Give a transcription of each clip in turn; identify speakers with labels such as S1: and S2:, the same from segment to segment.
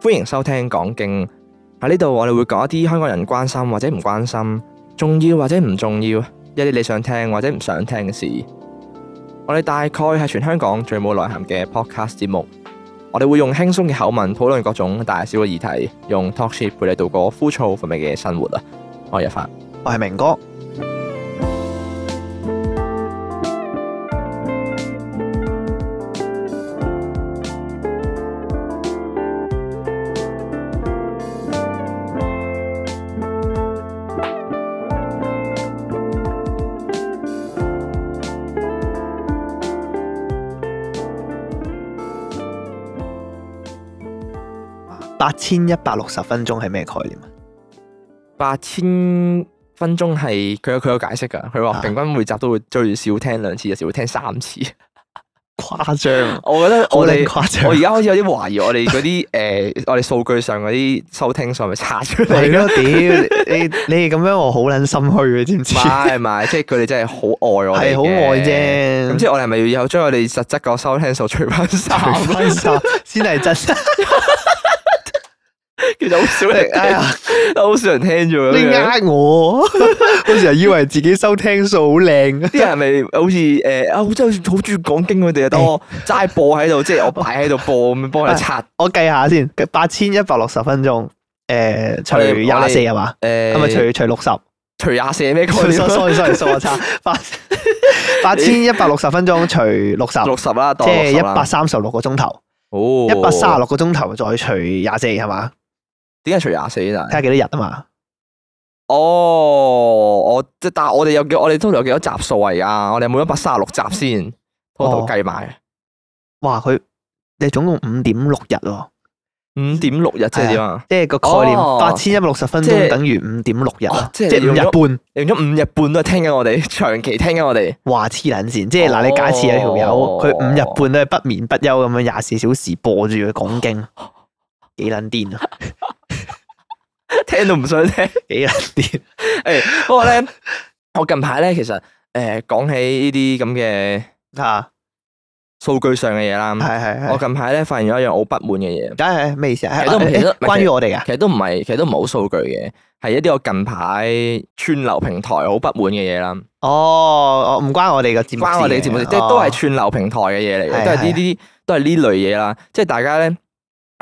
S1: 歡迎收聽講經喺呢度，我哋會講一啲香港人關心或者唔關心，重要或者唔重要，一啲你想聽或者唔想聽嘅事。我哋大概係全香港最冇內涵嘅 podcast 節目，我哋會用輕鬆嘅口吻討論各種大小嘅議題，用 talk shit 陪你度過枯燥乏味嘅生活啊！我係日發。
S2: 我係明哥，八千一百六十分鐘係咩概念啊？
S1: 八千分鐘係佢有佢有解釋㗎，佢話
S2: 啊
S1: 平均每集都會最少聽兩次，有時會聽三次。
S2: 誇張，啊
S1: 我覺得我哋
S2: 好撚誇
S1: 我
S2: 張
S1: 而，家開始有啲懷疑我哋嗰啲 誒，我哋數據上嗰啲收聽數係咪啊差出嚟
S2: 係
S1: 㗎？
S2: 咯，屌你你哋咁樣我好撚心虛嘅，知唔
S1: 唔
S2: 知？
S1: 係唔係，即係佢哋真係好愛我哋，
S2: 係好愛。啫，
S1: 咁即係我哋係咪要有將我哋實質個收聽數除翻三？
S2: 除翻手 先係真。
S1: 其實好少人
S2: 哎呀
S1: 聽，，好少人聽咗。
S2: 你
S1: 咁樣
S2: 呃我，我成日以為自己收聽數好靚，
S1: 啲人係咪好似誒啊，我真係好中意講經佢哋啊，當 我齋播喺度，即係我擺喺度播咁樣
S2: 啊
S1: 幫你刷
S2: 我計下先，八千一百六十分鐘，誒除
S1: 我哋我
S2: 廿四
S1: 哋
S2: 係嘛？
S1: 誒，
S2: 係咪除除六十？
S1: 除廿四係咩概 念？
S2: sorry sorry sorry，我差 八八千一百六十分鐘除六十，
S1: 六十啦，
S2: 即
S1: 當
S2: 係
S1: 60啦
S2: 一百三十六個鐘頭，
S1: 哦，
S2: 一百三十六個鐘頭再除廿四係嘛？
S1: 點解除廿四但
S2: 睇
S1: 係
S2: 下幾多日啊嘛？
S1: 哦，我即但係我哋有幾，我哋 total 有幾多集數啊？而家我哋有冇一百三十六集先
S2: 哦
S1: ？total 計埋
S2: 哇！佢你總共五點六日喎，
S1: 五點六日即係點啊？
S2: 即係個概念
S1: 哦
S2: 八千一百六十分
S1: 即係
S2: 鐘等於五點六日啊
S1: 哦，即
S2: 即
S1: 係
S2: 係啊五
S1: 用咗
S2: 日半。
S1: 用咗五日半都係聽緊我哋， 長期聽緊我哋。
S2: 話黐撚線，即係
S1: 哦
S2: 嗱，你假設有條友佢五日半都係不眠不休咁樣廿四小時播住佢講經，啊 幾撚癲啊！
S1: 聽到唔想聽。
S2: 幾撚癲！
S1: 誒，不過咧，我近排咧，其實誒講起呢啲咁嘅
S2: 嚇，
S1: 數據上嘅嘢啦，
S2: 啊係係
S1: 我
S2: 係，
S1: 近排咧發現咗一樣好不滿嘅嘢，
S2: 梗係咩意思啊？
S1: 哦其實都唔
S2: 誒
S1: 其實都
S2: 誒關於我哋啊噶，
S1: 其實都唔係，其實都唔係好數據嘅，係一啲我近排串流平台好不滿嘅嘢啦。
S2: 哦，哦唔關我哋個節目事嘅，
S1: 關我哋嘅節目事，即係
S2: 哦
S1: 都係串流平台嘅嘢嚟嘅，
S2: 係
S1: 都係呢啲都係呢類嘢啦。即係大家咧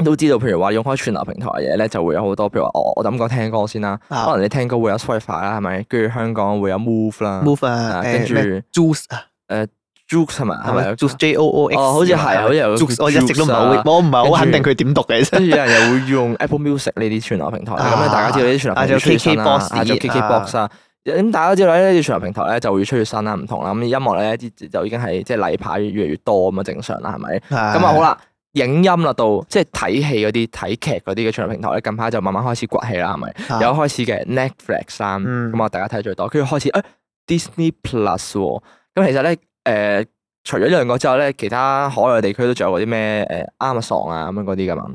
S1: 都知道，譬如話用開串流平台嘅嘢咧，就會有好多，譬如話哦我我就咁講聽歌先啦，
S2: 啊
S1: 可能你聽歌會有 Spotify 啦，係咪？跟住香港會有 Move 啦
S2: move 啊，
S1: 啊跟住
S2: 誒咩 juice 啊，
S1: Joox 係咪？
S2: 係
S1: 係咪啊
S2: 咪 juice J O O X？啊
S1: 哦好似係好似有
S2: juice，
S1: 個
S2: 我一直都唔係
S1: juice 啊
S2: 好，我唔係好肯
S1: 跟
S2: 定
S1: 住
S2: 佢點讀嘅啫。
S1: 跟住有人又會用 Apple Music 呢啲串流平台，咁咧
S2: 啊
S1: 大家知道呢啲串流平台出新啦，
S2: 啊
S1: 啊
S2: 仲
S1: 仲
S2: 有
S1: 有
S2: KKBOX
S1: KKBox 啊。咁大家知道咧，呢啲串流平台咧就會出越新啦，唔同啦。咁音樂咧啲就已經係即係例牌越嚟越多咁啊，正常啦，係咪？
S2: 咁
S1: 咁啊好，啦，影音啦到即係睇戲嗰啲、睇劇嗰啲嘅串流平台咧，近排就慢慢開始崛起啦，係咪？
S2: 啊
S1: 有開始嘅 Netflix 啦，
S2: 嗯
S1: 咁啊大家睇最多，跟住開始誒 Disney Plus 喎，咁其實咧誒、呃除咗呢兩個之後咧，其他海外地區都仲有嗰啲咩誒 Amazon 啊咁樣嗰啲噶嘛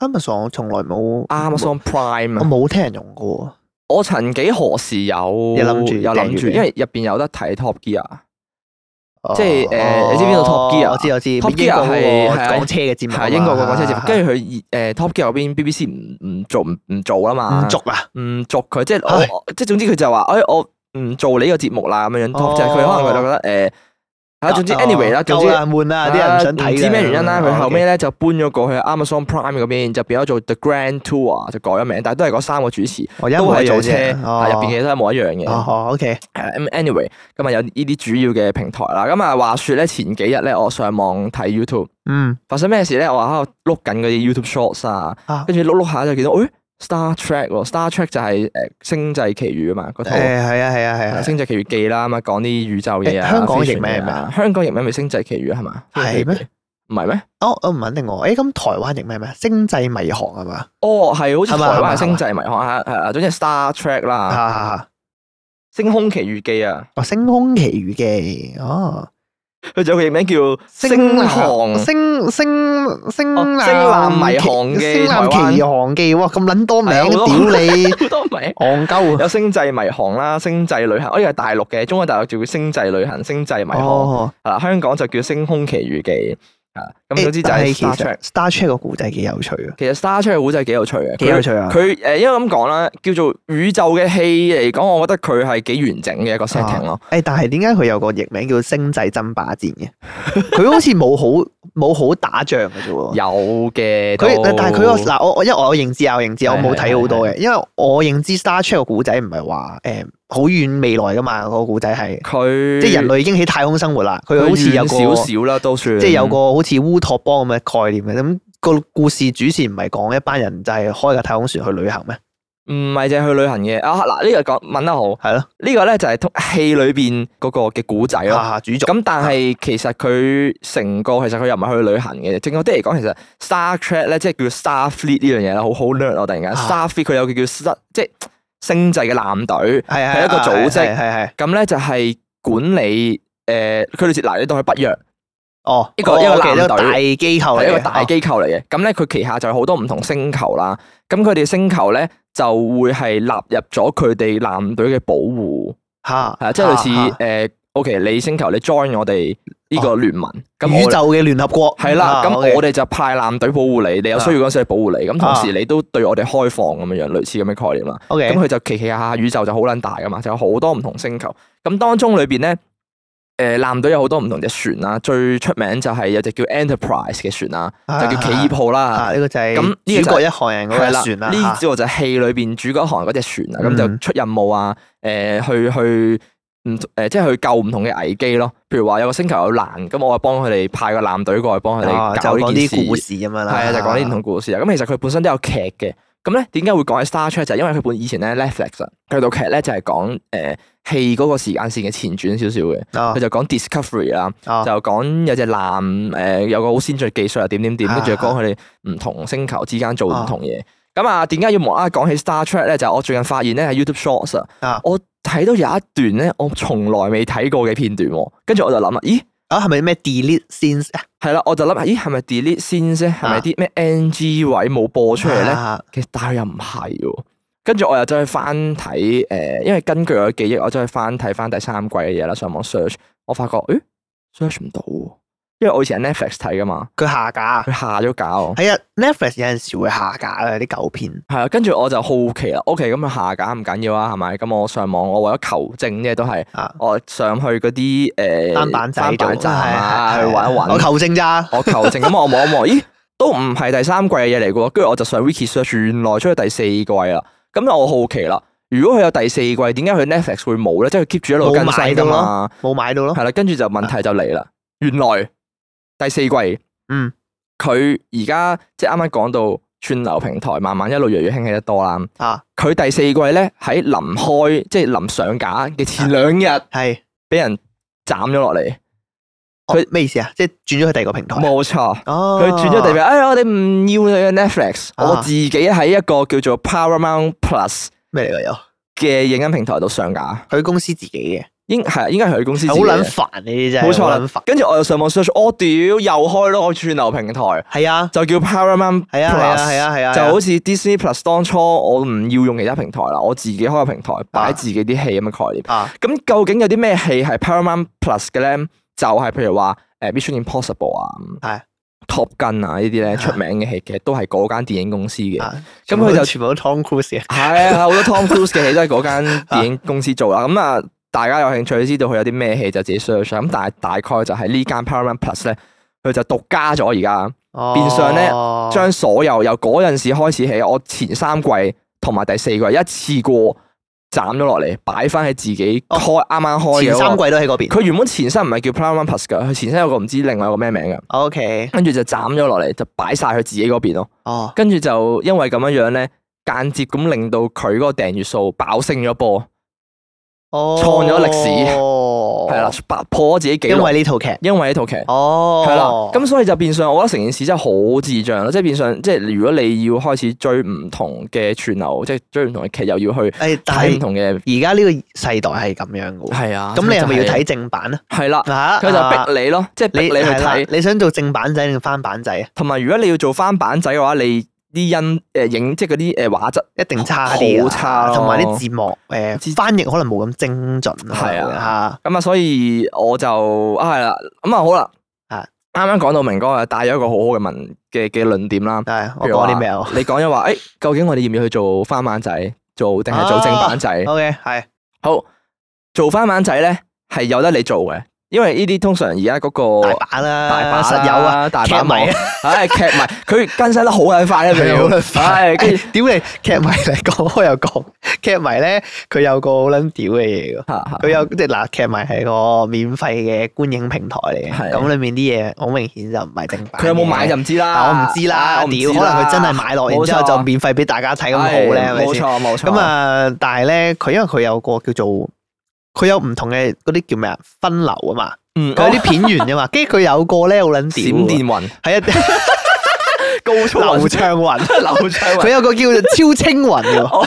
S2: Amazon 我從來冇
S1: ，Amazon Prime
S2: 我
S1: 啊，
S2: 冇聽人用過喎。
S1: 我曾幾何時有有
S2: 諗住
S1: 有
S2: 訂
S1: 諗住，
S2: 閱嘅
S1: 因為入邊有得睇 Top Gear 啊。即係誒你知邊度 Top Gear 啊
S2: 啊哦我知我知
S1: Top
S2: 英
S1: Gear
S2: 國嗰個
S1: 係係
S2: 講車嘅節目啊嘛，
S1: 係英國個港車節目，
S2: 住
S1: 跟住佢誒 Top Gear 嗰邊 BBC 唔唔做唔唔做啦嘛，
S2: 唔續啊，
S1: 唔續佢，即係
S2: 唉
S1: 我我即係總之佢就話，誒我唔做你呢個節目啦咁樣樣
S2: 哦
S1: top，就係佢可能佢就覺得誒，啊總之
S2: 哦
S1: anyway 啦，總之
S2: 夠啦悶啦，啲人唔想睇
S1: 啊
S2: 啦
S1: 唔知咩原因啦，
S2: 嗯
S1: 佢後尾
S2: 哦
S1: 咧就搬咗過去 Amazon Prime 嗰邊，就變咗做 The Grand Tour，就改咗名，但係都係嗰三個主持
S2: 哦我一
S1: 都
S2: 模
S1: 係
S2: 一樣
S1: 做
S2: 啫
S1: 車，係入邊嘅嘢都係一模一樣嘅。
S2: 哦哦，OK，
S1: 係啦咁 anyway，咁啊有呢啲主要嘅平台啦。咁啊話說咧，前幾日咧我上網睇 YouTube。
S2: 嗯
S1: 發生咩事咧？我喺度碌緊嗰啲 YouTube Shorts 啊
S2: 啊，
S1: 跟住碌碌下就見到，誒 Star Trek 喎，Star Trek 就係誒星際奇遇啊嘛，嗰
S2: 誒
S1: 套
S2: 係啊係啊係啊，
S1: 星際奇遇記啦，咁啊講啲宇宙嘢啊，
S2: 誒香港
S1: 飛
S2: 譯
S1: 船
S2: 名係
S1: 嘢
S2: 咩
S1: 啊
S2: 啊？
S1: 香港譯名咪星際奇遇係嘛？
S2: 係咩？
S1: 唔係咩？
S2: 哦我唔肯定喎，誒咁台灣譯咩咩？星際迷航係嘛？
S1: 哦，係好似
S2: 係嘛
S1: 台
S2: 係嘛
S1: 灣係星際迷航啊，係啊，總之係 Star Trek
S2: 啊
S1: 啦，
S2: 啊啊
S1: 星空奇遇記啊，
S2: 哦星空奇遇記哦，
S1: 佢仲有個譯名叫航
S2: 星星星
S1: 哦
S2: 艦
S1: 星艦迷航記
S2: 星
S1: 台灣
S2: 艦奇航記，哇咁撚多名，
S1: 係啊好
S2: 屌
S1: 多
S2: 你！
S1: 好多名。
S2: 戇鳩啊！
S1: 有星際迷航啦，星際旅行，哦，呢個係大啊陸嘅，中國大陸就叫星際旅行、星際迷航。
S2: 哦，
S1: 係啦，香港就叫《星空奇遇記》，啊，咁總之就
S2: 但
S1: 係
S2: 係
S1: Star Trek。
S2: 其實 Star Trek 個故仔幾有趣啊，
S1: 其實 Star Trek 嘅古仔幾有趣嘅，
S2: 幾
S1: 佢
S2: 有趣啊！
S1: 佢誒，因為咁講啦，叫做宇宙嘅戲嚟講，我覺得佢係幾完整嘅一個 setting 咯。
S2: 啊誒，但係點解佢有個譯名叫《星際爭霸戰》嘅？ 佢好似冇好冇好打仗嘅啫喎。
S1: 有嘅都，
S2: 啊佢但係佢個嗱，我我因為我有認知啊，我認知，我
S1: 係
S2: 冇睇好多
S1: 係
S2: 嘅，因為我認知 Star Trek 個古仔唔係話誒好遠未來噶嘛，個古仔係
S1: 佢
S2: 即係人類已經喺太空生活啦，佢好似有個
S1: 遠少少啦，都算
S2: 即係有個好似烏托邦咁嘅概念嘅，咁、個故事主線唔係講一班人就係開架太空船去旅行咩？
S1: 唔係淨係去旅行嘅啊！嗱，呢個講問得好，
S2: 係咯，
S1: 呢個咧就係通戲裏邊嗰個嘅古仔咯。
S2: 啊主軸
S1: 咁但係其實佢成個其實佢又唔係去旅行嘅，正確啲嚟講，其實 Star Trek 咧即係叫 Starfleet 呢樣嘢啦，好好 nerd 我突然間
S2: 啊
S1: Starfleet 佢有個叫 Star 即係星際嘅艦隊。
S2: 係
S1: 係一個組織
S2: 係係係
S1: 咁咧就係管理誒，佢哋嗱你當佢北約
S2: 哦，
S1: 一個
S2: 哦
S1: 一個
S2: OK，
S1: 艦
S2: 一
S1: 隊
S2: 個大機構
S1: 係
S2: 嚟嘅，哦
S1: 一個大機構嚟嘅，咁咧佢旗下就有好多唔同星球啦，咁佢哋星球咧就會係納入咗佢哋艦隊嘅保護，
S2: 嚇
S1: 係啊，即係類
S2: 嚇
S1: 似
S2: 嚇
S1: 誒，OK 你星球你 join 我哋呢個聯盟，咁
S2: 宇
S1: 我哋
S2: 宙嘅聯合國啊
S1: 係啦，咁我
S2: 哋
S1: 哋就派艦隊保護你，你有需要嗰陣時去保護你，咁同
S2: 啊
S1: 時你都對我哋開放咁樣樣，類似咁嘅概念啦。
S2: OK
S1: 咁佢就旗旗下下宇宙就好撚大噶嘛，就有好多唔同星球。咁當中裏邊咧，誒、艦隊有好多唔同隻船啦，最出名就係有隻叫 Enterprise 嘅船啦，
S2: 啊
S1: 就叫 E 企業號啦。
S2: 啊呢個就係
S1: 咁呢個就係
S2: 主角一行人嗰
S1: 係啦
S2: 個，船啦，啊
S1: 呢
S2: 嚇
S1: 隻就係戲裏邊主角行嗰隻船啊，咁
S2: 嗯
S1: 就出任務啊，誒去去唔誒即係去救唔同嘅危機咯。譬如話有個星球有難，咁我就幫佢哋派個艦隊過去幫佢
S2: 啊
S1: 哋
S2: 就
S1: 搞
S2: 講
S1: 呢件
S2: 啲故
S1: 事。
S2: 事咁樣啦，
S1: 係啊，就講啲唔
S2: 嚇
S1: 同故事啊。咁其實佢本身都有劇嘅。咁咧點解會講喺 Star Trek 就係因為佢本以前咧 Netflix 啊佢套劇咧就係講誒戲嗰個時間線嘅前傳少少嘅，
S2: 啊
S1: 佢就講 Discovery 啦，
S2: 啊
S1: 就講有隻艦誒有個好先進嘅技術啊點點點，跟住就講佢哋唔同星球之間做唔同嘢。咁啊，點解要無啦啦講起 Star Trek 咧？就係我最近發現咧喺 YouTube Shorts 啊
S2: 啊，
S1: 我睇到有一段咧我從來未睇過嘅片段喎，跟住我就諗啦，咦？
S2: 啊係咪咩 delete scenes 啊
S1: 係啦，我就諗，咦，係咪 delete 先啫？係咪
S2: 啊
S1: 啲咩 NG 位冇播出嚟咧？
S2: 啊
S1: 其實但係又唔係喎。跟住我又再去翻睇，誒、呃因為根據我嘅記憶，我再去翻睇翻第三季嘅嘢啦，上網 search，我發覺，誒，search 唔到喎，因為我以前喺 Netflix 睇噶嘛，
S2: 佢下架啊
S1: 佢下咗架喎。
S2: 係啊，Netflix 有陣時會下架嘅啲舊片。
S1: 係啊，跟住我就好奇啦。OK，咁佢下架唔緊要啊，係咪？咁我上網，我為咗求證啫，都係
S2: 啊
S1: 我上去嗰啲誒
S2: 單板仔
S1: 單板站啊，去揾一揾。
S2: 我求哦證咋？
S1: 我求證咁，我望一 望，咦，都唔係第三季嘅嘢嚟嘅喎。跟住我就上 Wiki search，原來出咗第四季啦。咁我好奇啦，如果佢有第四季，點解佢 Netflix 會冇咧？即係佢 keep 住一路更
S2: 冇
S1: 新
S2: 買
S1: 噶
S2: 到
S1: 嘛
S2: 咯。冇買到咯。啊
S1: 係啦，跟住就問題就嚟啦。原來第四季，
S2: 嗯，
S1: 佢而家即係啱啱講到串流平台慢慢一路越嚟越興起得多啦。
S2: 啊，
S1: 佢第四季咧喺臨開即係臨上架嘅前兩日，
S2: 係
S1: 俾人斬咗落嚟。
S2: 佢咩意思啊？即係轉咗去第二個平台。啊
S1: 冇錯。
S2: 哦，
S1: 佢轉咗地俾，哎呀，我哋唔要你嘅 Netflix，
S2: 啊
S1: 我自己喺一個叫做 Paramount Plus
S2: 咩嚟㗎？又
S1: 嘅影音平台度上架，
S2: 佢公司自己嘅，
S1: 應係啊應該係佢公司
S2: 好
S1: 自己嘅
S2: 撚煩呢啲真係。
S1: 冇錯
S2: 好
S1: 啦
S2: 撚煩。。
S1: 跟住我又上網 search，我屌又開咗個串流平台，
S2: 係啊，
S1: 就叫 Paramount
S2: 係啊，係啊，係
S1: Plus，
S2: 啊，係啊。
S1: 就好似 Disney Plus 當初我唔要用其他平台啦，我自己開個平台擺自己啲戲咁嘅概念。
S2: 啊，
S1: 咁究竟有啲咩戲係 Paramount Plus 嘅咧？就係譬如話誒 Mission Impossible 啊，
S2: 係
S1: Top Gun 啊呢啲 咧出名嘅戲，其實都係嗰間電影公司嘅。
S2: 啊
S1: 咁佢就
S2: 全部都 Tom Cruise 嘅。
S1: 係啊，好多 Tom Cruise 嘅戲都係嗰
S2: 啊
S1: 間電影公司做啦。咁啊，大家有興趣知道佢有啲咩戲就自己 search 啦。咁但係大概就係呢間 Paramount Plus 咧，佢就獨家咗而家，變相呢
S2: 哦
S1: 將所有由嗰陣時開始起，我前三季同埋第四季一次過斬咗落嚟，擺翻喺自己
S2: 哦
S1: 開啱啱開嘅
S2: 前
S1: 嗰個
S2: 三季都喺嗰邊。
S1: 佢原本前身唔係叫 Paramount Plus 噶，佢前身有個唔知另外有個咩名噶，
S2: O K，
S1: 跟住就斬咗落嚟，就擺晒佢自己嗰邊咯。
S2: 哦，
S1: 跟住就因為咁樣樣咧，間接咁令到佢嗰個訂閱數爆升咗波，
S2: 哦，
S1: 創咗歷史
S2: 哦，
S1: 係啦、突破咗自己紀
S2: 因
S1: 錄，
S2: 為呢套劇。
S1: 因為呢套劇。
S2: 哦，
S1: 係啦，咁所以就變相，我覺得成件事真係好智障咯，即係變相，即係如果你要開始追唔同嘅串流，即係追唔同嘅劇，又要去
S2: 誒，哎但
S1: 睇唔
S2: 係
S1: 同嘅，
S2: 而家呢個世代係咁樣嘅喎。
S1: 係啊，
S2: 咁你係咪要
S1: 真係？
S2: 睇正版啊？
S1: 係啦，
S2: 嗱，
S1: 佢
S2: 啊
S1: 就逼你咯，即係逼
S2: 你
S1: 你去
S2: 係啦
S1: 睇。
S2: 你想做正版仔定翻版仔啊？
S1: 同埋如果你要做翻版仔嘅話，你啲音誒影即係嗰啲誒呃畫質
S2: 一定差啲
S1: 好
S2: 啊
S1: 差咯
S2: 同埋啲字幕誒翻譯可能冇咁精準
S1: 係啊
S2: 啊
S1: 咁啊，所以我就啊係啦，咁啊好啦，
S2: 啊
S1: 啱啱講到明哥啊，帶咗一個好好嘅文嘅嘅論點啦。
S2: 係我
S1: 譬如
S2: 講
S1: 話
S2: 啲咩啊
S1: 你講咗話，誒， 究竟我哋要唔要去做翻版仔，做定係做正版仔？
S2: ？OK，係
S1: 好，做翻版仔咧係有得你做嘅，因為呢啲通常而家嗰個
S2: 大把啦，
S1: 大把
S2: 實
S1: 啦
S2: 有 啊，，
S1: 大
S2: 劇
S1: 把
S2: 迷
S1: 網
S2: 啊，
S1: 唉，劇迷佢更新得好鬼快咧，
S2: 係
S1: 佢
S2: 好
S1: 要
S2: 啦，
S1: 唉，跟住
S2: 哎屌你劇迷嚟講開又講， 劇迷咧佢有個好撚屌嘅嘢㗎。佢
S1: 啊
S2: 有即係嗱，劇迷係個免費嘅觀影平台嚟
S1: 係
S2: 嘅，咁裏面啲嘢好明顯就唔係正版嘅。
S1: 佢有冇買就唔知
S2: 但
S1: 啦，
S2: 我唔知
S1: 唉
S2: 啦，
S1: 我唔
S2: 屌，
S1: 知
S2: 可
S1: 啦
S2: 能佢真係買落，然之後就免費俾大家睇咁好咧，係咪
S1: 冇
S2: 先？
S1: 錯冇錯，
S2: 咁，啊，但係咧，佢因為佢有個叫做佢有唔同嘅嗰啲叫咩啊分流啊嘛，
S1: 嗯，
S2: 佢有啲片 源噶嘛，跟住佢有個咧好撚
S1: 閃
S2: 屌
S1: 電
S2: 喎，
S1: 雲、
S2: 係啊，
S1: 高速
S2: 流暢 雲，
S1: 流暢
S2: 佢
S1: 雲，
S2: 有個叫做超清雲 嘅喎。
S1: 哦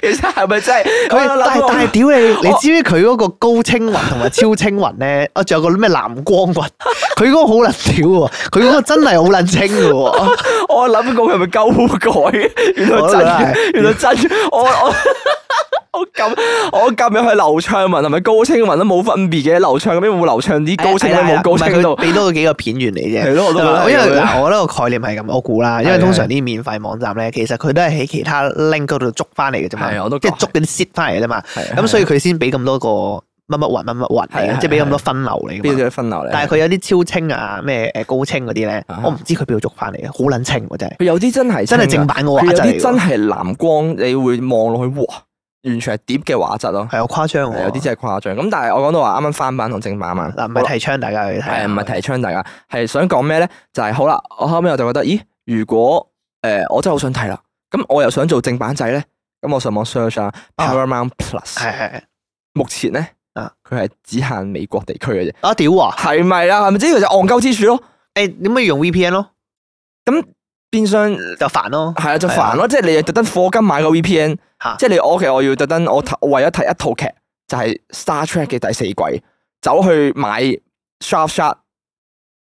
S1: 其實係咪真係？
S2: 佢但係但係屌你，你
S1: 我
S2: 知唔知佢嗰個高清雲同埋超清雲 咧？啊，仲有個咩藍光雲，佢嗰個好撚屌喎，佢嗰個真係好撚清嘅喎。
S1: 我諗過佢係咪鳩改？ 原來
S2: 我都係
S1: 真，原來真，我我 我撳我撳入去流暢文同埋高清文都冇分別嘅，流暢咁樣會流暢啲，高清咧冇高
S2: 唔係
S1: 清
S2: 佢
S1: 到。
S2: 俾多咗幾個片源嚟啫。
S1: 係咯我都覺得係
S2: 因為
S1: 係
S2: 嗱，我覺得個概念係咁，我估啦，因為
S1: 係啊
S2: 通常啲免費網站咧，其實佢都係喺其他 link 嗰度捉翻嚟嘅啫嘛
S1: 係我都，覺
S2: 即係捉嗰啲 sit 翻嚟嘅啫嘛。咁所以佢先俾咁多個乜乜雲乜乜雲嚟啊
S1: 係係啊
S2: 嘅，即係俾咁多分流嚟
S1: 邊
S2: 嘅嘛。
S1: 度分流咧？
S2: 但係佢有啲超清啊，咩誒高清嗰啲咧
S1: 啊，
S2: 我唔知佢邊度捉翻嚟嘅，好撚清喎真係。
S1: 佢有啲真係
S2: 真係正
S1: 清
S2: 版嘅
S1: 㗎，
S2: 畫
S1: 佢有
S2: 質嚟
S1: 啲
S2: 㗎
S1: 真係藍光，你會望落去，哇，完全係碟嘅畫質咯，
S2: 係有誇張喎，
S1: 係有啲真係誇張。咁但係我講到話啱啱翻版同正版啊嘛，
S2: 嗱，唔係提啊倡大家去睇，
S1: 係唔啊係提倡大家？係想講咩咧？就係、好啦，我後尾我就覺得，咦，如果誒、呃我真係好想睇啦，咁我又想做正版仔咧，咁我上網 search 啊
S2: 啊
S1: ，Paramount Plus，、
S2: 係係係
S1: 目前咧，
S2: 啊
S1: 佢係只限美國地區嘅啫，
S2: 啊屌啊！
S1: 係咪啦？係咪？即係就戇鳩之處咯，
S2: 誒點解要用 VPN 咯？
S1: 變相。
S2: 就煩咯，
S1: 係啊，就煩咯，即係你又特登課金買個 VPN，
S2: 嚇
S1: 即係你我屋企我要特登我睇我為咗睇一套劇，就係 Star Trek 嘅第四季，走去買 Sharp Shot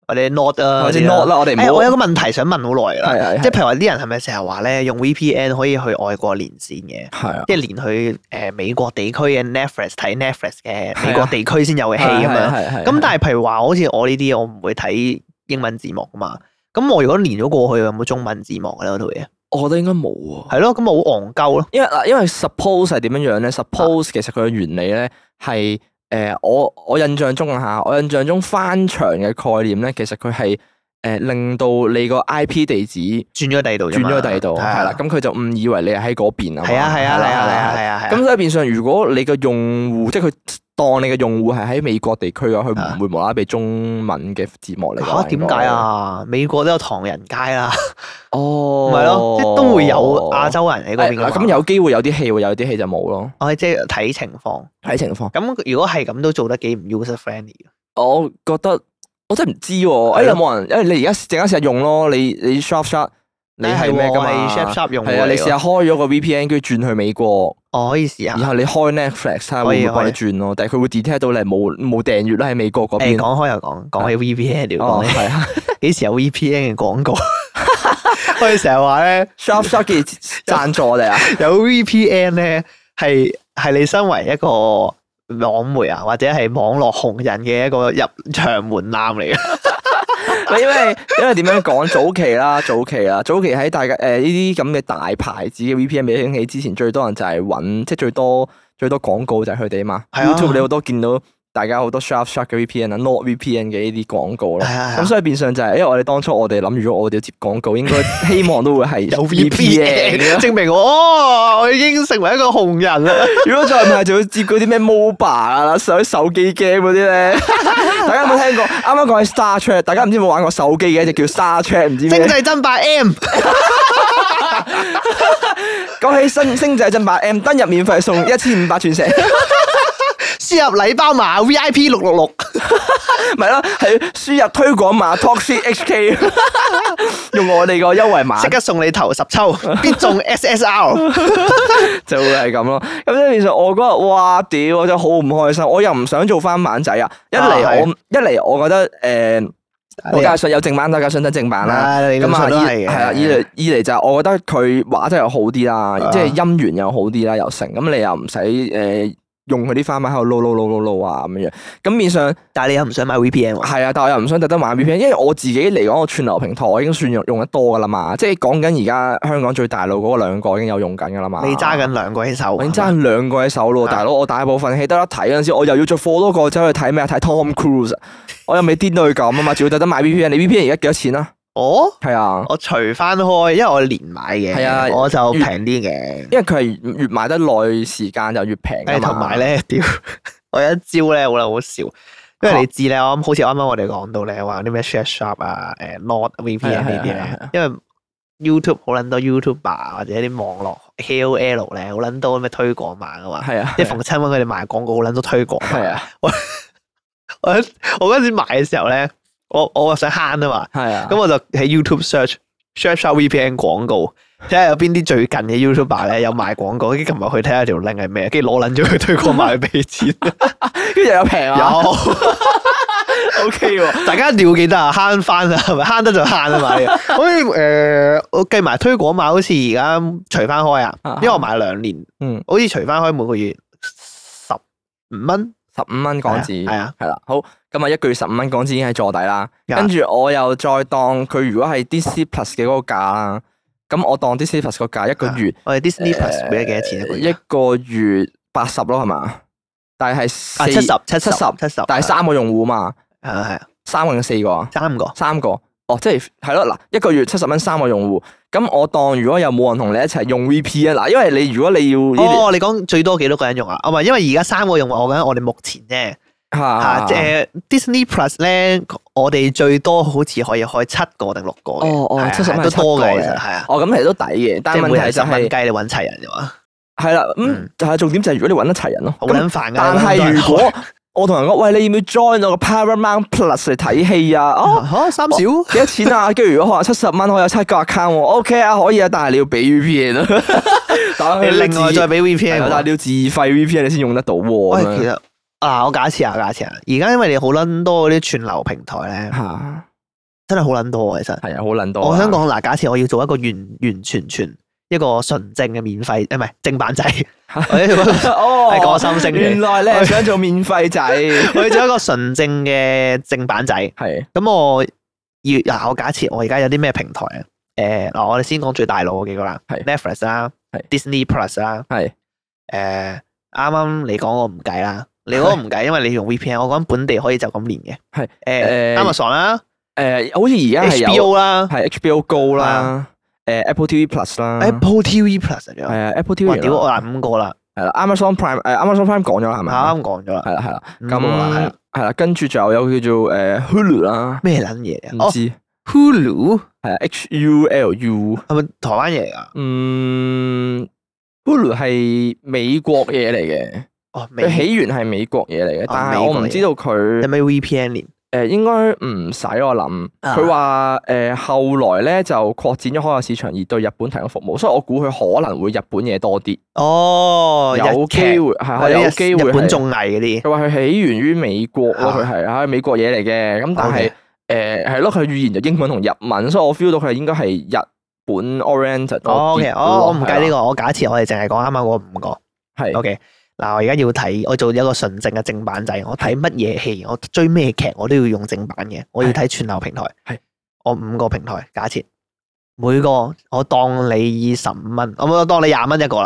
S2: 或者 not 啊，
S1: 或者
S2: 嗰啲
S1: Not 啦，我哋唔
S2: 誒，
S1: 好
S2: 我有個問題想問好耐啦，
S1: 係啊係
S2: 即係譬如話啲人係咪成日話咧用 VPN 可以去外國連線嘅？
S1: 係啊，
S2: 即係連去誒美國地區嘅 Netflix 睇 Netflix 嘅
S1: 係
S2: 美
S1: 啊啊
S2: 國地區先有嘅戲咁樣。
S1: 樣
S2: 咁但係譬如話，好似我呢啲我唔會睇英文字幕噶嘛。咁我如果連咗過去，有冇中文字幕咧嗰套嘢？
S1: 我覺得應該冇啊，
S2: 係咯，咁我好戇鳩咯。
S1: 因為嗱，因為 suppose 係點樣樣咧？suppose 其實佢嘅原理咧係誒，我我印象中啊嚇，我印象中翻牆嘅概念咧，其實佢係誒令到你個 IP 地址。
S2: 轉咗第二度啫
S1: 轉
S2: 嘛，
S1: 咗去第二度，
S2: 係
S1: 係
S2: 啊
S1: 啦，咁佢就誤以為你係喺嗰邊啊嘛，
S2: 係啊係啊係
S1: 啦
S2: 啊係啊係啊係啊，
S1: 咁所以變相，如果你嘅用戶，即係佢當你嘅用戶係喺美國地區嘅，佢
S2: 啊
S1: 唔會無啦啦俾中文嘅字幕嚟㗎。
S2: 嚇
S1: 應
S2: 點
S1: 該
S2: 解？啊？美國都有唐人街啦，
S1: 哦，
S2: 唔係咯，即係都會有亞洲人喺嗰
S1: 誒
S2: 邊㗎
S1: 嗱
S2: 嘛
S1: 咁有機會有啲戲會有啲戲就冇咯，
S2: 我係哦即係睇情況。
S1: 睇情況。
S2: 咁如果係咁都做得幾唔 user friendly 嘅
S1: 我覺得我真係唔知喎，誒
S2: 係咯
S1: 有冇人？因為你而家陣間試下用咯，你你 Sharp Shot，你係咩㗎
S2: 係
S1: 嘛
S2: 喎係 Shop Shop 用
S1: 係啊，你試下
S2: 下，
S1: 開咗個 VPN，跟住轉去美國，
S2: 哦我可以試下
S1: 然。後你開 Netflix 睇下會唔會幫你轉咯，但係佢會 detect 到你係冇冇訂閱啦喺美國嗰
S2: 誒
S1: 邊。
S2: 講開又講，講起 VPN 屌，
S1: 哦，
S2: 講起
S1: 係啊。
S2: 幾時有 VPN 嘅廣 告？我哋成日話咧，
S1: Sharp Sharp 嘅贊助我哋啊，
S2: 有 VPN 咧係係你身為一個網媒啊，或者係網絡紅人嘅一個入場門檻嚟嘅。
S1: 因為因為點樣講早期啦，早期啦，早期喺大家誒呢啲咁嘅大牌子嘅 VPN 未興起之前，最多人就係揾，即係最多最多廣告就係佢哋嘛。
S2: 係啊
S1: YouTube 你好多見到大家好多 Sharp Sharp 嘅 VPN 啊，Not VPN 嘅呢啲廣告咯。
S2: 係啊係
S1: 咁
S2: 啊
S1: 所以變相就係，因為我哋當初我哋諗，如果我哋要接廣告，應 該希望都會係
S2: 有 VPN，證明我哦，我已經成為一個紅人 啦。
S1: 如果再唔係，就要接嗰啲咩 MOBA 啊，上手機 game 嗰啲咧。 大家有冇聽過？啱啱講起 Star Trek，大家唔知有冇玩過手機嘅一隻叫 Star Trek，唔知
S2: 精
S1: 咩？
S2: 濟爭霸 M，
S1: 講起星星仔爭霸 M 登入免費送一千五百鑽石，
S2: 輸入禮包碼 VIP 六六六。
S1: 咪咯，係輸入推廣碼 Toxic HK，用我哋個優惠碼
S2: 即刻送你頭十 抽，必中 SSR。
S1: 就會係咁咯。咁即係其實我嗰日哇屌，我真係好唔開心，我又唔想做翻版仔啊！一嚟
S2: 啊係
S1: 我一嚟我覺得誒，我
S2: 啊
S1: 梗係想有正版，大家想得正版啦。咁
S2: 咁
S1: 啊，
S2: 啊，
S1: 二
S2: 係
S1: 係啊，二嚟
S2: 嘅。
S1: 二嚟就係我覺得佢畫質又好啲啦，
S2: 啊
S1: 即係音源又好啲啦，又成咁你又唔使誒用佢啲花米喺度撈撈撈撈撈啊咁樣。咁面上
S2: 但係你又唔想買 VPN 喎？
S1: 係啊，但我又唔想特登玩 VPN，因為我自己嚟講，我串流平台我已經算用用得多噶啦嘛。即係講緊而家香港最大路嗰兩個已經有用緊噶啦嘛。
S2: 你揸緊兩個喺手，
S1: 我已經爭兩個喺手咯，
S2: 啊
S1: 大佬！我大部分戲得一睇嗰陣時，我又要再貨多個走去睇咩啊？睇 Tom Cruise，啊我又未癲到佢咁啊嘛，仲要特登買 VPN。你 VPN 而家幾多錢啊？
S2: 我
S1: 係啊，
S2: 哦我除翻開，因為我連買嘅，
S1: 係啊
S2: 我就平啲嘅。
S1: 因為佢係越買得耐時間就越平㗎
S2: 誒，
S1: 嘛
S2: 同埋咧， 屌，我有一招咧，好啦，好笑。因為你知咧，我啱好似啱啱我哋講到咧，話啲咩 Share Shop 啊、誒
S1: 係
S2: Not
S1: 啊
S2: VPN
S1: 係
S2: 呢
S1: 啊
S2: 啲
S1: 係啊
S2: 咧，因為 YouTube 好撚多 YouTuber 或者啲網絡 KOL 咧，好撚多咩推廣嘛噶嘛，
S1: 係啊，
S2: 即係逢親揾佢哋賣廣告，好撚多推廣。
S1: 係啊，
S2: 我我嗰陣時買嘅時候咧，我我想慳啊嘛，
S1: 係啊，
S2: 咁我就喺 YouTube search search 下 VPN 廣告，睇下有邊啲最近嘅 YouTuber 咧有賣廣告，跟住撳入去睇下條 link 係咩，跟住攞撚咗佢推廣埋去俾錢。
S1: 跟住又平啊
S2: 有，
S1: ，OK 喎，
S2: 大家一定要記得啊，慳翻啊，係咪慳得就慳啊嘛。 好似誒，呃我計埋推廣碼，好似而家除翻開啊
S1: 啊，
S2: 因為我買兩年，
S1: 嗯，
S2: 好似除翻開每個月十五蚊
S1: 十五蚊港紙
S2: 係啊，
S1: 係啦，好，咁啊一個月十五蚊港紙已經係坐底啦，
S2: 啊
S1: 跟住我又再當佢如果係 Disney Plus 嘅嗰個價啦，咁我當 Disney Plus 個價一個月。
S2: 我哋 Disney Plus 俾咗幾多錢一個月
S1: 呃一個月八十咯，係嘛？但係四
S2: 啊？七十、七
S1: 七
S2: 十、
S1: 十，
S2: 七十，
S1: 但係三個用戶嘛，
S2: 係啊係啊，
S1: 三個定四個啊？
S2: 三個。
S1: 三個哦，即係係咯嗱，一個月七十蚊三個用戶，咁我當如果有冇人同你一齊用 VPN 嗱，因為你如果你要呢
S2: 哦，你講最多幾多個人用啊？啊唔係，因為而家三個用戶，我講緊我哋目前啫。
S1: 啲
S2: 嚇，
S1: 嚇
S2: 即係 Disney Plus 咧，我哋最多好似可以開七個定六個嘅。
S1: 哦哦
S2: 係啊
S1: 70蚊係
S2: 都
S1: 七個
S2: 多嘅，
S1: 嘅
S2: 其實係啊。
S1: 哦咁其實都抵嘅，但
S2: 即
S1: 係
S2: 係
S1: 問
S2: 每
S1: 題
S2: 人十
S1: 就
S2: 蚊雞，
S1: 係
S2: 你揾齊人嘅嘛，
S1: 係啦，咁
S2: 嗯
S1: 但係重點就係如果你揾得齊人咯，
S2: 好
S1: 咁
S2: 撚煩㗎。
S1: 但
S2: 你
S1: 係
S2: 揾咁多人
S1: 如 果我同人講喂，你要唔要 join 我個 Paramount Plus 嚟睇戲 啊？哦。
S2: 嚇三少，
S1: 幾多錢啊？跟住如果可能七十蚊，我有七個 account 喎。OK 啊，可以啊，但係你要俾 VPN 啊。但
S2: 你另外再俾
S1: 係
S2: VPN
S1: 啊但係
S2: 喎。
S1: 你要自費 VPN 你先用得到
S2: 喂，
S1: 喎。咁
S2: 其
S1: 樣
S2: 實啊，我假設啊，假設啊，而家因為你好撚多嗰啲串流平台咧，
S1: 嚇
S2: 真係好撚多啊，其實。
S1: 係啊，好撚多啊。
S2: 我想講嗱，假設我要做一個完完全全一個純正嘅免費，誒唔係正版仔， 我要做一個
S1: 哦，
S2: 係講心聲嘅
S1: 原來你 係想做免費仔，
S2: 我要做一個純正嘅正版仔。
S1: 係
S2: 咁我要嗱，我假設我而家有啲咩平台啊？誒嗱，我哋先講最大路嗰幾個啦
S1: 係
S2: ，Netflix 啦
S1: 係
S2: ，Disney Plus 啦，
S1: 係
S2: 誒啱啱你講我唔計啦，你嗰個 唔計，因為你用 VPN，我講本地可以就咁連嘅。
S1: 係
S2: 誒
S1: 誒
S2: Amazon 啦
S1: 誒，好似而家係有
S2: ，HBO 啦
S1: 係 HBO Go
S2: 係啊
S1: 啦，誒 Apple TV Plus 啦，
S2: ，Apple TV Plus
S1: 係
S2: 啊，
S1: 啊 Apple
S2: 哇
S1: TV
S2: 屌我
S1: 啦
S2: 嗱五個啦，
S1: 係啦，Amazon Prime 誒 Amazon Prime 講咗啦係咪？
S2: 啱啱講咗啦，嗯
S1: 係啦嗯係啦，
S2: 五個啦係
S1: 咁
S2: 啦
S1: 係啊啦，跟住仲有叫做誒 Hulu 啦，
S2: 咩撚嘢啊？
S1: 唔
S2: 哦
S1: 知。
S2: ，Hulu
S1: 係啊，H U L U，
S2: 係咪台灣嘢嚟啊㗎？
S1: 嗯，Hulu 係美國嘢嚟嘅，
S2: 哦，美
S1: 佢起源係美國嘢嚟嘅，
S2: 哦
S1: 但
S2: 美
S1: 係
S2: 國
S1: 我唔知道佢
S2: 有咩 VPN 連？
S1: 誒應該唔使我諗，
S2: 啊
S1: 佢話誒後來咧就擴展咗海外市場，而對日本提供服務，所以我估佢可能會日本嘢多啲，
S2: 哦，
S1: 有
S2: 日劇哦
S1: 機會係啊有機會
S2: 日本
S1: 係
S2: 綜藝嗰啲。
S1: 佢話佢起源於美國咯，
S2: 啊
S1: 佢係喺美國嘢嚟嘅，咁但係誒呃係咯，佢語言就英文同日文，所以我 feel 到佢係應該係日本 orient
S2: 哦
S1: 多啲
S2: ，OK，
S1: 嘅
S2: 哦，我唔
S1: 咯
S2: 計呢個，我假設我哋淨係講啱啱嗰五個。
S1: 啊係
S2: OK，嗱，我而家要睇，我做一個純正嘅正版仔，我睇乜嘢戲，我追咩劇，我都要用正版嘅，我要睇串流平台。
S1: 係，
S2: 我五個平台，假設每個我當你以十五蚊，我我當你廿蚊一個啦。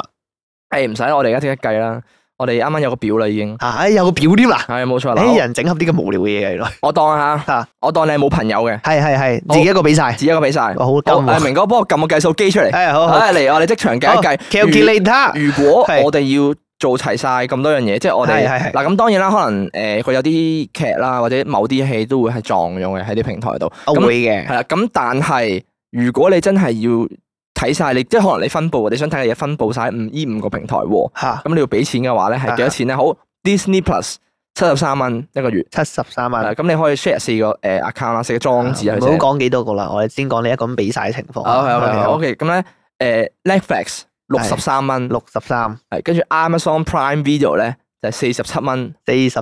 S1: 誒哎唔使啦，我哋而家即刻計啦。我哋啱啱有個表啦已經，
S2: 啊，哎有個表添啦，
S1: 係冇錯啦。
S2: 哎，
S1: 我
S2: 人整合啲咁無聊嘅嘢嚟 咯。
S1: 我當下
S2: 啊，
S1: 我當你係冇朋友嘅，
S2: 係係係，自己一個俾晒，
S1: 自己一個俾晒。
S2: 哇，好金
S1: 好
S2: 喎
S1: 誒，明哥幫我撳個計數機出嚟。
S2: 哎，啊好好
S1: 啊嚟，我哋即場計一計。
S2: ，calculator，
S1: 如如果
S2: 係
S1: 我哋要做齊晒咁多樣嘢，即係我哋
S2: 係係係
S1: 嗱咁當然啦，可能誒佢有啲劇啦，或者某啲戲都會係撞用嘅喺啲平台度。
S2: 我
S1: 咁
S2: 會嘅。
S1: 係啦，咁但係如果你真係要睇晒你，即係可能你分佈，你想睇嘅嘢分佈晒五呢五個平台喎。
S2: 吓，
S1: 咁你要俾錢嘅話咧，係
S2: 啊
S1: 幾多錢咧？好，Disney Plus 七十三蚊一個月，
S2: 七十
S1: 係
S2: 三萬
S1: 啦，。咁你可以 share 四個誒 account 啦，四個裝啊置啊，啊
S2: 唔
S1: 佢
S2: 好
S1: 寫。
S2: 講啊幾多個啦，我哋先講你一個咁比晒嘅情況。
S1: OK OK，咁咧誒 Netflix 六十三蚊，
S2: 六十三、
S1: 係跟住 Amazon Prime Video 咧就係四十七蚊，
S2: 四十七，誒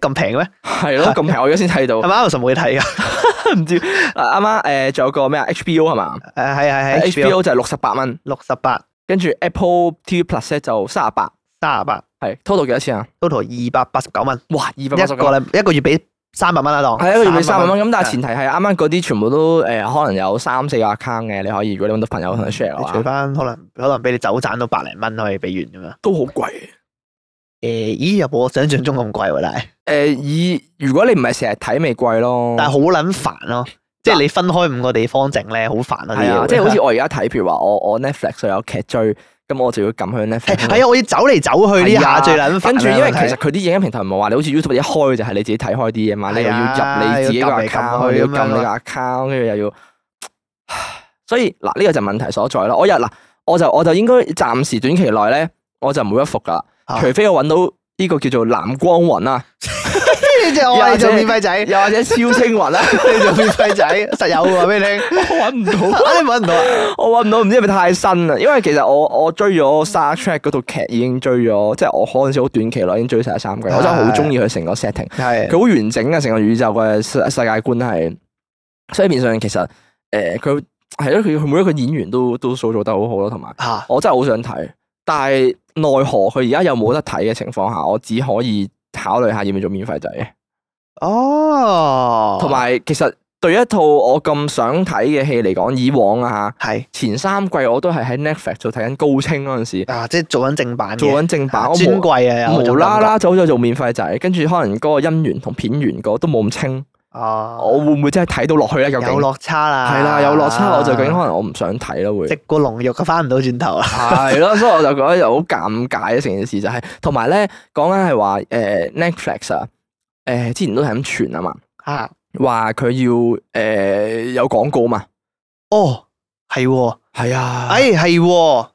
S2: 咁平嘅咩？
S1: 係 咯，咁平我而家先睇到
S2: 係，咪 Amazon 冇嘢睇㗎？
S1: 唔知啊啱啱誒仲有個咩啊 HBO 係嘛
S2: 誒係係係
S1: ？HBO 就係六十八蚊，
S2: 六十八、
S1: 跟住 Apple TV Plus 咧就三十八，
S2: 三十八，
S1: 係 total 幾多錢啊？
S2: ，total 二百八十九蚊，
S1: 哇，二百八
S2: 一
S1: 十
S2: 個
S1: 九，
S2: 禮一個月俾三百蚊啦，當
S1: 係啊一個月俾三百蚊。咁但係
S2: 係
S1: 前提係啱啱嗰啲全部都誒可能有三四個 account 嘅，你可以如果你揾到朋友同佢 share 嘅
S2: 你除
S1: 話，
S2: 翻可能可能俾你走賺到百零蚊可以俾完咁樣。
S1: 都好貴。
S2: 誒，咦又冇我想象中咁貴喎，但係
S1: 誒呃以如果你唔係成日睇，咪貴咯。
S2: 但係好撚煩咯，即係你分開五個地方整咧，好煩啊啲
S1: 係啊，
S2: 嘢。
S1: 即係好似我而家睇，譬如話我我 Netflix 有劇追，咁我就要撳去 Netflix 度。
S2: 係啊，我要走嚟走去
S1: 係
S2: 呢
S1: 啊
S2: 下最撚煩啊。
S1: 跟住因為
S2: 問
S1: 其
S2: 題
S1: 實佢啲影音平台唔係話你好似 YouTube 一開就係你自己睇開啲嘢嘛，你又要入你自己個
S2: 係啊要撳
S1: account，你
S2: 嚟撳去
S1: 要
S2: 咁樣
S1: 撳你個 account，跟住又要，所以嗱呢個就問題所在啦。我日嗱我就我就應該暫時短期內咧，我就唔會屈服噶啦，
S2: 啊
S1: 除非我揾到呢個叫做藍光雲 啦，
S2: 跟住就我話你做免費仔，
S1: 又或者超清雲啊啦，
S2: 你做免費仔，實 有喎，俾你 聽。
S1: 我揾唔到。
S2: 啊，你揾唔到啊？
S1: 我揾唔到，唔知係咪太新啊啦？因為其實我我追咗《Star Trek》嗰套劇已經追咗，即係我嗰陣時好短期內已經追晒三季，我真係好中意佢成個 setting，
S2: 係
S1: 佢好完整啊，成個宇宙嘅世世界觀係。所以面上其實誒佢係咯，佢佢每一個演員都都塑造得好好咯，同埋
S2: 嚇，
S1: 我真係好想睇，但係奈何佢而家又冇得睇嘅情況下，我只可以考慮下要唔要做免費仔。
S2: 哦，
S1: 同埋其實對一套我咁想睇嘅戲嚟講，以往啊嚇。
S2: 係
S1: 前三季我都係喺 Netflix 做睇緊高清嗰陣時，
S2: 啊，即係做緊正版嘅，
S1: 做緊正版，我
S2: 尊
S1: 無
S2: 貴啊，有
S1: 無
S2: 種
S1: 啦
S2: 感覺
S1: 啦走咗做免費仔，跟住可能嗰個音源同片源個都冇咁清，我
S2: 哦，
S1: 會唔會真係睇到落去咧？究竟
S2: 有落啊差啦，
S1: 係啦，有落差，我就究竟可能我唔想睇咯，會
S2: 食過龍肉佢翻唔到轉頭啊，
S1: 係咯，所以我就覺得又好尷尬啊成件事就係，同埋咧講緊係話誒 Netflix 啊，誒之前都係咁傳啊嘛，
S2: 嚇，
S1: 話佢要誒有廣告嘛，
S2: 哦，係喎，
S1: 係啊，
S2: 哎係喎，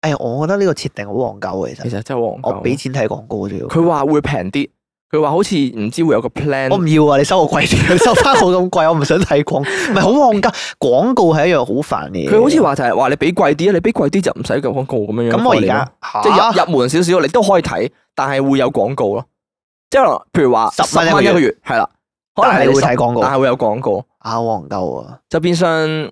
S2: 哎我覺得呢個設定好戇鳩啊嘅，其
S1: 其
S2: 實
S1: 實真係好戇鳩啊
S2: 我俾錢睇廣告啫喎，
S1: 佢話會平啲，佢話好似唔知會有個 plan，
S2: 我唔要啊！你收我 貴啲，你收翻我咁貴，我唔想睇廣，唔係好戇鳩。廣告係一樣好煩嘅嘢。
S1: 佢好似話就係話你俾貴啲啊，你俾貴啲就唔使咁廣告咁樣樣。
S2: 咁我而家啊
S1: 即
S2: 嚇
S1: 係入入門少少，你都可以睇，但係會有廣告咯。即係可能譬如話
S2: 10蚊一個
S1: 蚊
S2: 月
S1: 一個月，係啦，可能
S2: 但係
S1: 係
S2: 你會
S1: 10
S2: 睇廣告
S1: 但係會有廣告，
S2: 啊，戇鳩啊！
S1: 就變相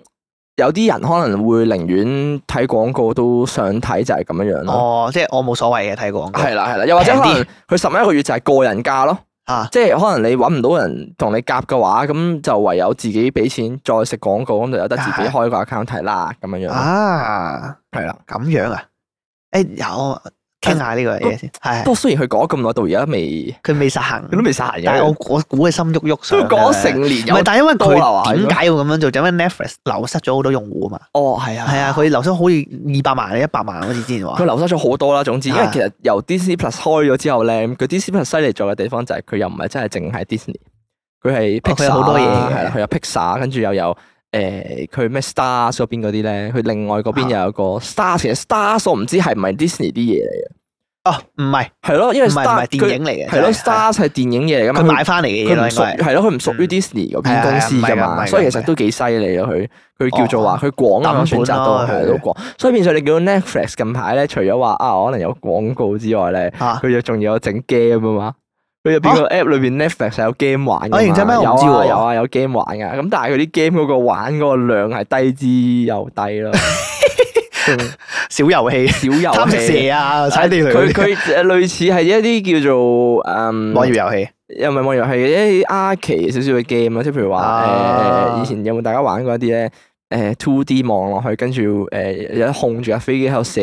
S1: 有啲人可能會寧願睇廣告都想睇，就係咁樣樣咯。
S2: 哦，即係我冇所謂嘅睇廣告。
S1: 係啊啦係啦，又或者可
S2: 平啲
S1: 能佢十蚊一個月就係個人價咯，
S2: 啊，
S1: 即係可能你揾唔到人同你夾嘅話，咁就唯有自己俾錢再食廣告，咁就有得自己開個 account 睇啦，咁樣樣咯。
S2: 啊，
S1: 係啦，
S2: 咁樣啊？誒，有傾下呢個嘢 先，係
S1: 不過雖然佢講咗咁耐，到而家未。
S2: 佢未實行
S1: 佢，都未殺人嘅。
S2: 但係我我估佢心喐喐
S1: 都
S2: 上。
S1: 講成年
S2: 唔
S1: 有
S2: 係，但係因為
S1: 多啦話
S2: 佢點解要咁樣做？就因為 Netflix 流失咗好多用戶啊嘛。
S1: 哦，係啊，
S2: 係啊，佢流失好似二百萬定一百萬，好似之前話
S1: 佢。流失咗好多啦。總之，因為
S2: 係啊
S1: 其實由 Disney Plus 開咗之後咧，佢 Disney Plus 犀利在嘅地方就係佢又唔係真係淨係 Disney，佢係
S2: 哦佢
S1: Pixar
S2: 有好多嘢嘅
S1: 係啦，佢有 Pixar，跟住又有誒佢咩 Stars 嗰邊嗰啲咧，佢另外嗰邊
S2: 啊
S1: 又有個 Stars，其實 Stars 我唔知係唔係 Disney 啲嘢嚟
S2: 哦，唔係，
S1: 嘅，係咯，因
S2: 唔
S1: 為
S2: 係唔
S1: Star
S2: 係電影嚟嘅。
S1: 係咯
S2: 真
S1: ，Stars 係電影嘢嚟㗎嘛，
S2: 佢
S1: 佢
S2: 買翻嚟嘅嘢
S1: 佢
S2: 咯，
S1: 唔
S2: 應該
S1: 屬
S2: 係
S1: 係咯，佢唔屬於
S2: 嗯
S1: Disney 嗰
S2: 係
S1: 邊
S2: 啊
S1: 公司㗎
S2: 係啊唔係㗎唔係
S1: 嘛，
S2: 㗎
S1: 所以其實都幾犀利咯。佢佢叫做話佢廣啊
S2: 抌本
S1: 選擇
S2: 咯
S1: 到係
S2: 佢
S1: 都廣，所以變相你見到 Netflix 近排咧，除咗話啊可能有廣告之外咧，
S2: 嚇。
S1: 佢又仲有整 game 啊嘛。佢入邊個 app 裏邊 Netflix 係有 game 玩㗎嘛
S2: 啊認真咩
S1: 有
S2: 我唔知
S1: 啊
S2: 喎
S1: 有啊有 game 玩㗎。咁但係佢啲 game 嗰個玩嗰個量係低之又低咯，
S2: 小遊戲、
S1: 少遊
S2: 貪食
S1: 戲。
S2: 蛇啊、踩地雷嗰
S1: 佢
S2: 啲
S1: 佢誒類似係一啲叫做嗯誒
S2: 網頁遊戲，
S1: 又唔係網遊戲嘅，一啲 R 奇少少嘅 game 啊，即係譬如話
S2: 啊
S1: 誒以前有冇大家玩過一啲咧？誒 two D 望落去，跟住誒有得控住架飛機喺度射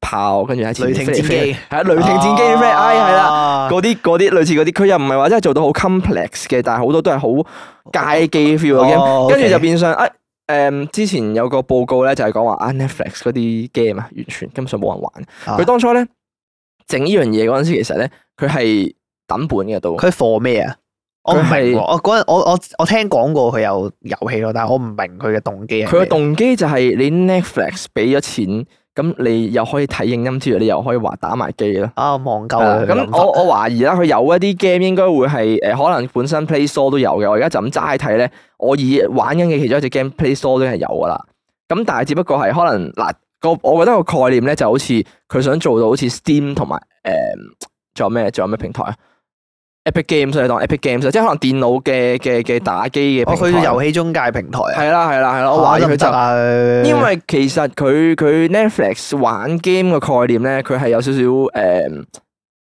S1: 炮，跟住喺前面
S2: 雷霆
S1: 飛嚟
S2: 戰
S1: 飛
S2: 機
S1: 去係啊雷霆戰機咩？哎係啦，
S2: 啦
S1: 嗰啲嗰啲類似嗰啲，佢又唔係話真係做到好 complex 嘅，但係好多都係好街機 feel 嘅 game，
S2: 哦
S1: 跟住
S2: OK
S1: 就變相誒誒之前有個報告咧就係講話啊 Netflix 嗰啲 game 啊，完全根本上冇人玩。
S2: 啊
S1: 佢當初咧整呢樣嘢嗰陣時，其實咧佢係抌本嘅都。
S2: 佢 for 咩啊？我唔明
S1: 佢係
S2: 喎，我嗰陣我我我聽講過佢有遊戲咯，但係我唔明佢嘅動機係咩。
S1: 佢嘅動機就係你 Netflix 俾咗錢，咁你又可以睇影音之餘，你又可以話打埋機咯。
S2: 啊望鳩
S1: 係啦
S2: 啊
S1: 咁
S2: 佢諗法
S1: 我我懷疑啦，佢有一啲 game 應該會係誒、呃可能本身 Play Store 都有嘅。我而家就咁齋睇咧，我以玩緊嘅其中一隻 game Play Store 都係有噶啦。咁但係只不過係可能嗱個，我覺得個概念咧就好似佢想做到好似 Steam 同埋誒仲有咩仲有咩平台啊？Epic Games 啊你當 Epic Games 啊即係可能電腦嘅嘅嘅打機嘅
S2: 哦，
S1: 平
S2: 佢
S1: 台。
S2: 遊戲中介平台啊，
S1: 係啦係啦係啦，我懷疑佢就
S2: 啊得唔得啊
S1: 因為其實佢佢 Netflix 玩 game 嘅概念咧，佢係有少少誒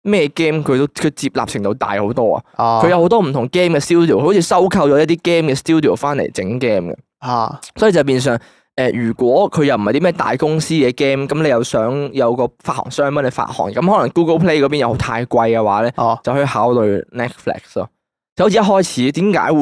S1: 咩 game 佢都佢接納程度大好多啊！
S2: 哦，
S1: 佢有好多唔同 game 嘅 studio，佢好似收購咗一啲 game 嘅 studio 翻嚟整 game 嘅，
S2: 啊，
S1: 所以就變相誒、呃如果佢又唔係啲咩大公司嘅 game，咁你又想有個發行商幫你發行，咁可能 Google Play 嗰邊又太貴嘅話咧，
S2: 哦，
S1: 就去考慮 Netflix 咯。就好似一開始點解會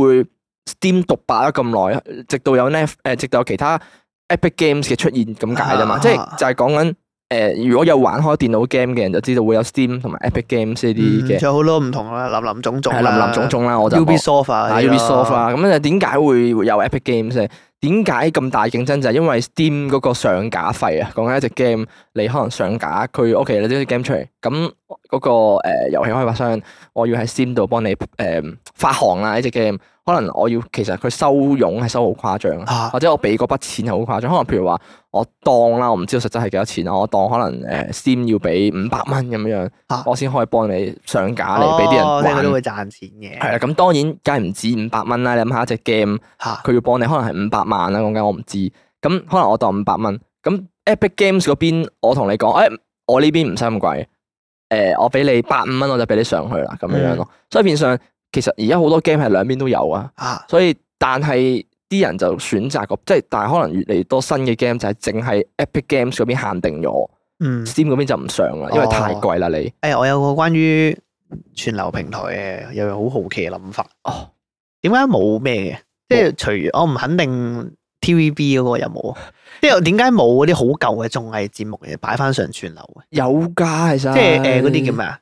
S1: Steam 獨霸咗咁耐，直到有 Net 誒、直到有其他 Epic Games 嘅出現咁解啫嘛，
S2: 啊
S1: 即係就係講緊。誒、如果有玩開電腦 game 嘅人就知道會有 Steam 同埋 Epic Games 呢啲嘅
S2: 嗯，有好多唔同啦，林林總總啊
S1: 係
S2: 啦，
S1: 林林種種啦，我就冇
S2: Ubisoft 啊
S1: 啊
S2: 嗰啲啦
S1: Ubisoft 啦，咁就點解會會有 Epic Games 咧？點解咁大競爭就係因為 Steam 嗰個上架費啊，講緊一隻 game 你可能上架佢 OK 你整隻 game 出嚟，咁嗰個誒遊戲開發商我要喺 Steam 度幫你誒發行啦呢隻 game，可能我要其實佢收佣係收好誇張啊，
S2: 啊，
S1: 或者我俾嗰筆錢係好誇張，可能譬如話我當啦，我唔知道實質係幾多錢啊，我當可能誒 Steam 要俾五百蚊咁樣
S2: 啊，
S1: 我先可以幫你上架嚟俾啲人
S2: 哦即係佢
S1: 玩
S2: 都。會賺錢嘅，
S1: 係啦，啊咁當然梗係唔止五百蚊啦。你諗下一隻 game，
S2: 嚇
S1: 佢要幫你可能係五百萬啦，講緊我唔知。咁可能我當五百蚊。咁 Epic Games 嗰邊，我同你講，誒、哎我呢邊唔使咁貴，誒、我俾你百五蚊，我就俾你上去啦，咁樣
S2: 嗯
S1: 樣咯。所以變相其實而家好多 game 係兩邊都有啊。
S2: 啊，
S1: 所以但係啲人就選擇個，即係但係可能越嚟越多新嘅 game 就係淨係 Epic Games 嗰邊限定咗
S2: 嗯，哦
S1: ，Steam 嗰邊就唔上啦，因為太貴啦你。
S2: 誒，我有個關於串流平台嘅又有好好奇嘅諗法，
S1: 哦，
S2: 點解冇咩嘅？即係除我唔肯定 TVB 嗰個有冇啊，即
S1: 嗯
S2: 係點解冇嗰啲好舊嘅綜藝節目嘅擺翻上串流嘅？
S1: 有㗎其實。
S2: 即係誒嗰啲叫咩啊？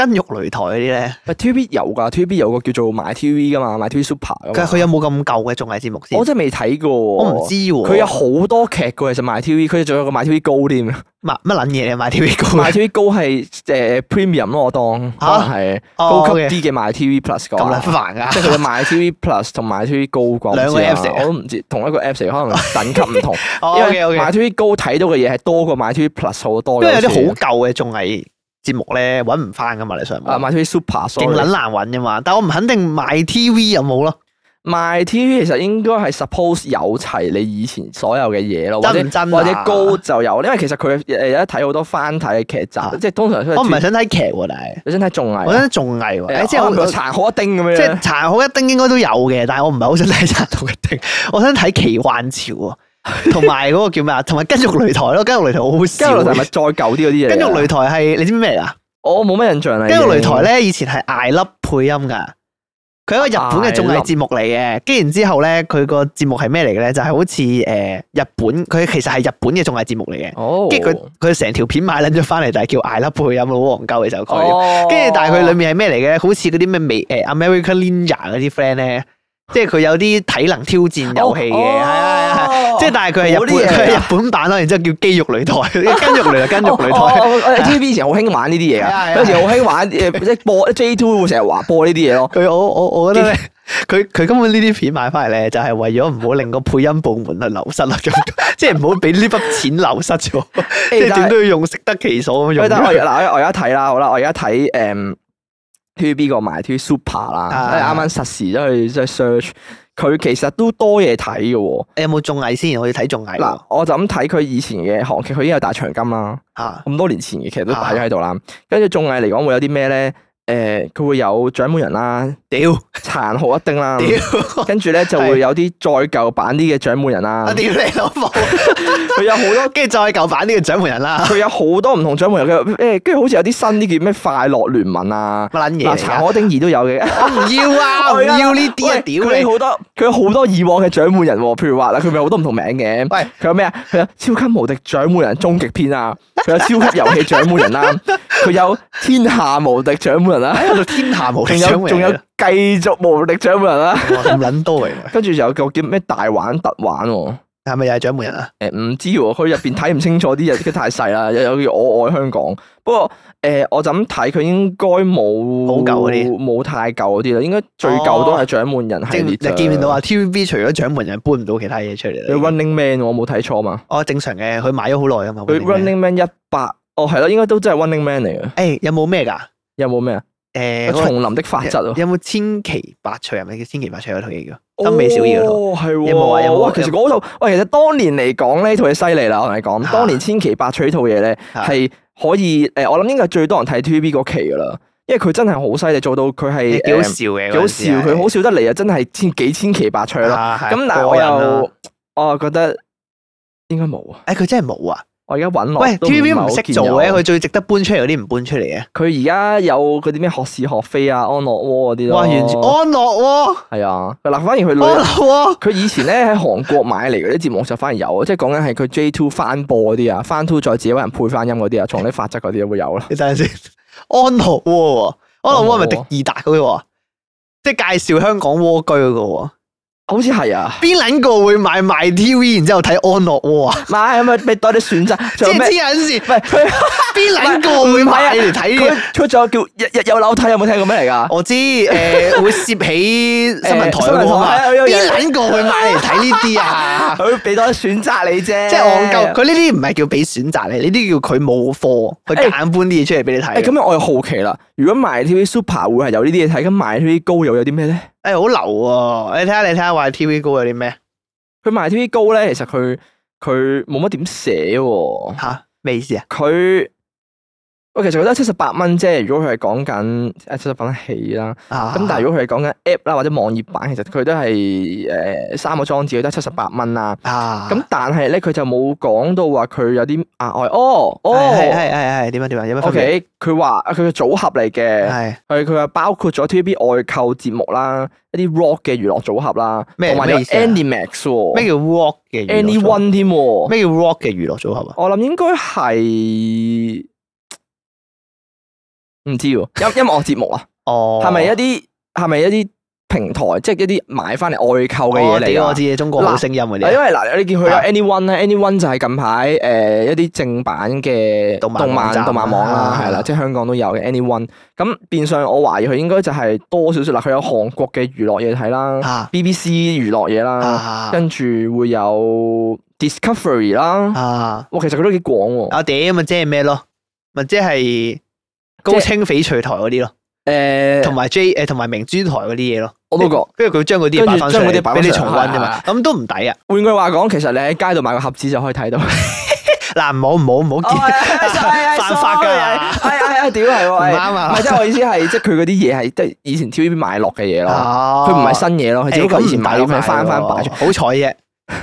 S2: 筋肉擂台嗰啲咧，
S1: 喂 TVB 有啊噶，TVB 有個叫做 MyTV 噶嘛，MyTV Super 噶
S2: 佢
S1: 嘛。
S2: 佢有冇咁舊嘅綜藝節目先？
S1: 我真係未睇過喎，
S2: 我唔知喎。
S1: 佢有好多劇噶，其實 MyTV，佢仲有個 MyTV 高添
S2: 乜乜撚嘢買 TV 高嘅？
S1: ，MyTV 高係誒 premium 咯，我當可
S2: 嚇
S1: 能係
S2: 哦
S1: 高級
S2: OK
S1: 啲嘅 MyTV Plus
S2: 咁撚
S1: 講，
S2: 煩啊 㗎。
S1: 即係佢嘅 MyTV Plus 同 MyTV 高啩，我唔知啊
S2: 兩個 apps 嚟㗎
S1: 我都唔知同一個 apps 嚟，可能等級唔 同，
S2: 哦
S1: 因
S2: OK
S1: 為
S2: OK，
S1: MyTV 高睇到嘅嘢係多過 MyTV Plus 好多
S2: 因
S1: 嘅，
S2: 為有啲
S1: 好似
S2: 好舊嘅綜藝節目咧揾唔翻㗎嘛，你上
S1: 啊
S2: 網
S1: MyTV Super
S2: 勁
S1: sorry
S2: 撚難揾㗎嘛。但我唔肯定買 TV 有冇咯，
S1: 賣 TV 其實應該係 suppose 有齊你以前所有嘅嘢咯，或者
S2: 真唔真啊
S1: 或者高就有，因為其實佢誒有得睇好多翻睇嘅劇集
S2: 啊，
S1: 即係通常都係
S2: 我唔係想睇劇喎，但係
S1: 你想睇綜藝
S2: 我
S1: 啊，
S2: 想睇綜藝喎。誒，
S1: 誒
S2: 即
S1: 即
S2: 係我
S1: 係
S2: 我
S1: 殘酷一丁咁樣，
S2: 即
S1: 即
S2: 係殘酷一丁應該都有嘅，但係我唔係好想睇殘酷一丁， 我想睇奇幻潮喎，同埋嗰個叫咩啊？同埋筋肉擂台咯，筋肉擂台好好
S1: 跟
S2: 笑
S1: 住
S2: 嘅
S1: 係咪再舊啲嗰啲嘢？
S2: 筋肉擂，台係你知唔知咩嚟啊？
S1: 我冇乜印象啦。
S2: 筋肉擂台，咧以前係艾粒配音噶，佢係一個日本嘅綜藝節目嚟
S1: 啊
S2: 嘅。跟然之後咧，佢個節目係咩嚟嘅咧？就係、好似誒、呃日本，佢其實係日本嘅綜藝節目嚟嘅。
S1: 哦，
S2: 跟住佢佢成條片買撚咗翻嚟，但係叫艾粒配音好戇鳩嘅時候佢。
S1: 哦
S2: 跟住但係佢裡面係咩嚟嘅？好似嗰啲咩美誒 American Ninja 嗰啲 friend 咧，即係佢有啲體能挑戰遊戲嘅，係啊係啊係啊。即係但係佢係日
S1: 哦嗰啲
S2: 本
S1: 嘢啊
S2: 佢係日本版咯，然之後叫肌肉 擂台，筋肉擂台，筋肉
S1: 哦
S2: 擂台。
S1: 台，TVB 以前好興玩呢啲嘢
S2: 係啊係
S1: 啊，
S2: 啊
S1: 有時好興玩誒，即係播 J Two 會成日話播呢啲嘢咯。
S2: 佢我我我覺得咧，佢佢根本呢啲片買翻嚟咧，就係為咗唔好令個配音部門去流失啦，咁即係唔好俾呢筆錢流失咗，即係點都要用適得其所咁
S1: 喂，
S2: 用。
S1: 但係我而嗱，我我而家睇啦，好啦，我而家睇誒 TVB 個埋 TV Super 啦，
S2: 啊
S1: 因為啱啱實時都去即係 search，佢其實都多嘢睇嘅喎。
S2: 你有冇綜藝先？我要睇綜藝
S1: 嗱
S2: 喎，
S1: 我就咁睇佢以前嘅韓劇，佢已經有大長今啦，
S2: 嚇
S1: 咁多年前嘅劇都
S2: 啊
S1: 擺咗喺度啦。跟住綜藝嚟講會有啲咩咧？誒，佢會有掌門人啦，
S2: 屌
S1: 殘酷一丁啦，
S2: 嗯屌
S1: 跟住咧就會
S2: 係
S1: 有啲再舊版啲嘅掌門人啦
S2: 我。 屌你老母！
S1: 佢有好多。
S2: 跟住再舊版呢個掌門人啦，
S1: 佢有好多唔同獎門人嘅，誒，跟住好似有啲新啲叫咩快樂聯盟啊，
S2: 乜
S1: 嗱，
S2: 撚嘢嚟
S1: 殘
S2: 㗎？
S1: 酷一丁二都有嘅。
S2: 我唔要 啊！我唔要呢啲啊！
S1: 喂
S2: 屌
S1: 佢
S2: 你！
S1: 好多佢好多以往嘅掌門人喎，譬如話嗱，佢咪有好多唔同名嘅。
S2: 喂，
S1: 佢有咩啊？佢有超級無敵掌門人終極篇啊，佢有超級遊戲掌門人啦， 佢有天下無敵掌門人啦，
S2: 喺度天下無
S1: 仲
S2: 敵掌
S1: 有
S2: 門
S1: 仲有
S2: 人啊
S1: 繼續無敵掌門人啦，
S2: 嚟㗎，哇咁撚多嚟㗎，
S1: 跟住又個叫咩大玩特玩喎。
S2: 係咪又係掌門人啊？
S1: 誒唔知喎，佢入邊睇唔清楚啲嘢，佢太細啦。 有有叫我愛香港，不過誒、我就咁睇佢應該冇
S2: 好舊嗰啲
S1: 冇太舊嗰啲啦。應該最舊都係掌門人系
S2: 正
S1: 列
S2: 你
S1: 咋。
S2: 見唔見到啊？TVB 除咗掌門人搬唔到其他嘢出嚟
S1: 佢
S2: 啦。
S1: Running Man 我冇睇錯嘛？
S2: 哦，正常嘅，佢買咗好耐啊嘛。
S1: 佢
S2: Running Man
S1: Running Man 一百，哦係咯，應該都真係 Running Man 嚟嘅。
S2: 誒有冇咩㗎？
S1: 有冇咩啊？
S2: 誒嗰個
S1: 叢林的法則啊！
S2: 有冇千奇百趣啊係咪叫千奇百趣嗰套嘢叫？森美小儀嗰套。
S1: 哦，係喎，
S2: 有冇啊有冇啊
S1: 哇其實嗰套，喂，其實當年嚟講呢套嘢犀利啦，我同你
S2: 啊
S1: 講，當年千奇百趣呢套嘢咧
S2: 啊
S1: 係可以誒、我諗應該係最多人睇 TVB 嗰期噶啦，因為佢真係好犀利，做到佢係
S2: 幾好
S1: 誒
S2: 笑嘅，
S1: 幾好笑，佢好笑得嚟啊！真係千幾千奇百趣咯。
S2: 啦。啊係
S1: 咁但係我，
S2: 過癮
S1: 又
S2: 啊
S1: 我又覺得應該冇啊！
S2: 誒佢真係冇啊！
S1: 我而家揾落
S2: 喂
S1: 都係
S2: ，TVB 唔
S1: 好
S2: 識
S1: 見
S2: 做嘅，
S1: 有啊
S2: 佢最值得搬出嚟嗰啲唔搬出嚟嘅。
S1: 佢而家有嗰啲咩學士學非啊、安樂窩嗰啲咯。
S2: 哇，完全安哦樂喎，
S1: 係啊！嗱，反而佢
S2: 安
S1: 女
S2: 樂喎，
S1: 佢以前咧喺韓國買嚟嗰啲節目就反而有，即係講緊係佢 J Two 翻播嗰啲啊，翻 Two 再自己揾人配翻音嗰啲啊，從啲法則嗰啲都會有啦。
S2: 你睇下先，安樂窩喎，安樂窩係咪
S1: 安樂窩
S2: 迪爾達嗰個喎？即係介紹香港蝸居嗰個喎，
S1: 好似係啊，
S2: 邊撚個會買賣 TV 然之後睇安樂窩啊？
S1: 買咁咪俾多啲選擇，
S2: 即
S1: 仲有咩？
S2: 係黐撚線
S1: 唔，係佢
S2: 邊撚個會買嚟睇嘅？
S1: 啊佢出咗叫日日有樓睇，有冇聽過咩嚟㗎？
S2: 我知诶、呃會攝起新聞台
S1: 誒新
S2: 嗰
S1: 聞
S2: 個嘛，
S1: 台哎有有
S2: 邊撚個會買嚟睇呢啲 啊？
S1: 佢俾多啲選擇你啫，啊
S2: 即係戇鳩，。佢呢啲唔係叫俾選擇你，呢啲叫佢冇貨，佢
S1: 誒
S2: 夾硬搬啲嘢出嚟俾你睇。
S1: 誒
S2: 誒
S1: 哎咁樣我又好奇啦，如果賣 TV Super 會係有呢啲嘢睇，咁賣 TV 高又有啲咩咧？
S2: 哎好流喎！哎你睇下你睇下話 TV 高有啲咩
S1: 佢賣 TV 高咧，其實佢佢冇乜點寫喎。
S2: 吓？咩意思啊？
S1: 佢我其實覺得七十八蚊啫。如果佢係講緊誒七十八蚊起啦，
S2: 啊
S1: 咁但係如果佢係講緊 app 啦或者網頁版，其實佢都係誒、呃三個裝置佢都係七十八蚊啦。
S2: 啊
S1: 咁但係咧佢就冇講到話佢有啲額外哦哦。
S2: 係係係係點啊點啊有乜
S1: O
S2: 分別？
S1: K，佢話佢嘅組合嚟嘅，
S2: 係
S1: 佢佢話包括咗 TVB 外購節目啦，一啲 rock 嘅娛樂組合啦，
S2: 咩
S1: 同埋有
S2: 咩意思啊
S1: Animax
S2: 咩
S1: 喎
S2: 叫 rock 嘅娛樂組合？啊
S1: ，Anyone 添喎，
S2: 咩叫 rock 嘅娛樂組合啊？
S1: 我諗應該係唔知喎，音音樂節目啊，
S2: 哦，
S1: 係咪一啲係咪一啲平台，即係一啲買翻嚟外購嘅嘢
S2: 哦屌
S1: 嚟
S2: 我
S1: 㗎？
S2: 知中國好聲音嗰
S1: 嗱因
S2: 啲
S1: 為嗱，你見佢有
S2: 啊
S1: Anyone 咧，Anyone 就係近排誒一啲正版嘅
S2: 動
S1: 動
S2: 漫網
S1: 漫
S2: 站
S1: 動漫網啦
S2: 啊，
S1: 係啦，即係香港都有嘅 Anyone。咁變相我懷疑佢應該就係多少少啦，佢有韓國嘅娛樂嘢睇啦
S2: 啊
S1: ，BBC 娛樂嘢啦，
S2: 啊
S1: 跟住會有 Discovery 啦。
S2: 啊！
S1: 哇，其實佢都幾廣喎。
S2: 啊屌咪即係咩咯？咪即係高清翡翠台嗰啲咯，
S1: 誒，
S2: 同埋 J 誒同埋明珠台嗰啲嘢咯。
S1: 我都覺。
S2: 跟住佢將嗰啲嘢擺翻上
S1: 跟住將嗰啲
S2: 嚟，
S1: 擺
S2: 俾
S1: 返
S2: 你重
S1: 上嚟
S2: 温啫嘛。
S1: 係
S2: 咁都唔抵啊！
S1: 換句話講，其實你喺街度買個盒子就可以睇到。
S2: 嗱，唔好唔好唔
S1: 哦
S2: 好見，犯法㗎
S1: 係係係，屌係
S2: 唔
S1: 喎。係
S2: 啱
S1: 唔
S2: 啊
S1: 係，！即係我意思係，即係佢嗰啲嘢係即係以前 TVB 買落嘅嘢咯，
S2: 哦
S1: 佢唔係新嘢咯，佢只不過
S2: 誒咁
S1: 以前買落
S2: 唔抵
S1: 佢翻翻
S2: 喎
S1: 擺出。
S2: 好彩啫。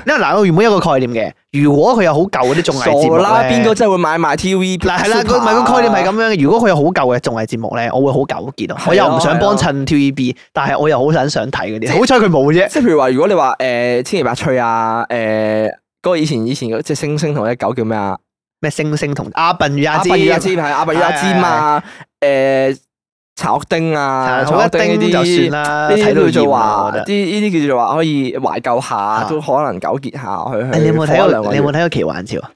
S2: 因為嗱，我原本有個概念嘅，如果佢有好舊嗰啲綜藝節目
S1: 傻啦，邊
S2: 邊
S1: 個真係會買埋 TV？
S2: 嗱係啦，佢
S1: Super
S2: 唔係個概念係咁樣嘅。如果佢有好舊嘅綜藝節目咧，我會好糾結啊咯。我又
S1: 啊
S2: 唔想幫襯 TVB，但係我又好想想睇嗰啲。好彩佢冇啫。
S1: 即係譬如話，如果你話誒千奇百趣啊，誒嗰個以前以前嗰隻星星同一狗叫咩啊？
S2: 咩星星同阿笨與阿
S1: 阿
S2: 芝，
S1: 伯與阿尖係阿伯與阿尖啊，誒曹丁啊，
S2: 好
S1: 曹
S2: 一
S1: 丁呢
S2: 丁就算
S1: 啲。
S2: 啦，
S1: 呢
S2: 睇到
S1: 啲叫
S2: 厭
S1: 做
S2: 啊
S1: 話
S2: 我覺，得。
S1: 啲呢啲叫做話可以懷舊下，
S2: 啊
S1: 都可能糾結下去去。
S2: 誒你有冇
S1: 放一
S2: 睇
S1: 兩個
S2: 過？你
S1: 月
S2: 有冇睇過奇幻潮啊？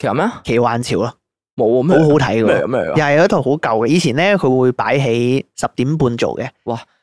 S1: 其實咩啊？
S2: 奇幻潮咯，
S1: 冇啊
S2: 好
S1: 咩？
S2: 好睇嘅
S1: 咩
S2: 喎，
S1: 啊咩
S2: 又
S1: 啊？
S2: 係有一套好舊嘅。以前咧佢會擺喺十點半做嘅，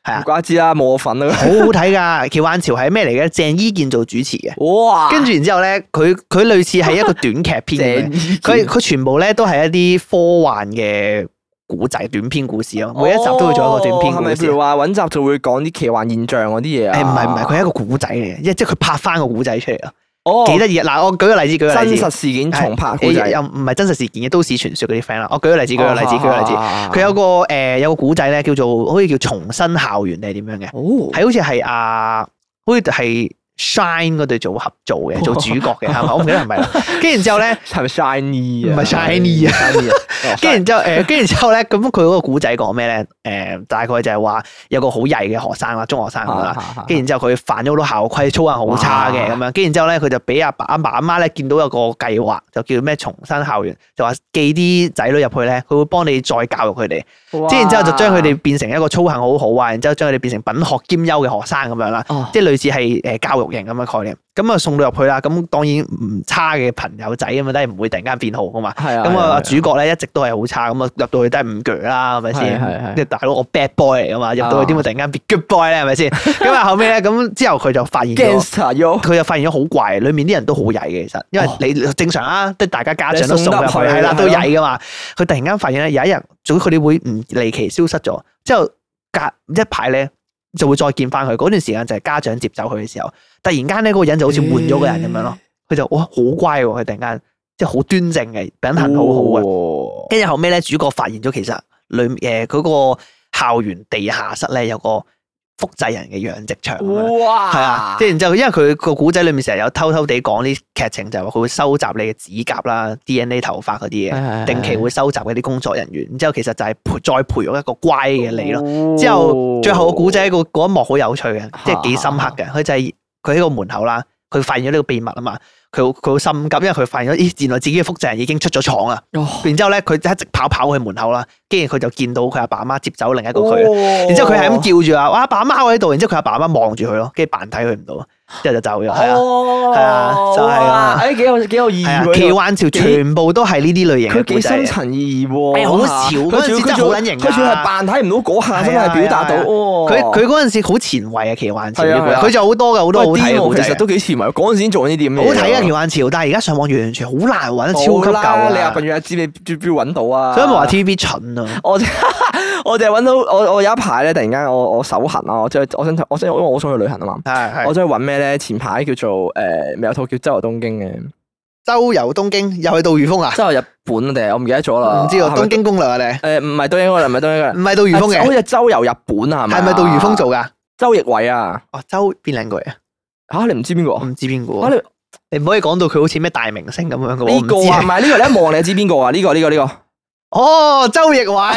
S2: 係啊
S1: 唔怪之啦，冇我份啦。
S2: 好好睇㗎。 奇幻潮係咩嚟嘅？鄭伊健做主持嘅，
S1: 哇！
S2: 跟住然之後咧，佢佢類似係一個短劇編嘅，
S1: 鄭伊健
S2: 佢佢全部咧都係一啲科幻嘅古仔短篇故事咯，每一集都會做一個短篇
S1: 哦係
S2: 故
S1: 咪譬
S2: 事
S1: 如。話揾集就會講啲奇幻現象嗰啲嘢啊？
S2: 誒唔係唔係，佢係一個古仔嚟嘅，即即係佢拍翻個古仔出嚟咯，
S1: 哦，
S2: 幾得意啊！嗱，我舉個例子，舉個例
S1: 真
S2: 子，
S1: 實事件重拍古
S2: 誒
S1: 仔。
S2: 又唔係真實事件嘅都市傳說嗰啲 friend 啦。我舉個例子，舉
S1: 哦
S2: 個例子，舉個例子，佢
S1: 佢
S2: 有個誒有個古仔咧，叫做好似叫重新校園定係點樣嘅，
S1: 哦，
S2: 係好似係啊，好似係 Shine 嗰對組合做嘅，做主角嘅係咪？我唔記得係咪啦。跟住然之後咧，
S1: 係咪 shiny 啊？
S2: 唔係 shiny
S1: 啊，shiny 啊。哦
S2: 跟住然之後誒，跟住然之後咧，咁佢嗰個古仔講咩咧？誒，大概就係話有個好曳嘅學生啦，中學生咁啦。跟住然之後佢犯咗好多校規，操行好差嘅咁樣。跟住然之後咧，佢就俾阿爸阿爸阿媽咧見到有個計劃，就叫咩重新校園，就話寄啲仔女入去咧，佢會幫你再教育佢哋。
S1: 跟
S2: 即係然之後就將佢哋變成一個操行好好啊，然之後將佢哋變成品學兼優嘅學生咁樣啦，
S1: 哦
S2: 即係類似係誒教育型咁嘅概念。咁啊送到入去啦，咁當然唔差嘅朋友仔咁啊，都係唔會突然間變好噶嘛。
S1: 係啊。
S2: 咁
S1: 係
S2: 啊
S1: 啊
S2: 主角咧一直都係好差，咁啊入到去都係唔鋸啦，係咪
S1: 係係
S2: 先？
S1: 係啊
S2: 即係大佬我 bad boy 嚟噶嘛，入到去點會突然間變 good boy 咧？係咪先？咁啊後尾咧，咁之後佢就發現咗。
S1: gangster yo，
S2: 佢就發現咗好怪，裡面啲人都好曳嘅，其實，因為
S1: 哦
S2: 你正常啊，即係大家家長都
S1: 你
S2: 送
S1: 送
S2: 入
S1: 得去
S2: 去，
S1: 啊
S2: 係啦，
S1: 係
S2: 都
S1: 咯
S2: 曳噶嘛。佢突然間發現咧，有一日，總之佢哋會唔離奇消失咗，之後隔一排咧就會再見翻佢。嗰段時間就係家長
S1: 嗯
S2: 接走佢嘅時候，突然間咧嗰個人就好似換咗個人咁樣咯。佢就哇好乖喎，佢突然間即係好端正嘅，品行好啊好
S1: 哦
S2: 嘅。
S1: 嘅。
S2: 跟住後尾咧，主角發現咗其實裏面誒嗰個校園地下室咧有個複製人嘅養殖場咁樣。
S1: 哇
S2: 係啊，即係然之後，因為佢個古仔裏面成日有偷偷地講啲劇情，就係話佢會收集你嘅指甲啦、DNA 頭髮嗰啲嘢，
S1: 係
S2: 定期會收集嗰啲工作人員。然之後其實就係培再培育一個乖嘅你咯。
S1: 咯
S2: 之後最後個古仔個嗰一幕好有趣嘅，即係幾深刻
S1: 啊
S2: 嘅。佢就係佢喺個門口啦，佢發現咗呢個秘密啊嘛，佢好佢好心急，因為佢發現咗，咦原來自己嘅複製人已經出咗廠啦。
S1: 哦
S2: 然之後咧，佢一直跑跑去門口啦，跟住佢就見到佢阿爸阿媽接走另一個佢啦。
S1: 哦
S2: 然之後佢係咁叫住啊，哇阿爸阿媽我喺度。然之後佢阿爸阿媽望住佢咯，跟住扮睇佢唔到，之後就走咗。係啊，
S1: 哦，
S2: 係啊就係咁啊
S1: 哇誒，幾有幾有意
S2: 係
S1: 義
S2: 啊，
S1: 喎
S2: 奇
S1: 呢個
S2: 幻潮全部都係呢啲類型
S1: 佢
S2: 嘅
S1: 幾
S2: 故仔
S1: 深
S2: 嚟嘅。
S1: 層意義喎，
S2: 係好
S1: 嗰
S2: 潮
S1: 下
S2: 嗰陣時真係好撚型㗎
S1: 佢仲要係扮睇唔到嗰下，真
S2: 係啊
S1: 係表達到哦
S2: 係啊
S1: 喎。
S2: 佢佢嗰陣時好前衞啊，奇幻潮呢
S1: 係啊係啊
S2: 個，佢就好多嘅好
S1: 好
S2: 多好睇嘅故
S1: 其
S2: 仔嘅。
S1: 實都幾前衞。嗰陣時做緊呢啲咁嘅
S2: 好
S1: 嘢
S2: 睇啊！
S1: 喎
S2: 奇幻潮，但係而家上網完全好難揾，超
S1: 好
S2: 級舊
S1: 啦
S2: 啊
S1: 你阿哦笨阿知你知標揾到啊？
S2: 所以咪話 TVB 蠢啊！
S1: 我我淨係揾到我我有一排咧，突然間我我手痕啊！我即係我想我想因為我想去旅行啊嘛，
S2: 係
S1: 我
S2: 係，
S1: 想去揾咩咧？前排叫做誒，咪有套叫《周遊東京》嘅，
S2: 周遊東京又去杜如風啊？
S1: 周遊日本定係我唔記得咗啦。
S2: 唔知啊，
S1: 哦係咪
S2: 東京攻略啊你？
S1: 誒唔係東京嗰個，唔係東京嗰個
S2: 唔係杜如風
S1: 好
S2: 嘅，
S1: 似係周遊日啊本啊，係咪？
S2: 係咪杜如風？做㗎？
S1: 周奕偉啊？
S2: 哦，周邊兩個人啊？
S1: 嚇你唔知邊個
S2: 我
S1: 啊？
S2: 唔知邊個
S1: 啊
S2: 喎。
S1: 你
S2: 你唔可以講到佢好似咩大明星咁樣嘅喎。我
S1: 呢
S2: 唔
S1: 個
S2: 知
S1: 啊，唔係呢個，你一望你就知邊個啊？呢個呢個呢個
S2: 哦，周奕 偉，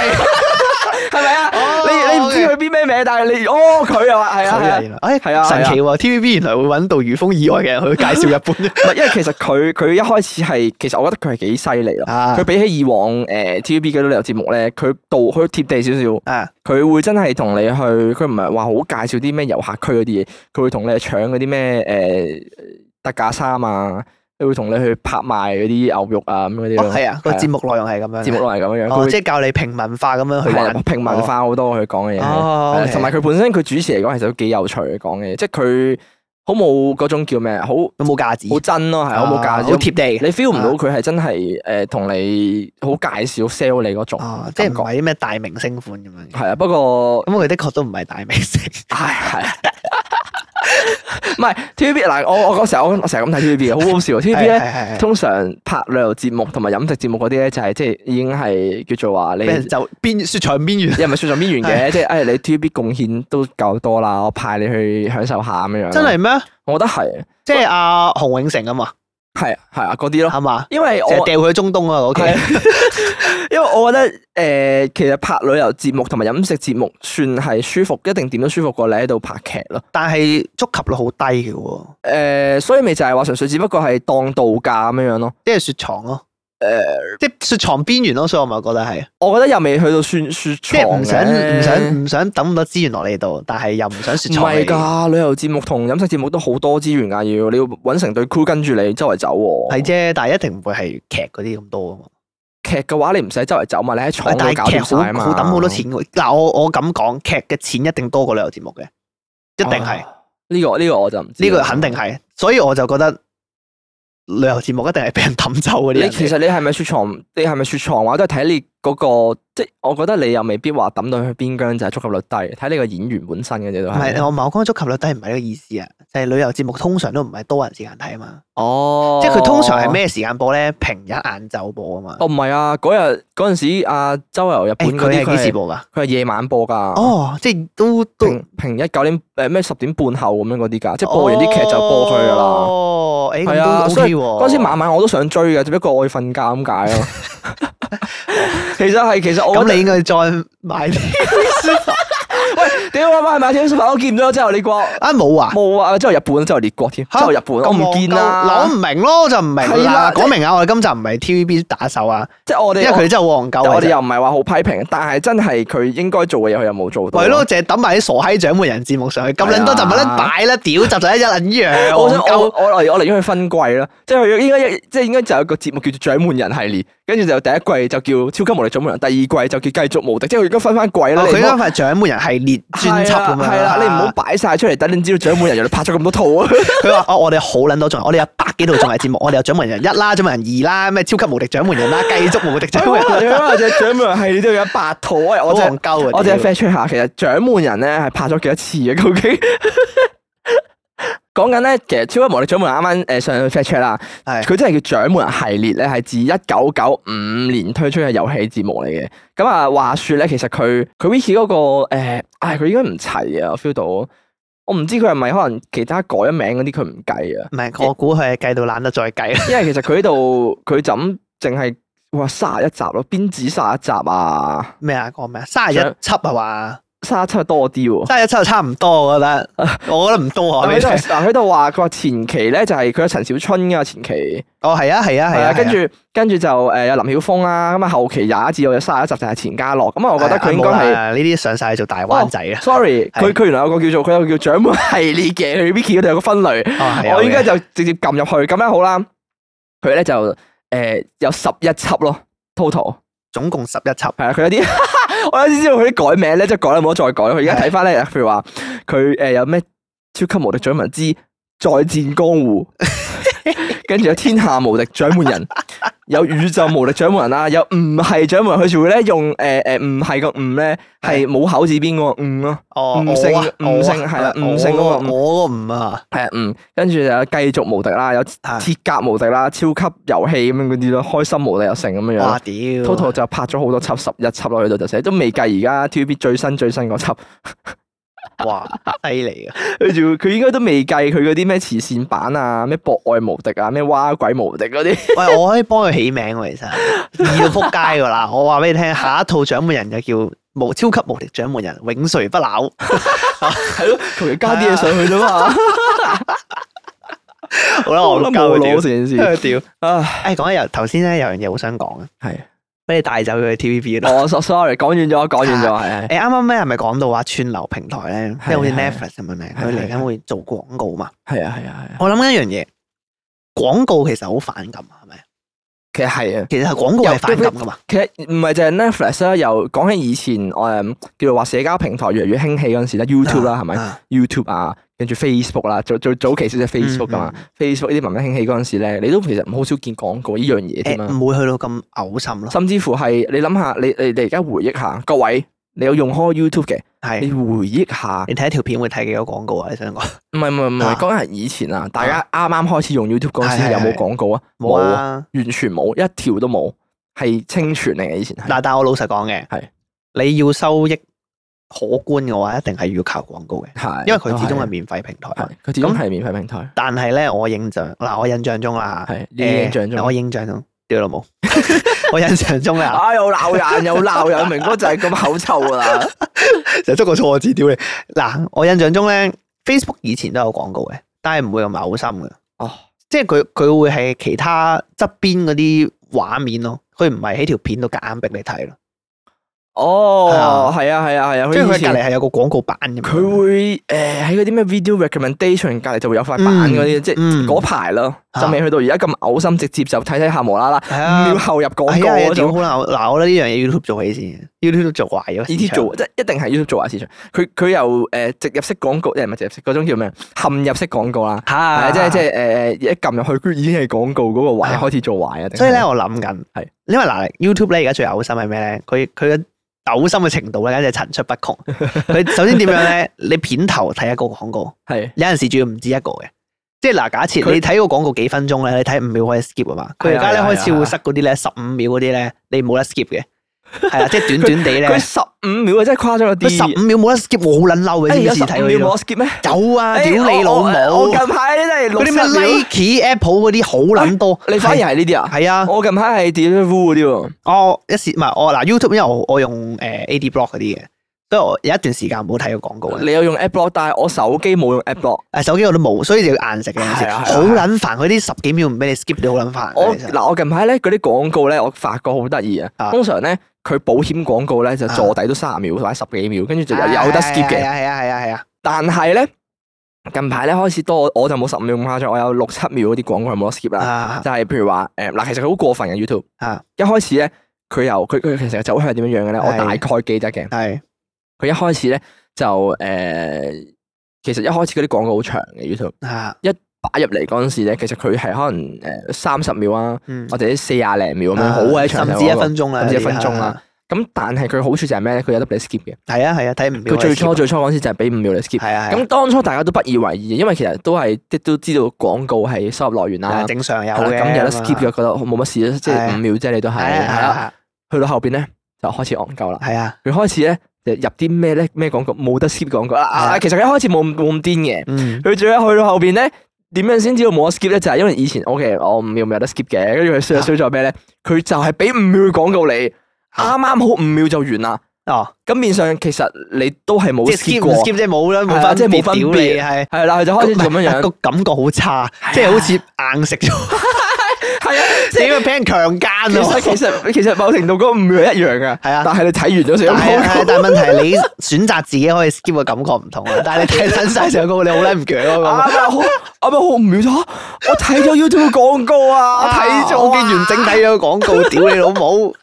S1: 係咪啊？
S2: 哦
S1: 你你唔知佢邊咩名，但係你哦佢啊，係啊係
S2: 佢啊
S1: 啊
S2: 原來，哎
S1: 係啊係啊
S2: 神奇喎！TVB 原來會揾杜如風以外嘅人去介紹日 本。
S1: 唔係，因為其實佢佢一開始係其實我覺得佢係幾犀利咯。
S2: 啊
S1: 佢比起以往呃誒 TVB 嘅旅遊節目咧，佢到佢貼地少少，
S2: 啊
S1: 佢會真係同你去，佢唔係話好介紹啲咩遊客區嗰啲嘢，佢會同你去搶嗰啲咩誒特價衫啊，佢會同你去拍賣嗰啲牛肉啊咁嗰啲
S2: 哦
S1: 咯。
S2: 係啊，個
S1: 係啊
S2: 節目內容係咁樣嘅。
S1: 節目落嚟咁樣樣，佢
S2: 哦，
S1: 會
S2: 即係教你平民化咁樣去
S1: 係
S2: 玩
S1: 啊平民化好多佢講嘅嘢係。
S2: 哦
S1: 係啊
S2: OK
S1: 同埋佢本身佢主持嚟講其實都幾有趣嘅講嘅嘢，即係佢好冇嗰種叫咩啊，好
S2: 有哦冇架子？哦
S1: 好真咯，係好冇價值，
S2: 啊好貼地嘅啊
S1: 你 feel 唔到佢係真係誒同你好介紹 sell 你嗰種
S2: 哦，即係
S1: 感
S2: 唔
S1: 覺，
S2: 係啲咩大明星款 咁樣嘅。
S1: 係啊。不過
S2: 咁佢的確都唔係大明星，
S1: 唉係，唔係 TVB 嗱，我我嗰時候我我成日咁睇 TVB 嘅，好好笑。TVB 啊
S2: 係
S1: 咧
S2: 係係
S1: 通常拍旅遊節目同埋飲食節目嗰啲咧，就係即係已經係叫做話你
S2: 俾。人就邊雪場邊緣，
S1: 又唔係雪上邊緣嘅，即係哎誒你 TVB 貢獻都夠多啦，我派你去享受下咁樣樣。
S2: 真係，咩？
S1: 我覺得係，
S2: 即係阿洪永城啊嘛，
S1: 係啊係啊嗰啲咯，
S2: 係嘛？
S1: 因為
S2: 成日
S1: 我
S2: 掉佢去中東啊，我屋企
S1: 係，因為我覺得誒、呃其實拍旅遊節目同埋飲食節目算係舒服，一定點都舒服過你喺度拍劇咯。
S2: 但係觸及率好低嘅喎，
S1: 誒、所以咪就係話純粹只不過係當度假咁樣樣咯。
S2: 即係雪藏咯，
S1: 誒，
S2: 即係雪藏邊緣咯，所以我咪覺得係，
S1: 我覺得又未去到算雪
S2: 即
S1: 藏
S2: 係唔想
S1: 嘅
S2: 唔想唔想抌咁多資源落你度，但係又唔想雪
S1: 唔
S2: 藏
S1: 係。
S2: 你
S1: 㗎，旅遊節目同飲食節目都好多資源㗎，要你要揾成隊 crew 跟住你周圍走喎。
S2: 係啫，但係一定唔會係劇嗰啲咁多啊嘛。
S1: 劇嘅話，你唔使周圍走嘛，你喺廠
S2: 但
S1: 度搞
S2: 係劇
S1: 掂晒啊
S2: 好
S1: 嘛。
S2: 好抌好多錢喎。嗱，我我咁講，劇嘅錢一定多過旅遊節目嘅，一定係。
S1: 啊呢個呢個我就唔知。啊
S2: 呢個肯定。係，所以我就覺得旅遊節目一定係俾人抌走嗰啲
S1: 你
S2: 人嚟。
S1: 其實你係咪雪藏？你係咪雪藏嘅話，都係睇你嗰、個，即係我覺得你又未必話抌到去邊疆就係觸及率低，睇你個演員本身嘅啫都
S2: 唔係哦
S1: 係。
S2: 我唔係我講觸及率低唔係呢個意思啊，就係旅遊節目通常都唔係多人時間睇啊嘛，
S1: 哦
S2: 即係佢通常係？咩時間播咧？平日晏晝播啊嘛。
S1: 哦，唔係啊，嗰日嗰陣時啊，周遊日本
S2: 誒
S1: 嗰
S2: 佢
S1: 啲
S2: 係幾時
S1: 佢係
S2: 播㗎？
S1: 佢係夜晚播㗎。
S2: 哦，即係都都
S1: 平平日九點誒咩十點半後咁樣嗰啲㗎，即係播完啲劇就播佢㗎啦。
S2: 哦，誒
S1: 係
S2: 哦咁
S1: 啊，
S2: 都
S1: 所
S2: OK
S1: 以
S2: 喎。
S1: 嗰陣時晚晚我都想追嘅，只不過我要瞓覺咁解咯。 其實係，其實我覺
S2: 咁
S1: 得
S2: 你應該再買啲 書包
S1: 屌我媽咪買 T 恤我見唔到之後列國
S2: 啊冇啊？
S1: 冇啊，之後日本，之後列國添， 之
S2: 嚇
S1: 後日本我唔見
S2: 咁戇鳩嗱我
S1: 啦
S2: 唔，明咯，我就唔明
S1: 係
S2: 啦。
S1: 啦
S2: 講明啊，我哋今集唔係 TVB 打手啊，
S1: 即係我
S2: 因
S1: 哋
S2: 為佢真係戇鳩啊。
S1: 我
S2: 其實
S1: 哋又唔係話好批評，但係真係佢應該做嘅嘢，佢又冇做到。
S2: 咪咯，淨係抌埋啲傻閪獎門人節目上去，咁撚多就咪撚擺啦，屌集集一撚樣，
S1: 啊我
S2: 我
S1: 想我
S2: 鳩
S1: 我我嚟咗去分季啦，即係佢應該即係應該就有個節目叫做《掌門人》系列，跟住就第一季就叫《超級無敵掌門人》，第二季就叫《繼續無敵》，即係佢而家分翻季啦。
S2: 哦佢
S1: 你唔
S2: 應該
S1: 好
S2: 份獎門人系列專輯咁樣
S1: 哦係啦，你唔 好擺晒出嚟，等你知道掌門人原來拍咗咁多套啊！
S2: 佢話哦，我哋好撚多仲，我哋有百幾套綜藝節目，我哋有獎門人一啦，獎門人二啦，咩超級無敵獎門人啦，繼續無敵獎門人啦，
S1: 你話只掌門人系列都有一百套啊！
S2: 好
S1: 我真係
S2: 戇鳩啊！
S1: 我淨係
S2: 屌
S1: fact check 下，其實掌門人咧係拍咗幾多次啊？究竟講 講緊咧，其實超級無力掌門人啱啱誒上去 fact check 啦，
S2: 係
S1: 佢真係叫掌門人系列咧，係自一九九五年推出嘅遊戲節目嚟嘅。咁啊，話説咧，其實佢佢 Wiki 嗰個誒，唉，佢應該唔齊啊，我 feel 到。我唔知佢係咪可能其他改咗名嗰啲佢唔計啊，
S2: 唔係，我估佢係計到懶得再計啦。啊
S1: 因為其實佢呢度佢就咁淨係哇卅一集咯，邊止卅一集啊？
S2: 咩啊？講咩啊？三十一
S1: 想
S2: 輯係嘛？
S1: 卅一集多啲喎。
S2: 三十一輯就差唔多，我覺得。我覺得唔多啊，話俾
S1: 佢
S2: 你
S1: 度
S2: 聽
S1: 嗱佢度話佢話前期咧就係佢有陳小春噶前期。
S2: 哦，係啊，係啊，
S1: 係
S2: 係
S1: 啊，
S2: 啊。
S1: 跟住跟住就誒有林曉峰啦，咁啊後期廿一至到有卅一集就係錢嘉樂，咁啊我覺得佢應該
S2: 係
S1: 係
S2: 啊呢啲上晒做大灣仔啊。
S1: sorry，
S2: 係
S1: 佢佢原來有個叫做佢有個叫獎門系列嘅，佢 Vicky 嗰度有個分類，
S2: 哦係啊
S1: 我應該
S2: 有嘅
S1: 就直接撳入去，咁樣好啦。佢咧就誒有十一輯咯，total
S2: 總共十一輯。
S1: 係啊，佢有啲 我有啲知道佢啲改名咧，即係改啦冇得再改，佢而家睇翻咧，譬如話佢誒有咩超級無敵獎門之再戰江湖。 跟住有天下無敵掌門人， 有宇宙無敵掌門人啦，啊有唔係掌門人，佢仲會咧用誒誒唔係個唔咧係冇口字邊嗰個唔咯，
S2: 哦，
S1: 五姓
S2: 我啊
S1: 五姓
S2: 我啊
S1: 係啦
S2: 我
S1: 五姓嗰個五
S2: 我嗰個五啊。
S1: 係啊嗯，跟住就有繼續無敵啦，有
S2: 啊
S1: 鐵甲無敵啦，超級遊戲咁樣嗰啲咯，開心無敵又成咁樣
S2: 哇
S1: 樣。
S2: 屌
S1: total 就拍咗好多輯，十一輯落去度就寫，都未計而家 TVB 最新最新嗰輯，
S2: 哇犀利啊！
S1: 佢仲佢應該都未計佢嗰啲咩慈善版啊，咩博愛無敵啊，咩蛙鬼無敵嗰啲。
S2: 喂，我可以幫佢起名喎，其實易到撲街㗎啦！我話俾你聽，下一套掌門人就叫無超級無敵掌門人，永垂不朽。
S1: 系咯，求其加啲嘢上去啫嘛，
S2: 好啦，我
S1: 覺得
S2: 唔
S1: 冇
S2: 鳩
S1: 腦
S2: 佢
S1: 成件
S2: 屌
S1: 事。
S2: 屌！
S1: 唉，
S2: 誒，講起又頭先咧，有樣嘢好想講啊，
S1: 係
S2: 俾你帶走佢去 TVB 度。
S1: 我 so- sorry，講完哦咗，講完咗，係係
S2: 誒啱啱咧係咪講到話串流平台咧，即係好似
S1: 係
S2: Netflix 咁樣咧，
S1: 係
S2: 佢嚟
S1: 係係
S2: 緊會做廣告嘛？
S1: 係啊係啊係啊，
S2: 我諗緊一樣嘢，廣告其實好反感，係咪？
S1: 其實係啊，
S2: 其實廣告
S1: 又
S2: 係反感噶嘛？
S1: 其實唔係就係 Netflix 啦，又講起以前我誒叫做話社交平台越嚟越興起嗰陣時咧，YouTube 啦係咪
S2: 啊
S1: ？YouTube 啊，跟住 Facebook 啦，最最早期先係 Facebook 噶
S2: 嗯
S1: 嘛，Facebook 呢啲慢慢興起嗰陣時咧，你都其實唔好少見廣告呢樣嘢添啊
S2: 誒
S1: 啦，
S2: 唔會去到咁嘔心咯，
S1: 甚至乎係你諗下，你你你而家回憶下，各位你有用開 YouTube 嘅，你
S2: 係
S1: 回憶下。
S2: 你睇一條片會睇幾多廣告啊？你想講
S1: 唔係唔係唔係，
S2: 啊
S1: 講緊係以前啊，大家啱啱開始用 YouTube 嗰陣時
S2: 係係
S1: 有冇
S2: 係
S1: 廣告啊？
S2: 冇
S1: 啊，
S2: 啊？
S1: 完全冇，一條都冇，係清泉嚟嘅以前係。
S2: 嗱，但係我老實講嘅，
S1: 係
S2: 你要收益可觀嘅話，一定係要靠廣告嘅，
S1: 係
S2: 因為佢始終係
S1: 係
S2: 免費平台。啊
S1: 係佢始終係免費平台，
S2: 但係咧，我印象嗱，我印象中啦，
S1: 係你印象
S2: 誒
S1: 中。啊
S2: 我印象中，屌老母， 我印象中啦。
S1: 啊！又鬧人，又鬧人，明哥就係咁口臭啊㗎 啦。
S2: 就捉個錯字屌你。嗱，我印象中咧，Facebook 以前都有廣告嘅，但係唔會咁嘔心嘅。
S1: 哦，
S2: 即係佢佢會係其他側邊嗰啲畫面咯，佢唔係喺條片度夾硬逼你睇咯。
S1: 哦，係啊，係啊，係啊，佢以
S2: 即係佢隔
S1: 前
S2: 離係有個廣告版咁樣。
S1: 佢會誒喺嗰啲咩 video recommendation 隔離就會有塊板嗰啲，即係
S2: 嗯
S1: 嗰排咯，
S2: 啊
S1: 就未去到而家咁嘔心，直接就睇睇下無啦啦
S2: 係
S1: 五
S2: 啊
S1: 秒，後入廣告
S2: 係啊，
S1: 嗰
S2: 係啊
S1: 種
S2: 屌。好啦，嗱，我覺得呢樣嘢 YouTube 做起先，YouTube 做壞咗市場。
S1: 呢啲做即係一定係 YouTube 做下市場，佢佢又誒植入式廣告，誒唔係植入式嗰種叫咩？陷入式廣告啦，係啊
S2: 嚇，
S1: 即係即係誒一撳入去，佢已經係廣告嗰個位
S2: 啊
S1: 開始做壞啊！定係
S2: 所以咧，，我諗緊
S1: 係
S2: 因為嗱，YouTube 咧而家最嘔心係咩咧？佢佢嘅嘔心嘅程度咧，簡直係層出不窮。 佢首先點樣咧？你片頭睇一個廣告。
S1: 係
S2: 有陣時仲要唔止一個嘅。即係嗱，假設
S1: 佢
S2: 你睇個廣告幾分鐘咧，你睇五秒可以 skip 啊嘛。佢而家咧
S1: 係啊係啊
S2: 開始會塞嗰啲咧十五秒嗰啲咧，你冇得 skip 嘅，係啊，即係短短地咧
S1: 佢，十五秒啊，真係誇張咗
S2: 佢
S1: 啲。
S2: 十五秒冇得 skip，我好撚嬲
S1: 誒
S2: 嘅，知
S1: 有
S2: 唔
S1: 十
S2: 知
S1: 五
S2: 睇嗰啲
S1: 秒冇
S2: 咯
S1: skip 咩？
S2: 有啊，屌你老
S1: 誒我我
S2: 母！
S1: 近排真係
S2: 嗰
S1: 六
S2: 啲
S1: 十
S2: 咩
S1: 秒，
S2: Nike、Apple 嗰啲好撚多，
S1: 你反而係呢啲啊？
S2: 係啊，
S1: 我近排係 d e l i v e 嗰啲喎，
S2: 我一時唔係我嗱 YouTube，因為我我用誒 AD Block 嗰啲嘅，所以我有一段時間冇睇過廣告啊嘅。
S1: 你有用 App Block，但係我手機冇用 App Block。
S2: 誒手機我都冇，所以就要硬食嘅有陣時
S1: 係啊係啊係啊
S2: 好撚煩。佢啲十幾秒唔俾你 skip，你好撚煩嘅。
S1: 我
S2: 其實
S1: 嗱，我近排咧嗰啲廣告咧，我發覺好得意啊。
S2: 啊
S1: 通常咧，佢保險廣告咧就
S2: 啊
S1: 坐底都三十秒或者十幾秒，跟住就有
S2: 啊
S1: 有得 skip
S2: 係
S1: 嘅。
S2: 啊係啊係啊係啊，
S1: 但係咧，近排咧開始多，我就冇十五秒咁誇張，我有六七秒嗰啲廣告係冇得 skip 啦。
S2: 啊
S1: 就係譬如話誒嗱，其實佢好過分嘅 YouTube
S2: 啊。
S1: 一開始咧，佢由佢佢其實走向係點樣樣嘅咧，我
S2: 係
S1: 大概記得嘅。
S2: 係啊
S1: 佢一開始咧就誒，其實一開始嗰啲廣告好長嘅 YouTube
S2: 啊
S1: 擺入嚟嗰陣時咧，其實佢係可能誒三十秒啊，
S2: 嗯
S1: 或者四廿零秒咁樣，
S2: 啊
S1: 好鬼長嘅
S2: 甚
S1: 廣
S2: 至一
S1: 告
S2: 分鐘啦，
S1: 甚至一
S2: 有啲
S1: 分鐘啦
S2: 啊
S1: 咁但係佢好處就係咩咧？佢有得俾你 skip 嘅。
S2: 係啊係啊，睇唔
S1: 佢最初最初嗰陣時就係俾五秒你 skip。
S2: 係啊係啊，
S1: 咁當初大家都不以為意，因為其實都係即都知道廣告係收入來源啦
S2: 係。啊正常有
S1: 啊係啦
S2: 嘅，
S1: 咁有得 skip
S2: 嘅，
S1: 嘅，覺得冇乜事即
S2: 係
S1: 係
S2: 啊
S1: 五秒啫，你都係
S2: 係啊
S1: 係
S2: 係
S1: 啦。
S2: 啊
S1: 去到後邊咧就開始戇鳩啦。
S2: 係啊，
S1: 佢開始咧就入啲咩咧咩廣告冇得 skip 廣告啦。
S2: 係
S1: 啊
S2: 啊
S1: 其實佢一開始冇咁冇咁癲嘅，
S2: 嗯
S1: 佢最一去到後邊咧。點樣先知道冇得 skip 咧？就係因為以前 OK，我五秒咪有得 skip 嘅，跟住佢衰
S2: 啊
S1: 衰咗咩咧？佢就係俾五秒嘅廣告你，啱
S2: 啊
S1: 啱好五秒就完啦。
S2: 哦，
S1: 咁面上其實你都係冇
S2: 即係
S1: skip
S2: skip
S1: 過
S2: 唔，skip 即係冇啦，
S1: 係
S2: 冇
S1: 啊
S2: 分
S1: 即係冇分
S2: 別屌
S1: 別
S2: 你係。
S1: 係啦，佢就開始咁樣樣
S2: 個，感覺好差，即係好似硬食咗，
S1: 係啊， 即係
S2: 點解俾人強
S1: 其
S2: 姦
S1: 實
S2: 啊？
S1: 其實其實某程度嗰五秒係一樣噶，
S2: 係啊
S1: 但係你睇完咗成
S2: 但
S1: 個廣
S2: 係但啊係問題係你選擇自己可以 skip 嘅感覺唔同啊，但係你睇撚晒上個你好撚唔強
S1: 啱
S2: 啊！
S1: 啊，好啱啊，好唔秒咗，我睇咗 YouTube 廣告 啊，
S2: 我
S1: 我睇
S2: 睇咗，
S1: 咗，
S2: 我見完整睇咗個廣告，屌你老母！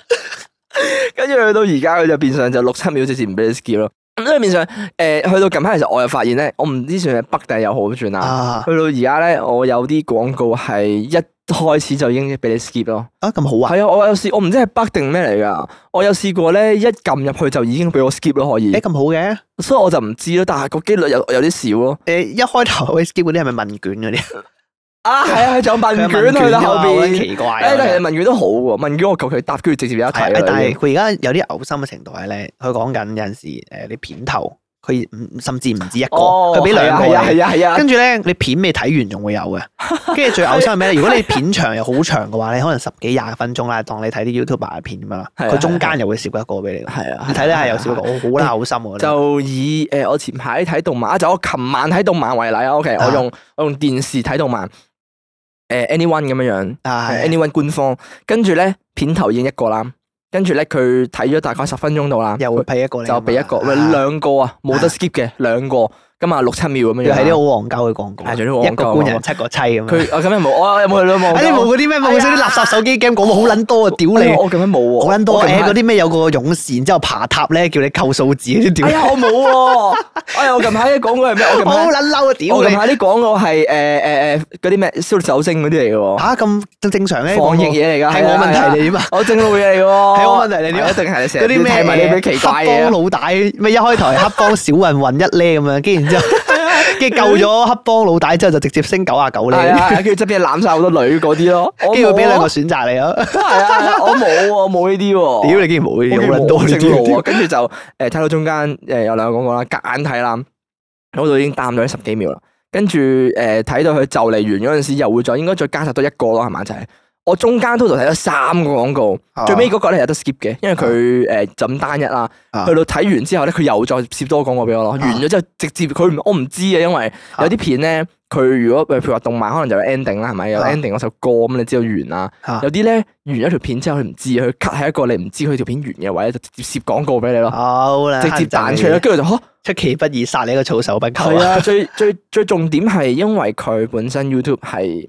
S1: 跟住去到而家佢就變相就六七秒直接唔俾你 skip 咯。咁所以變相誒去到近排其實我又發現咧，我唔知算係北定係有好轉啦。
S2: 啊
S1: 去到而家咧，我有啲廣告係一開始就已經俾你 skip 咯。
S2: 啊咁好啊！
S1: 係啊，我有試，我唔知係北定咩嚟㗎。我有試過咧，一撳入去就已經俾我 skip 咯，可以
S2: 誒。咁好嘅，
S1: 所以我就唔知咯，但係個機率有有啲少咯。
S2: 誒一開頭可以 skip 嗰啲係咪問卷嗰啲？
S1: 啊，係啊，佢仲有問
S2: 佢
S1: 卷去到後
S2: 有問卷㗎嘛好撚
S1: 邊。
S2: 奇
S1: 誒，
S2: 怪啊。
S1: 但係
S2: 真係
S1: 問卷都好喎，問卷我求其答，跟住直接有一題啊
S2: 係
S1: 啦
S2: 啊但
S1: 已
S2: 係
S1: 經
S2: 佢而家有啲嘔心嘅程度係咧，佢講緊有陣時誒你片頭，佢唔甚至唔止一個，佢俾兩個
S1: 係啊
S2: 你
S1: 係啊係啊，
S2: 跟住咧，你片未睇完仲會 有嘅，跟住最嘔心係
S1: 啊
S2: 咩咧？如果你片長又好長嘅話咧，可能十幾廿分鐘啦，當你睇啲 YouTuber 嘅片咁樣啦，
S1: 係啊
S2: 佢中間又會攝一個俾你㗎，
S1: 係啊啊
S2: 你睇咧係有攝一個，我好啦，嘔心我覺得。
S1: 就以誒我前排睇動漫，啊就我琴晚睇動漫為例啊。OK，
S2: 啊
S1: 我用我用電視睇動漫，誒 Anyone 咁樣樣呃
S2: 啊係
S1: ，Anyone 官方，跟住咧片頭已經一個啦，跟住咧佢睇咗大概十分鐘到啦，
S2: 又會俾一個你㗎嘛，
S1: 就俾一個，喂
S2: 啊
S1: 兩個啊，冇 得 skip 嘅兩個，咁啊六七秒咁樣
S2: 又
S1: 樣
S2: 係
S1: 啦。
S2: 啲好戇鳩嘅廣告，
S1: 係仲有啲戇鳩
S2: 一個官人七個妻咁樣。
S1: 佢啊我咁樣冇，我有冇去到冇？
S2: 啊！你冇嗰啲咩冇嗰啲垃圾手機 game 廣告好撚多啊！屌
S1: 哎呀
S2: 你，
S1: 我咁樣冇喎，
S2: 好撚多
S1: 我咁啊
S2: 誒
S1: 樣
S2: 嗰啲咩有個勇士，然之後爬塔咧叫你扣數字嗰啲屌
S1: 哎
S2: 你，
S1: 呀，我冇喎！哎呀，我近排啲廣告係咩？ 我近
S2: 我好
S1: 排
S2: 撚嬲啊！屌
S1: 我
S2: 你
S1: 近排啲廣告係誒誒誒嗰啲咩燒酒精嗰啲嚟嘅喎，
S2: 嚇咁正常咧，
S1: 防疫嘢嚟㗎，
S2: 係我問題
S1: 嚟，
S2: 你點啊？
S1: 我正路嘢嚟嘅喎，
S2: 係我問題嚟點
S1: 一定係你成
S2: 嗰
S1: 日
S2: 啲咩
S1: 睇埋啲咩奇怪
S2: 黑
S1: 嘢啊
S2: 幫老大咩一開頭係黑幫小混混一咧咁樣，跟 住然之後跟住救咗黑幫老大之後就直接升九啊九
S1: 啊，係
S2: 咧，
S1: 啊，跟住側邊攬晒好多女嗰啲咯，我
S2: 跟住會俾兩個
S1: 冇
S2: 選擇你啊！
S1: 喎，係啊，係啊我冇喎，冇呢啲喎，
S2: 屌你竟然冇呢
S1: 我
S2: 啲，
S1: 見
S2: 好撚多
S1: 冇
S2: 呢
S1: 正路喎，
S2: 啲，
S1: 跟住就誒睇到中間誒有兩個廣告啦，夾硬睇啦，嗰度已經擔咗十幾秒啦。跟住誒睇到佢就嚟完嗰陣時，又會再應該再加插多一個咯，係嘛？就係、我中間 total 睇咗三個廣告，
S2: 啊
S1: 最尾嗰個咧有得 skip 嘅，因為佢誒就咁單一啦。
S2: 啊
S1: 去到睇完之後咧，佢又再攝多個廣告俾我咯。完咗之後直接佢唔我唔知啊，因為
S2: 啊
S1: 有啲片咧，佢如果譬如話動漫可能就有 ending 啦，係咪有
S2: 啊
S1: ending 嗰首歌咁，你知道完啦。
S2: 啊
S1: 有啲咧完咗條片之後，佢唔知佢 cut 喺一個你唔知佢條片完嘅位，就直接攝廣告俾你
S2: 啊
S1: 咯，
S2: 好啦，
S1: 直接彈出嚟咯。跟住就嚇，
S2: 出其不意殺你一個措手不及
S1: 係！啊！最最最重點係因為佢本身 YouTube 係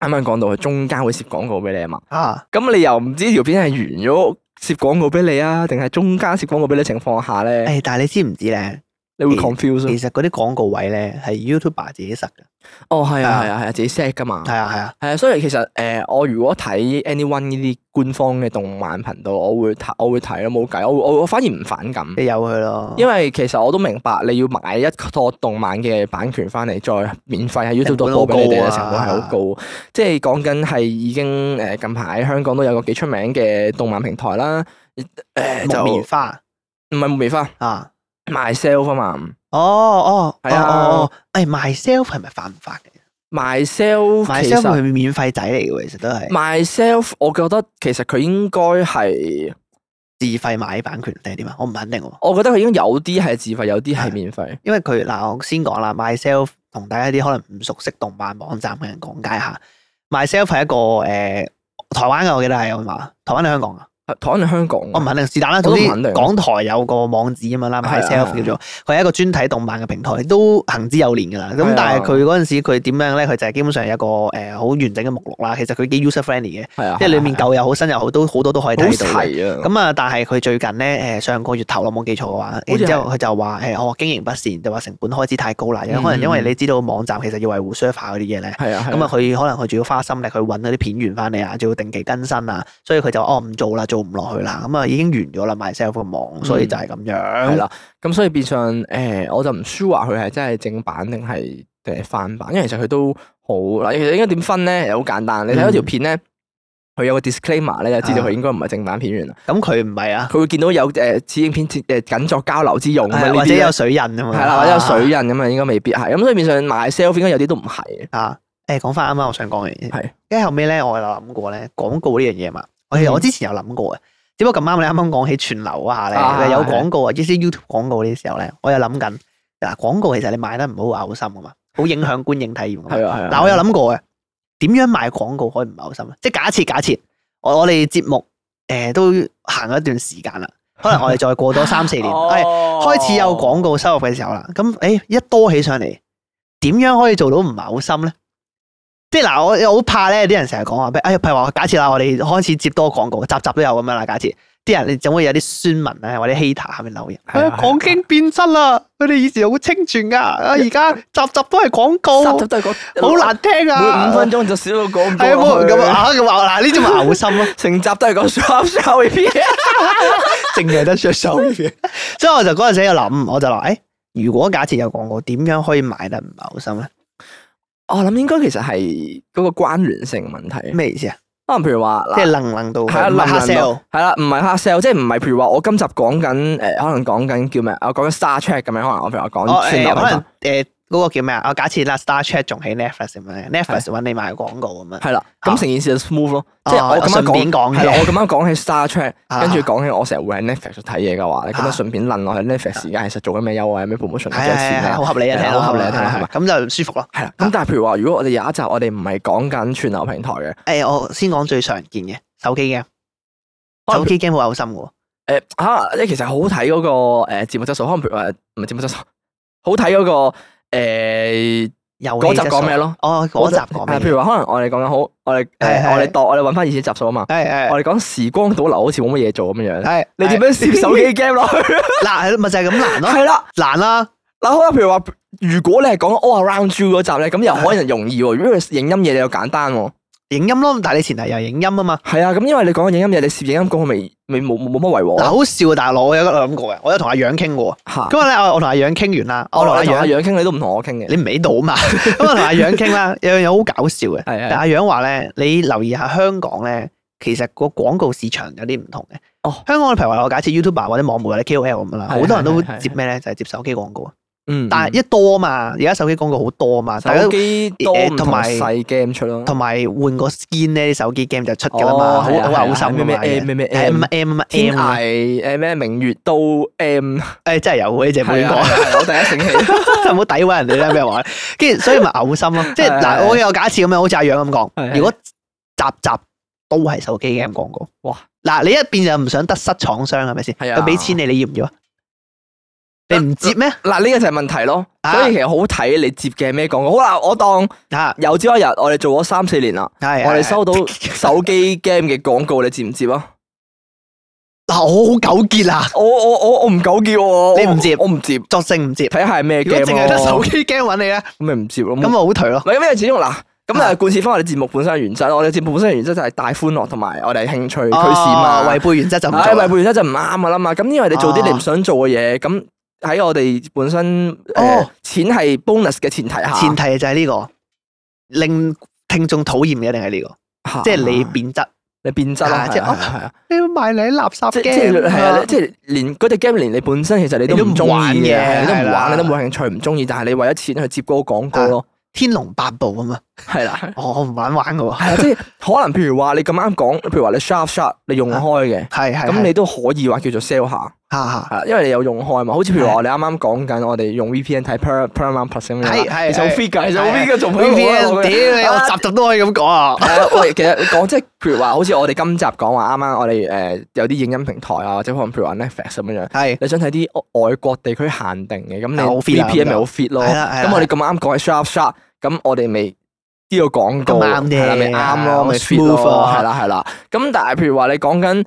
S1: 啱啱講到佢中間會攝廣告俾你啊嘛，
S2: 啊，
S1: 咁你又唔知條片係完咗攝廣告俾你啊，定係中間攝廣告俾你情況下咧，
S2: 誒，但係你知唔知咧？
S1: 你會 confuse 啊咯
S2: 其實嗰啲廣告位咧係 YouTuber 自己塞嘅，
S1: 哦，係啊
S2: 啊
S1: 係啊係啊，自己 set 噶嘛。
S2: 係啊係啊，
S1: 係啊，所以其實誒、呃我如果睇 Anyone 呢啲官方嘅動漫頻道，我會睇，我會睇咯，冇計，我會我我反而唔反感。
S2: 你有佢咯，
S1: 因為其實我都明白你要買一個動漫嘅版權翻嚟，再免費喺 YouTube 度播俾你哋咧，啊成
S2: 成
S1: 本
S2: 本
S1: 係
S2: 好
S1: 好高。即係講緊係已經誒近排香港都有個幾出名嘅動漫平台啦，誒呃就
S2: 木棉
S1: 唔
S2: 花
S1: 係木棉花
S2: 啊。
S1: myself 啊嘛
S2: 哦哦，
S1: 係啊
S2: 哦，誒 myself 係咪犯唔犯嘅？
S1: ，myself 其
S2: myself
S1: 實
S2: 佢免費仔嚟嘅，其實都係
S1: myself 我覺得其實佢應該係，
S2: 自費買版權定係點啊？我唔肯定喎，
S1: 我覺得佢已經有啲係自費，有啲係
S2: 係
S1: 免費。
S2: 因為佢嗱，我先講啦，myself 同大家啲可能唔熟悉動漫網站嘅人講解下，myself 係一個誒、呃台灣嘅，我記得係嘛，台灣定香港啊？
S1: 台灣定香港
S2: 我唔
S1: 啊？
S2: 肯定，是但啦。
S1: 都
S2: 總
S1: 唔
S2: 之
S1: 肯定
S2: 港台有個網址咁樣啦
S1: 係啊係啊
S2: ，myself 叫做佢係一個專睇動漫嘅平台，都行之有年㗎啦。
S1: 係啊
S2: 咁但係佢嗰陣時佢點樣咧？佢就係基本上有一個誒好完整嘅目錄啦。其實佢幾 user friendly 嘅。
S1: 係啊，
S2: 即係裡面
S1: 係啊
S2: 舊又好新又好，都好多都可以
S1: 好
S2: 睇到嘅。
S1: 齊啊！
S2: 咁啊，但係佢最近咧，誒上個月頭我冇記錯嘅話，
S1: 好
S2: 然
S1: 似係
S2: 之後佢就話誒哦我經營不善，就話成本開支太高啦，因為
S1: 嗯
S2: 可能因為你知道網站其實要維護 server 嗰啲嘢咧，
S1: 係啊，係
S2: 咁啊佢可能佢仲要花心力去揾嗰啲片源翻嚟啊，仲要定期更新啊，所以佢就話哦唔做啦，做唔落去啦，咁啊已經完咗啦 myself 個網，所以就係咁樣。
S1: 嗯係啦，咁所以變相诶、我就唔 sure 佢係真係正版定係诶翻版，因為其實佢都好嗱，其實應該點分咧？好簡單，
S2: 嗯
S1: 你睇嗰條片咧，佢有個 disclaimer 咧，就知道佢應該唔係正版片源啦。
S2: 咁佢唔係啊，
S1: 佢會見到有诶此影片诶僅作交流之用咁樣
S2: 係
S1: 呢
S2: 或者
S1: 啲
S2: 有
S1: 呢，
S2: 水印啊嘛，
S1: 係啦，或者有水印咁啊，應該未必係。咁所以變相賣 self 應該有啲都唔係嘅。
S2: 啊。誒講翻啱啱我想講嘅嘢，
S1: 係
S2: 跟住後尾咧，我有諗過咧廣告呢樣嘢嘛，我其實
S1: 嗯
S2: 我之前有諗過嘅，只不過咁啱你啱啱講起串流嗰下
S1: 啊
S2: 咧，有廣告啊，即係 YouTube 廣告呢啲時候咧，我有諗緊嗱廣告其實你賣得唔好嘔心噶嘛，好影響觀影體驗㗎嘛。
S1: 係啊係啊。
S2: 嗱，我有諗過嘅，點樣賣廣告可以唔嘔心咧？即係假設假設，我我哋節目誒、呃都行咗一段時間啦，可能我哋 再過多三四年，
S1: 哦
S2: 係、哎開始有廣告收入嘅時候啦，咁誒、欸一多起上嚟，點樣可以做到唔嘔心咧？即係嗱，我我好怕咧，啲人成日講話，哎呀，譬如話假設啦，我哋開始接多廣告，集集都有咁樣啦。假設啲人你總會有啲酸民咧，或者 hater 下面留言，
S1: 係啊
S2: 哎呀
S1: 係啊
S2: 講經變質啦，佢哋以前好清傳噶，啊而家集集都係廣告，
S1: 三集都係講
S2: 好難聽啊！
S1: 每五分鐘就少到講唔
S2: 係啊，冇咁
S1: 到，
S2: 啊咁啊嗱，呢 種咪嘔心咯，
S1: 成集都係講 shop shop 片。
S2: 淨係得 雙手嘅嘢。所以我就嗰陣時有諗，我就話：，誒，如果假設有廣告，點樣可以賣得唔嘔心咧？
S1: 我諗應該其實係嗰個關聯性問題，
S2: 咩意思啊？
S1: 可能譬如話
S2: 即係
S1: 嗯嗱，
S2: 能唔能到
S1: 係啊能
S2: 佢唔係
S1: 唔能
S2: 黑
S1: 到
S2: sell
S1: 係啦，唔係 hard sell，即係唔係譬如話我今集講緊诶，可能講緊叫咩？我講緊 Star Trek 咁樣，可能我譬如話
S2: 哦
S1: 講
S2: 誒
S1: 全流
S2: 可能誒嗰個叫咩啊？我假設啦，Star Chat 仲喺 Netflix 咁樣，Netflix 揾你賣廣告咁樣，
S1: 係啦，
S2: 啊
S1: 咁成件事就 smooth 咯，
S2: 哦
S1: 即係我咁樣
S2: 順便講
S1: 講，
S2: 嘅
S1: 係啦，我咁樣講起 Star Trek，
S2: 啊
S1: 跟住講起我成日會喺 Netflix 度睇嘢嘅話咧，咁
S2: 啊
S1: 啊順便論落去 Netflix 而家其實做緊咩優惠，有咩 promotion 幾多
S2: 係係
S1: 錢
S2: 係
S1: 啊？
S2: 好合理啊，
S1: 係
S2: 聽
S1: 啊
S2: 落
S1: 好合理啊
S2: 係
S1: 聽落係咪
S2: 係咁就舒服咯。
S1: 係啦，咁但係譬如話，如果我哋有一集我哋唔係講緊串流平台嘅，
S2: 誒，我先講最常見嘅手機 game，
S1: 可能
S2: 手機 game 好嘔心嘅喎。
S1: 誒啊！即係其實好睇嗰、個誒節目質素，可能譬如話唔係節目質素，好睇嗰、個誒
S2: 遊戲
S1: 嗰集
S2: 質素
S1: 講咩？咯？
S2: 哦，嗰集
S1: 係
S2: 講咩
S1: 譬？如話可能我哋講緊好，我哋誒
S2: 係係
S1: 我哋當我哋揾翻以前集數啊嘛，
S2: 係係
S1: 我哋講時光倒流好似冇乜嘢做咁樣樣，
S2: 係，
S1: 你點樣攝手 機 game 落去？
S2: 嗱，咪就係咁難咯，
S1: 係啦，
S2: 難啦，
S1: 嗱，好啦，譬如話，如果你係講 All Around You 嗰集咧，咁又可能容易喎，如果佢影音嘢你又簡單喎。
S2: 影音咯，但係你前提又係影音啊嘛。
S1: 係啊，咁因為你講緊影音嘢，你攝影音講佢未未冇冇冇乜違
S2: 嗱，
S1: 和
S2: 好笑啊，大佬，我有諗過嘅，我有同阿楊傾過。
S1: 嚇。
S2: 咁啊咧，我我同阿楊傾完啦，我哦同阿
S1: 你哦同阿楊
S2: 楊，
S1: 傾，你都唔同我傾嘅，
S2: 你唔喺度 啊嘛。咁我同阿楊傾啦，有樣嘢好搞笑
S1: 係
S2: 嘅。
S1: 係
S2: 但阿楊話咧，你留意下香港咧，其實個廣告市場有啲唔同嘅。
S1: 哦，
S2: 香港譬如話，我假設 YouTuber 或者網媒或者 KOL 咁啦，
S1: 係
S2: 好多人都
S1: 係係係
S2: 接咩咧，就係接手機廣告。啊
S1: 嗯，
S2: 但係一多啊嘛，而家手機廣告好多啊嘛，大家
S1: 手機多
S2: 誒
S1: 唔
S2: 同
S1: 同
S2: 埋
S1: 細 game 出咯，
S2: 同埋換個 skin 咧，啲手機 game 就出㗎啦嘛，
S1: 哦
S2: 好
S1: 係啊係
S2: 好
S1: 啊
S2: 嘔心㗎
S1: 咩
S2: 嘛
S1: 咩
S2: 嘅。
S1: M 咩咩
S2: 誒
S1: M
S2: 乜 M 乜
S1: 天
S2: M 啊
S1: 涯誒咩明月都 M，
S2: 誒真係有呢隻本
S1: 係啊，
S2: 講，
S1: 係啊我第一醒起，
S2: 唔好詆毀人哋啦，咩話？跟住所以咪嘔心 咯，即係
S1: 係係
S2: 嗱，
S1: 係
S2: 我有假設咁樣，好似阿楊咁講，
S1: 係
S2: 如果集集都係手機 game 廣告，
S1: 哇！
S2: 嗱，你一邊就唔想得失廠商係咪先？
S1: 係啊
S2: 佢俾錢你，你要唔要啊？你唔接咩？
S1: 嗱呢個就係問題咯，
S2: 啊
S1: 所以其實好睇你接嘅咩廣告。好啦，我當
S2: 嚇，
S1: 有朝一日我哋做咗三四年啦，
S2: 啊係
S1: 我哋
S2: 係
S1: 收 到手機 game 嘅廣告，你接唔接啊？
S2: 嗱，我好糾結啊，
S1: 我我我我唔糾結喎，
S2: 你唔接
S1: 我唔接，
S2: 作性唔接。
S1: 睇下係咩
S2: 如果
S1: game
S2: 淨係得手
S1: 咯，
S2: 機 game 揾你咧，
S1: 咁咪唔接咯。
S2: 咁咪好頹咯
S1: 唔。係咁，因為始終嗱，咁
S2: 啊
S1: 啊，貫徹翻我哋節目本身嘅原則咯。我哋節目本身嘅原則就係大歡樂同埋我哋興趣啊驅使嘛。
S2: 哦違背原則就唔
S1: 唉，
S2: 做
S1: 違
S2: 啦。
S1: 背原則就唔啱噶啦嘛。咁因為你做啲你唔想做嘅嘢，咁喺我哋本身
S2: 哦
S1: 誒錢係 bonus 嘅前提下，
S2: 前提就係呢個令聽眾討厭嘅，一定係呢個，
S1: 嚇
S2: 即係你變質，
S1: 啊你變質啦
S2: 啊，即係
S1: 係啊係啊係啊，
S2: 你賣你垃圾
S1: 即
S2: game
S1: 即係係
S2: 啊
S1: 啊，即係連嗰隻 game 連你本身其實你都
S2: 你都唔
S1: 唔中意
S2: 玩嘅
S1: 嘅，係你都唔
S2: 係啦
S1: 玩，你都冇興趣，唔中意，但係你為咗錢去接嗰個廣告咯，
S2: 天龍八部啊嘛，
S1: 係啦。
S2: 我我唔玩玩噶喎，
S1: 係啊，即係可能譬如話你咁啱講，譬如話你 sharp sharp 你用開嘅，
S2: 係係
S1: 咁
S2: 係
S1: 你都可以話叫做 sell 下。
S2: 嚇嚇
S1: 係啦，因為你有用開嘛，好似譬如話我哋啱啱講緊，我哋用 VPN 睇 Par- Paramount Plus 咁樣啦，
S2: 係係
S1: 其實好
S2: 係
S1: fit 㗎，其實好
S2: 係啊
S1: fit 㗎，仲好啊
S2: VPN，屌 你，我
S1: 集
S2: 集集都可以咁講啊，
S1: 係啊，喂，其實你講即係譬如話，好似我哋今集講話啱啱我哋誒有啲影音平台啊，或者可能譬如話 Netflix 咁樣樣，
S2: 係
S1: 你想睇啲外國地區限定嘅，咁你
S2: 係好 fit 啊
S1: VPN 咪好 fit 咯。
S2: 係啦係啦
S1: 咁我哋咁啱講係 Sharp Sharp，咁我哋未呢個廣告
S2: 咁啱啫
S1: 係啦咪啱咯，咪 fit
S2: smooth
S1: 咯，
S2: 啊
S1: 係啦係啦。咁但係譬如話你講緊。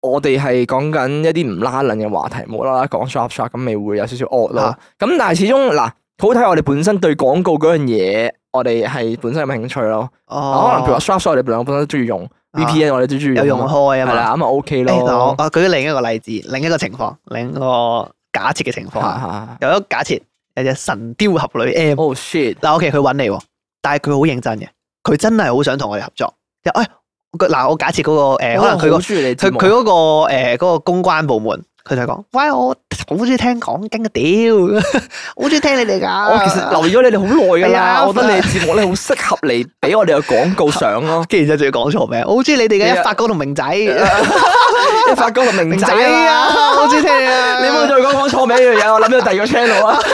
S1: 我哋係講緊一啲唔拉楞嘅話題，無啦啦講 sharp sharp，咁咪會有少少惡咯。咁、
S2: 啊
S1: 但係始終嗱，好睇我哋本身對廣告嗰樣嘢，我哋係本身有冇興趣咯。可能譬如話
S2: 哦，
S1: sharp sharp，我哋兩個本身都中意用， VPN 我哋都中意
S2: 有用
S1: 啊
S2: 開啊
S1: 係
S2: 嘛。
S1: 啦，咁啊 OK
S2: 誒嗱我
S1: 咯。
S2: 我舉另一個例子，另一個情況，另一個假設嘅情況啊，
S1: 嚇
S2: 有一個假設有隻神雕俠侶 M。
S1: Oh shit！
S2: 嗱，OK，佢揾你喎，但係佢好認真嘅，佢真係好想同我哋合作。就誒，佢嗱，我假設嗰個誒，可能佢
S1: 我哦
S2: 個
S1: 好啊中意你
S2: 佢
S1: 節目
S2: 佢嗰個誒嗰個公關部門，佢就講：，喂，我好中意聽講經嘅，屌， 好中意聽你哋㗎。
S1: 我其實留意咗你哋好耐㗎
S2: 係啊。
S1: 啦，我覺得你哋節目咧好適合嚟俾我哋嘅廣告上咯
S2: 跟住之後仲要講錯名，我好中意你哋
S1: 係
S2: 嘅
S1: 啊
S2: 一發哥同 明仔，
S1: 你發哥同明
S2: 明
S1: 仔
S2: 仔
S1: 啊
S2: 啊，！好中意聽 啊！
S1: 你冇再講講錯名呢樣嘢，我諗到第二個 channel 啊。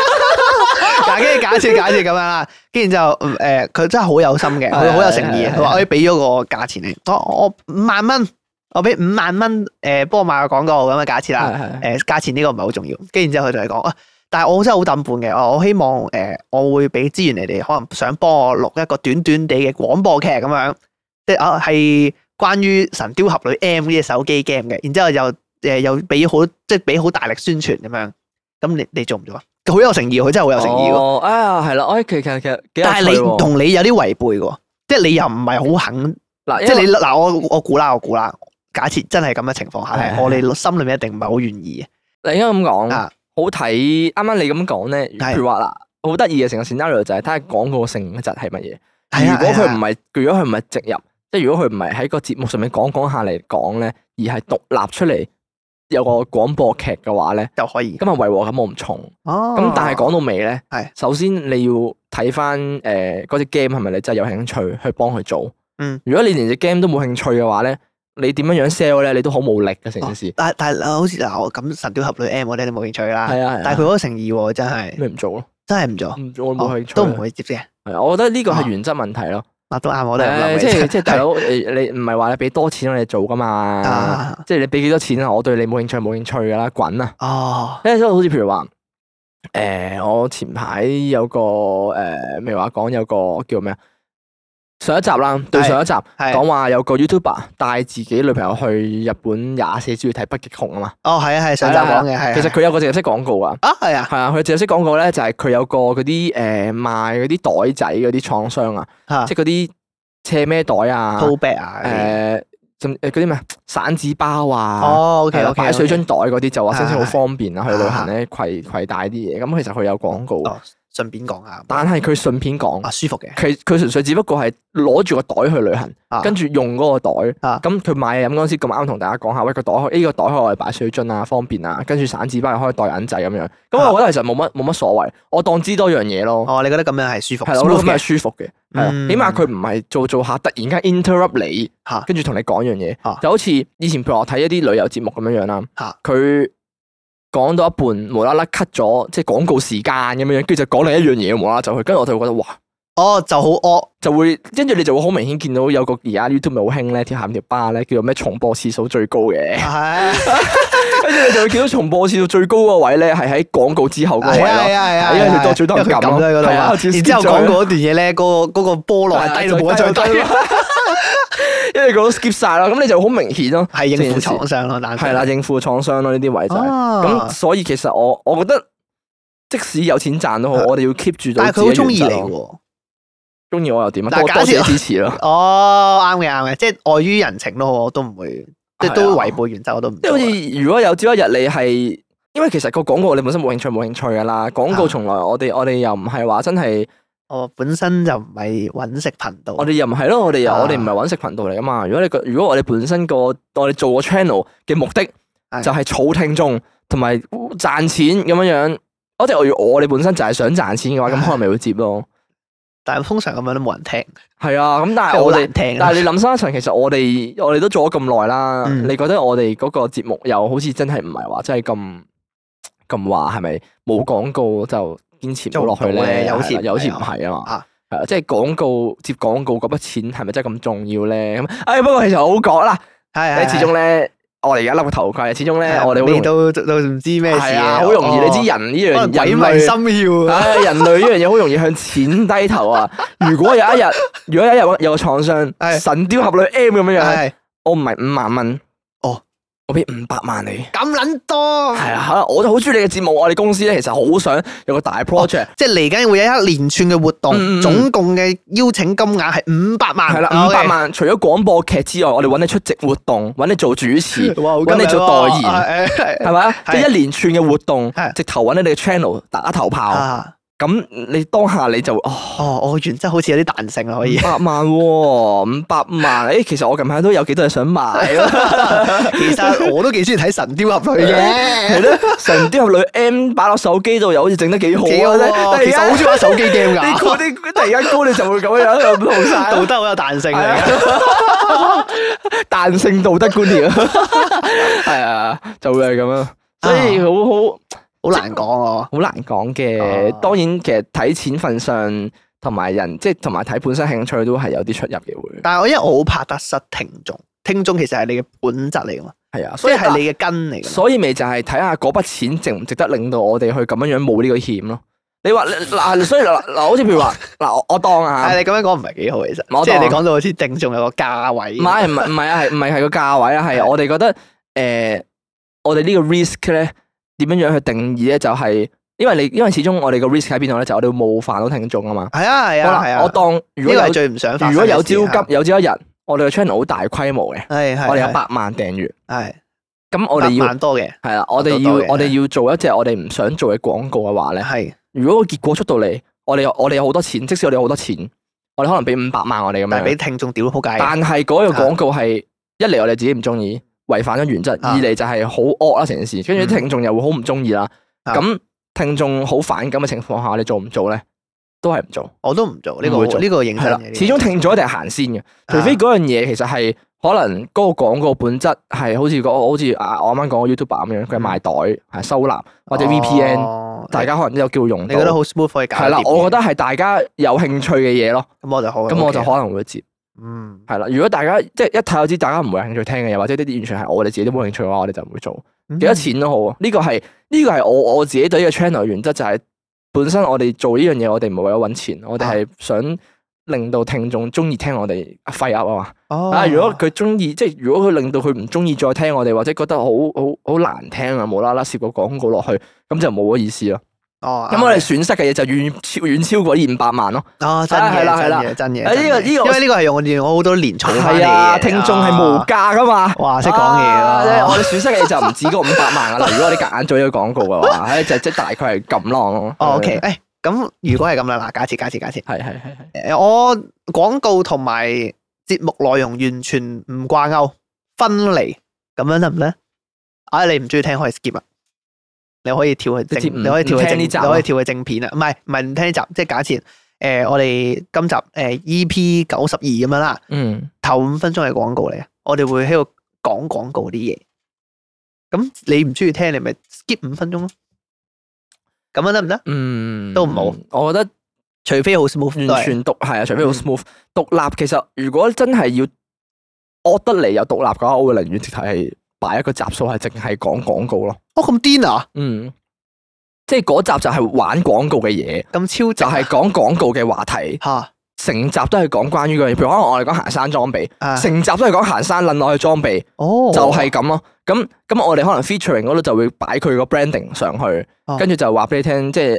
S2: 嗱，跟住假設假設咁樣啦，跟住就誒，呃佢真係好有心嘅，
S1: 係
S2: 佢好有誠意
S1: 係
S2: 嘅。
S1: 係
S2: 佢話：我俾咗個價錢你，我我五萬蚊，我俾五萬蚊誒，幫我買個廣告咁嘅假設啦。
S1: 係
S2: 誒，價錢呢個唔係好重要。跟住之後佢就係講啊，但係我真係好抌本嘅，我我希望誒，我會俾資源你哋，可能想幫我錄一個短短地嘅廣播劇咁樣，即係啊係關於《神雕俠侶 M》呢隻手機 game 嘅。然之後又誒又俾好即係俾好大力宣傳咁樣。咁你你做唔做啊？佢好有誠意，佢真係好有誠意喎。
S1: 哦，哎呀，係啦，哎，其實其實幾有趣喎
S2: 但係你同你有啲違背喎，即係你又唔係好肯，
S1: 嗱，
S2: 即
S1: 因
S2: 係
S1: 為
S2: 你嗱我我估啦，我估啦，假設真係咁嘅情況下
S1: 係
S2: 咧，
S1: 係
S2: 我哋心裏面一定唔係好願意
S1: 你應該咁講，
S2: 嘅啊，
S1: 好睇。啱啱你咁講咧，
S2: 係
S1: 譬如話嗱，好得意嘅成個 scenario 就係睇下廣告性質係乜嘢。
S2: 係啊
S1: 如果
S2: 係啊
S1: 佢唔係，如果佢唔係植入，即係如果佢唔係喺個節目上面講講下嚟講咧，而係獨立出嚟有個廣播劇嘅話咧，
S2: 就可以
S1: 咁啊違和感冇咁重。
S2: 嗯哦。
S1: 咁但係講到尾咧
S2: 係，
S1: 首先你要睇翻誒嗰只 game 係咪你真係有興趣去幫佢做。
S2: 嗯，
S1: 如果你連只 game 都冇興趣嘅話咧，你點樣樣 sell 咧，你都好冇力嘅成件事。
S2: 但係但係啊好似嗱我咁神雕俠侶 M 我哋都冇興趣啦，
S1: 係啊，
S2: 但係佢
S1: 佢
S2: 好有誠意喎，真係
S1: 咩唔做咯？
S2: 真係唔做，
S1: 唔做我冇興趣，
S2: 哦
S1: 啊
S2: 都唔會接嘅，
S1: 係啊。我覺得呢個係原則問題咯。
S2: 嗱都啱，我都係咁
S1: 誒
S2: 諗嘅
S1: 即係即係大
S2: 係
S1: 佬，你你唔係話你俾多錢我哋做噶嘛？
S2: 啊
S1: 即係你俾幾多錢啊？我對你冇興趣，冇興趣噶啦，滾啊！
S2: 哦，
S1: 即係好似譬如話，誒，我前排有個誒，未話講有個叫咩啊？上一集啦，對上一集
S2: 係
S1: 講話有個 YouTuber 帶自己女朋友去日本廿四主要睇北極熊啊嘛。
S2: 哦係啊係上集
S1: 係啦
S2: 講嘅係啊，
S1: 其實佢有個植入式廣告啊。
S2: 啊係啊
S1: 係啊，佢直接識廣告咧，就係佢有個嗰啲誒賣嗰啲袋仔嗰啲廠商啊，
S2: 嚇
S1: 即係嗰啲斜咩袋啊，
S2: ，pull back 啊嗰啲，
S1: 誒甚誒嗰啲咩散紙包啊，
S2: 哦
S1: 係
S2: OK
S1: 啦
S2: OK，
S1: 擺水樽袋嗰啲就話聲稱好
S2: 係係
S1: 方便啊，去旅行
S2: 係
S1: 咧攜攜帶啲嘢，咁其實佢有廣告，
S2: 哦順便講下，
S1: 但係佢順便講
S2: 啊。舒服嘅，
S1: 佢佢純粹只不過係攞住個袋去旅行，
S2: 啊
S1: 跟住用嗰個
S2: 啊
S1: 袋，咁佢買嘢飲嗰陣時咁啱同大家講下，喂個袋可呢個袋可以我哋擺水樽啊，方便啊，跟住散紙包又可以袋銀仔咁樣，
S2: 啊
S1: 咁我覺得其實冇乜冇乜所謂，我當知多樣嘢咯，
S2: 哦，你覺得咁樣係舒服，
S1: 係啦，我覺得
S2: smooth
S1: 咁係
S2: 嘅
S1: 舒服嘅，係啊
S2: 嗯
S1: 起碼佢唔係做做下突然間 interrupt 你
S2: 嚇，
S1: 跟住同你講樣嘢
S2: 嚇，
S1: 就好似以前譬如我睇一啲旅遊節目咁樣樣啦
S2: 嚇，
S1: 佢。講到一半，無啦啦 cut 咗，即係廣告時間咁樣樣，跟住就講另一樣嘢，無啦啦就去，跟住我就會覺得哇，
S2: 哦，就 好惡
S1: 就會跟住你就會好明顯見到有個而家 YouTube 咪好興咧，跳下面條巴咧，叫做咩重播次數最高嘅。
S2: 啊 係
S1: 跟住你就會見到重播次數最高嗰位咧，係喺廣告之後嗰位
S2: 係啊係
S1: 咯。
S2: 啊係啊，
S1: 因為佢多最多人
S2: 因為佢
S1: 撳咯
S2: 喺嗰度
S1: 係啊
S2: 嘛，然
S1: 只
S2: 之後
S1: skip 咗
S2: 講嗰段嘢咧，嗰個嗰個波浪
S1: 啊
S2: 係低到冇得再低，
S1: 啦， 因為佢都 skip 晒啦，咁你就好明顯咯，
S2: 係應付廠商咯，但
S1: 係啦，，應付創傷咯呢啲位就係
S2: 哦
S1: 咁，
S2: 咁
S1: 所以其實我我覺得即使有錢賺都好，
S2: 啊
S1: 我哋要 keep 住到
S2: 但係
S1: 自己
S2: 佢好
S1: 嘅
S2: 中意
S1: 原
S2: 你
S1: 則咯，
S2: 喎，
S1: 中意我又點啊？
S2: 但係
S1: 多
S2: 假
S1: 多
S2: 設
S1: 謝支持 咯，
S2: 哦，啱嘅啱嘅，即係礙於人情咯，我都唔會，即係都
S1: 係啊
S2: 違背原則，我都唔
S1: 即係
S2: 做
S1: 好
S2: 啊，
S1: 似如果有朝一日你係，因為其實個廣告你本身冇興趣冇興趣噶啦，廣告
S2: 啊哦
S1: 從來我哋我哋又唔係話真係，
S2: 我本身就唔係揾食頻道，
S1: 我哋又唔係咯，我哋又
S2: 啊
S1: 我哋唔係揾食頻道嚟噶嘛。如果你個如果我哋本身個我哋做個 channel 嘅目的
S2: 係
S1: 就係儲聽眾同埋賺錢咁樣樣，我哋我要我哋本身就係想賺錢嘅話，咁
S2: 係
S1: 可能咪會接咯。
S2: 但係通常咁樣都冇人聽，
S1: 係啊，咁但
S2: 即
S1: 係
S2: 係好
S1: 我哋
S2: 難。聽
S1: 但
S2: 啊。
S1: 係你諗深一層，其實我哋我哋都做咗咁耐啦，
S2: 嗯
S1: 你覺得我哋嗰個節目又好似真係唔係話真係咁咁話係咪冇廣告就堅持唔到落去
S2: 做唔到
S1: 咧？
S2: 咧又好似
S1: 係啦又好似
S2: 唔
S1: 唔係啊嘛
S2: 啊。
S1: 係啊，即係廣告接廣告嗰筆錢係咪真係咁重要咧？咁，哎，不過其實我好講啦，
S2: 係係
S1: 你始終咧，我哋而家笠個頭盔，始終咧，我哋好容
S2: 未
S1: 易
S2: 到到唔知咩事
S1: 係啊，好容易，你知人呢
S2: 人可能
S1: 樣
S2: 鬼
S1: 人
S2: 迷
S1: 類
S2: 心竅啊，
S1: 唉，人類呢樣嘢好容易向錢低頭 啊！如果有一日，如果有一日有個創傷，
S2: 係
S1: 神雕俠侶 M 咁樣樣，
S2: 係
S1: 我唔係五萬蚊，
S2: 哦，
S1: 我俾五百萬你。
S2: 咁撚多，
S1: 係啊，可能我就好中意你嘅節目，我哋公司咧其實好想有個
S2: 哦
S1: 大 project，
S2: 即係嚟緊會有一連串嘅活
S1: 嗯嗯
S2: 動，
S1: 嗯
S2: 總共嘅邀請金額係五百萬，
S1: 係啦，
S2: 啊
S1: 五百
S2: ，OK
S1: 萬除咗廣播劇之外，我哋揾你出席活動，揾你做主持，
S2: 哇，好
S1: 揾你
S2: 吸引
S1: 做
S2: 喎
S1: 代言
S2: 啊誒係
S1: 係咪啊？即
S2: 係
S1: 係一連串嘅活動
S2: 係，
S1: 直頭揾你哋嘅 channel 打頭炮，
S2: 啊，
S1: 咁你當下你就哦。
S2: 哦，我原則好似有啲彈性啦，可以
S1: 五。百萬喎，五百萬， 誒，其實我近排都有幾多嘢想買喎，
S2: 其實我都幾中意睇神雕俠侶
S1: 係
S2: 嘅，
S1: 咯，神雕俠侶 M 擺落手機度又好似整得幾好啊，
S2: 幾好喎。其實我好中意玩手機 game
S1: 你
S2: 㗎，
S1: 嗰 啲突然間高你就會咁樣，又唔同晒啦
S2: 道德好有彈性
S1: 係啊
S2: 嚟。
S1: 彈性道德觀 念，係啊，就會係咁樣，所以
S2: 啊
S1: 好好
S2: 好難講哦。
S1: 好難講嘅
S2: 啊。
S1: 當然，其實睇錢份上，同埋人即係同埋睇本身興趣都係有啲出入嘅會，
S2: 但係我因為我好怕得失聽眾，聽眾其實係你嘅本質嚟㗎嘛，
S1: 係啊，所
S2: 所以
S1: 以
S2: 係
S1: 係你，
S2: 你嘅根嚟㗎嘛。
S1: 所以咪就係睇下嗰筆錢值唔值得令到我哋去咁樣樣冒呢個險咯。你話嗱，所以嗱嗱，好似譬如 話嗱，我我當啊
S2: 但。係你咁樣講唔係幾好，其實
S1: 我
S2: 即係
S1: 當
S2: 你講到好似定仲有個價位。
S1: 唔係唔 係唔係啊，係唔係係個價位啊？係我哋覺得誒、呃我哋呢個 risk 咧點樣樣去定義咧？就係、因為你因為始終我哋個 risk 喺邊度咧？就我哋會冒犯到聽眾啊嘛。
S2: 係啊係
S1: 好
S2: 啊
S1: 啦
S2: 係啊，
S1: 我當
S2: 呢
S1: 如果
S2: 個係
S1: 有
S2: 最唔想發
S1: 如
S2: 生嘅
S1: 果
S2: 事啊。
S1: 有朝急有朝一日，我哋嘅 channel 好大規模嘅，
S2: 係係
S1: 我哋有
S2: 係
S1: 百萬訂閱，
S2: 係
S1: 咁
S2: 我
S1: 我哋要
S2: 多嘅
S1: 係啦，我哋
S2: 百萬
S1: 要
S2: 多嘅
S1: 我哋要做一隻我哋唔想做嘅廣告嘅話咧，
S2: 係
S1: 如果個結果出到嚟，我哋有我哋有好多錢，即使我哋有好多錢，我哋可能俾五百萬我哋咁
S2: 但係啊
S1: 樣。
S2: 俾聽眾屌到撲街嘅。
S1: 但係嗰個廣告係一嚟我哋自己唔中意，違反咗原則；
S2: 啊嗯
S1: 二嚟就係好惡啦成件事，跟住啲聽眾又會好唔中意啦。
S2: 啊
S1: 咁聽眾好反感嘅情況下，你做唔做咧？都係唔做，
S2: 我都唔做呢
S1: 唔
S2: 個
S1: 會做
S2: 呢啊個認
S1: 係
S2: 真
S1: 啦。
S2: 嘅。
S1: 始終聽眾一定係行先嘅，除非嗰樣嘢其實係可能嗰個廣告本質係好似個好似啊我啱啱講個 YouTuber 咁樣，佢係賣袋係收納或者 VPN，
S2: 嗯哦
S1: 大家可能都有叫用
S2: 你覺得
S1: 到。
S2: 好 smooth 可以搞掂嘅。
S1: 係啦，我覺得係大家有興趣嘅嘢咯，
S2: 咁我就好。
S1: 咁我就
S2: OK
S1: 可能會接。
S2: 嗯
S1: 係啦，如果大家即係一睇就知，大家唔會有興趣聽嘅嘢，或者呢啲完全係我哋自己都冇興趣嘅話，我哋就唔會做。
S2: 嗯
S1: 幾多？錢都好啊，呢個係呢個係我我自己對呢個 channel 嘅原則就係本身我哋做呢樣嘢，我哋唔係為咗揾錢，我哋
S2: 啊
S1: 係想令到聽眾中意聽我哋廢噏啊
S2: 哦
S1: 嘛。啊，如果佢中意，即係如果佢令到佢唔中意再聽我哋，或者覺得好好好難聽啊，無啦啦攝個廣告落去，咁就冇咗意思咯。
S2: 哦，
S1: 咁我哋損失嘅嘢就遠超遠超過呢五百萬咯。
S2: 哦真
S1: 啊係
S2: 嘅
S1: 啦係
S2: 真
S1: 啦
S2: 嘅真嘅，
S1: 啊呢個
S2: 真嘅
S1: 呢個
S2: 因為呢個係用我哋我好多年儲翻嚟
S1: 係
S2: 嘅
S1: 啊，
S2: 嘢
S1: 聽眾係無
S2: 啊
S1: 價噶嘛。
S2: 哇，識講嘢哦
S1: 啊即係
S2: 啦
S1: 我。哋損失嘅就唔止嗰五百 萬噶啦。如果我哋夾硬做呢個廣告嘅話，唉就即係大概係咁咯。
S2: 哦，OK，誒，咁如果係咁啦，嗱，假設假設假設，
S1: 係係係係
S2: 誒，我廣告同埋節目內容完全唔掛鈎，分離咁樣得唔得？啊，你唔中意聽可以 skip 啊，你可以跳去
S1: 直接唔
S2: 正，你可以跳去
S1: 唔聽
S2: 正，
S1: 呢
S2: 你
S1: 集啊
S2: 可以跳去正片啊，唔係唔係唔聽呢集，即係假設誒，我哋今集誒 EP 九十二咁樣啦。
S1: 嗯，
S2: 頭五分鐘係廣告嚟嘅，我哋會喺度講廣告啲嘢。咁你唔中意聽，你咪 skip 五分鐘咯。咁樣得唔得？
S1: 嗯
S2: 都唔好。嗯
S1: 我覺得
S2: 除非好 smooth，
S1: 完全獨係啊，除非好 smooth 獨立。其實如果真係要惡得嚟又獨立嘅話，我會寧願直頭係擺一個集數係淨係講廣告咯。
S2: 哦咁癲啊，
S1: 嗯，即係嗰集就係玩廣告嘅嘢，
S2: 咁超
S1: 就
S2: 值啊
S1: 係講廣告嘅話題，
S2: 嚇
S1: 成集都係講關於嗰樣嘢。譬如可能我哋講行山裝備，
S2: 啊
S1: 成集都係講行山撚落去裝備。
S2: 哦，
S1: 就係咁咯。咁咁我哋可能 featuring 嗰度就會擺佢個 branding 上去
S2: 哦，
S1: 跟住就話俾你聽，即係誒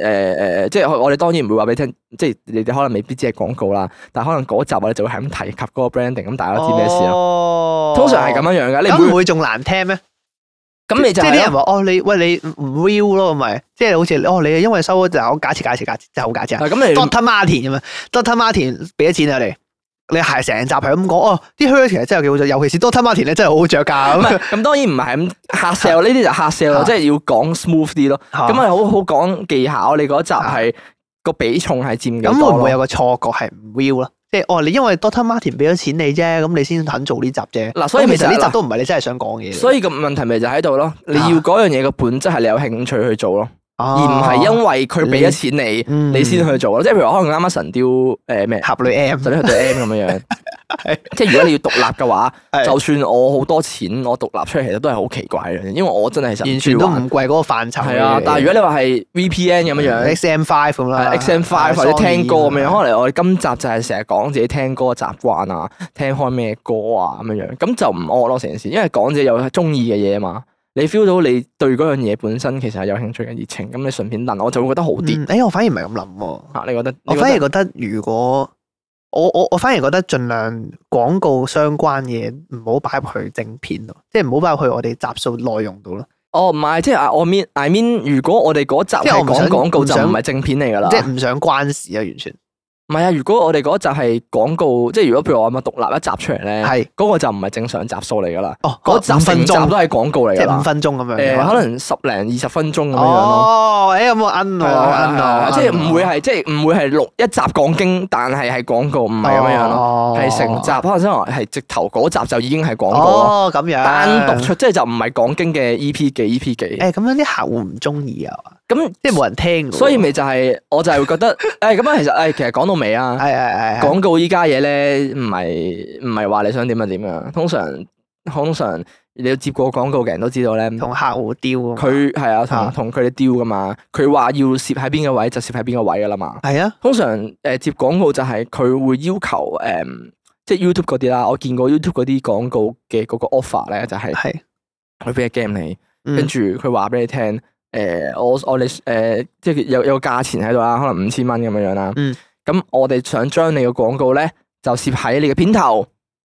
S1: 誒，即係我我哋當然唔會話俾你聽，即係你哋可能未必知係廣告啦，但係可能嗰集我哋就會係咁提及嗰個 branding，咁大家知咩事咯。
S2: 咯
S1: 通常係咁。樣樣嘅，
S2: 哦咁
S1: 你
S2: 唔
S1: 會
S2: 會仲難聽咩？
S1: 咁你
S2: 即
S1: 就
S2: 係啲
S1: 係
S2: 人
S1: 咯
S2: 話哦，你喂你唔 real 咯，咪即係好似哦，你因為收咗就我假設假設假設，真係好假設啊
S1: 嗱咁你
S2: Doctor Martin 咁啊，Doctor Martin 俾咗錢啊你，你係成集係咁講哦，啲靴其實真係幾好着，尤其是 Doctor Martin 咧真係好好着㗎
S1: 唔
S2: 咁。
S1: 係咁當然唔係咁黑 sell，呢啲就黑 sell 咯，
S2: 啊
S1: 即係要講 smooth 啲咯。咁啊
S2: 咁
S1: 係
S2: 啊
S1: 好好講技巧，你嗰集係個比重係佔幾多
S2: 咁會唔會有
S1: 咯？
S2: 個錯覺係唔 real 啦？即係哦，你因為 Doctor Martin 俾咗錢你啫，咁你先肯做呢集啫。
S1: 嗱所以
S2: 咁
S1: 咪
S2: 其
S1: 就
S2: 實
S1: 係
S2: 呢
S1: 啦
S2: 集都唔係你真係想講嘅嘢嚟，
S1: 所以個問題咪就喺度咯，你要
S2: 啊
S1: 嗰樣嘢嘅本質係你有興趣去做咯。
S2: 哦
S1: 而唔係因為佢俾咗錢你，
S2: 因
S1: 你先去做咯。即係譬如可能啱啱神雕誒咩
S2: 合女 M
S1: 神雕俠對 M 咁樣樣，即係如果你要獨立嘅話，
S2: 係
S1: 就算我好多錢，我獨立出嚟其實都係好奇怪嘅，因為我真係其實
S2: 完全都唔貴嗰個範疇嚟嘅。
S1: 係啊。但係如果你話係 VPN 咁樣樣。
S2: XM Five 咁啦
S1: 係 XM 啊 Five
S2: 係
S1: 或者聽歌
S2: 啊 Sony 啊
S1: 咁樣，可能我哋今集就係成日講自己聽歌嘅習慣啊，聽開咩歌啊咁樣樣，咁就唔惡咯成件事，因為講自己有中意嘅嘢嘛，你 feel 到你對嗰樣嘢本身其實係有興趣嘅熱情，咁你順便諗，我就會覺得好啲
S2: 嗯，誒，我反而唔係咁諗喎。
S1: 嚇、你覺得？
S2: 我
S1: 你覺
S2: 反而
S1: 得
S2: 覺得，如果我我我反而覺得盡量廣告相關嘢唔好擺入去正片度，即係唔好擺入去我哋集數內容度咯。
S1: 哦唔係，即係啊我 mean I mean，如果我哋嗰集
S2: 即係
S1: 係
S2: 我唔
S1: 講
S2: 想
S1: 廣告就
S2: 唔想
S1: 唔係正片嚟㗎啦
S2: 即。係唔想關事啊，完全
S1: 唔係啊，如果我哋嗰集係廣告，即係如果譬如我咪獨立一集出嚟咧，
S2: 係
S1: 嗰個就唔係正常集數嚟㗎啦。
S2: 哦，
S1: 嗰
S2: 嗰
S1: 集
S2: 五分
S1: 成集
S2: 鐘
S1: 都係廣告嚟
S2: 即
S1: 㗎
S2: 係五
S1: 啦。
S2: 分鐘咁樣嘅。
S1: 誒，可能十零二十分鐘咁樣樣咯。
S2: 哦，誒有冇摁我
S1: 係啊係
S2: 摁哦
S1: 啊
S2: 我，
S1: 即係唔會
S2: 係
S1: 係即係唔會係錄一集講經，但係係廣告，唔
S2: 哦
S1: 係咁樣樣咯，
S2: 咯
S1: 係成集可能真係係直頭嗰集就已經係廣告咯，
S2: 哦咁樣
S1: 單獨出即係就唔係講經嘅 EP 幾 EP 幾，
S2: 誒咁樣啲客戶唔中意啊，
S1: 咁
S2: 即係冇人聽㗎喎。
S1: 所以咪就係我就係會覺得誒咁樣其實誒其實講到尾啊。
S2: 係係係係
S1: 廣告依家嘢咧，唔係唔係話你想點就點樣，通常通常你有接過廣告嘅人都知道咧，
S2: 同客戶丟啊嘛。
S1: 佢係啊
S2: 啊
S1: 同同佢哋丟噶嘛，佢話要攝喺邊個位就攝喺邊個位噶啦嘛。
S2: 係啊，
S1: 通常誒、呃接廣告就係佢會要求誒、嗯即係 YouTube 嗰啲啦，我見過 YouTube 嗰啲廣告嘅嗰個 offer 咧，就係
S2: 係
S1: 佢俾個 game 你，
S2: 嗯
S1: 跟住佢話俾你聽，誒、我我哋誒、呃即係有有個價錢喺度啦，可能五千蚊咁樣樣啦。
S2: 嗯
S1: 咁我哋想將你個廣告咧就攝喺你嘅片頭五、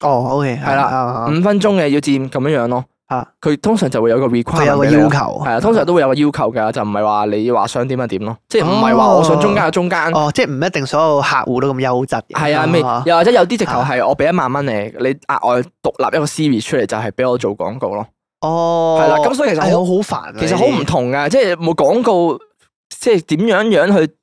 S2: 哦，OK，
S1: 係啦
S2: 啊啊
S1: 分鐘嘅要佔咁樣樣咯。
S2: 啊
S1: 佢通常就會有個 requirement，
S2: 佢有個
S1: 俾你
S2: 要
S1: 咯
S2: 求，
S1: 係
S2: 係
S1: 啊，通常都會有個要求㗎，就唔係話你話想點就點咯，即係唔係話我想中間就中間。
S2: 哦，即係唔一定所有客戶都咁優質嘅，
S1: 係啊，咪
S2: 哦
S1: 又或者有啲直頭係我俾一萬蚊你，你額外獨立一個 series 出嚟就係俾我做廣告咯。
S2: 哦，
S1: 係啦，咁所以其實
S2: 係好
S1: 好
S2: 好煩啊，
S1: 其實好唔
S2: 呢啲
S1: 同噶，即係冇廣告，即係點樣樣去
S2: 哦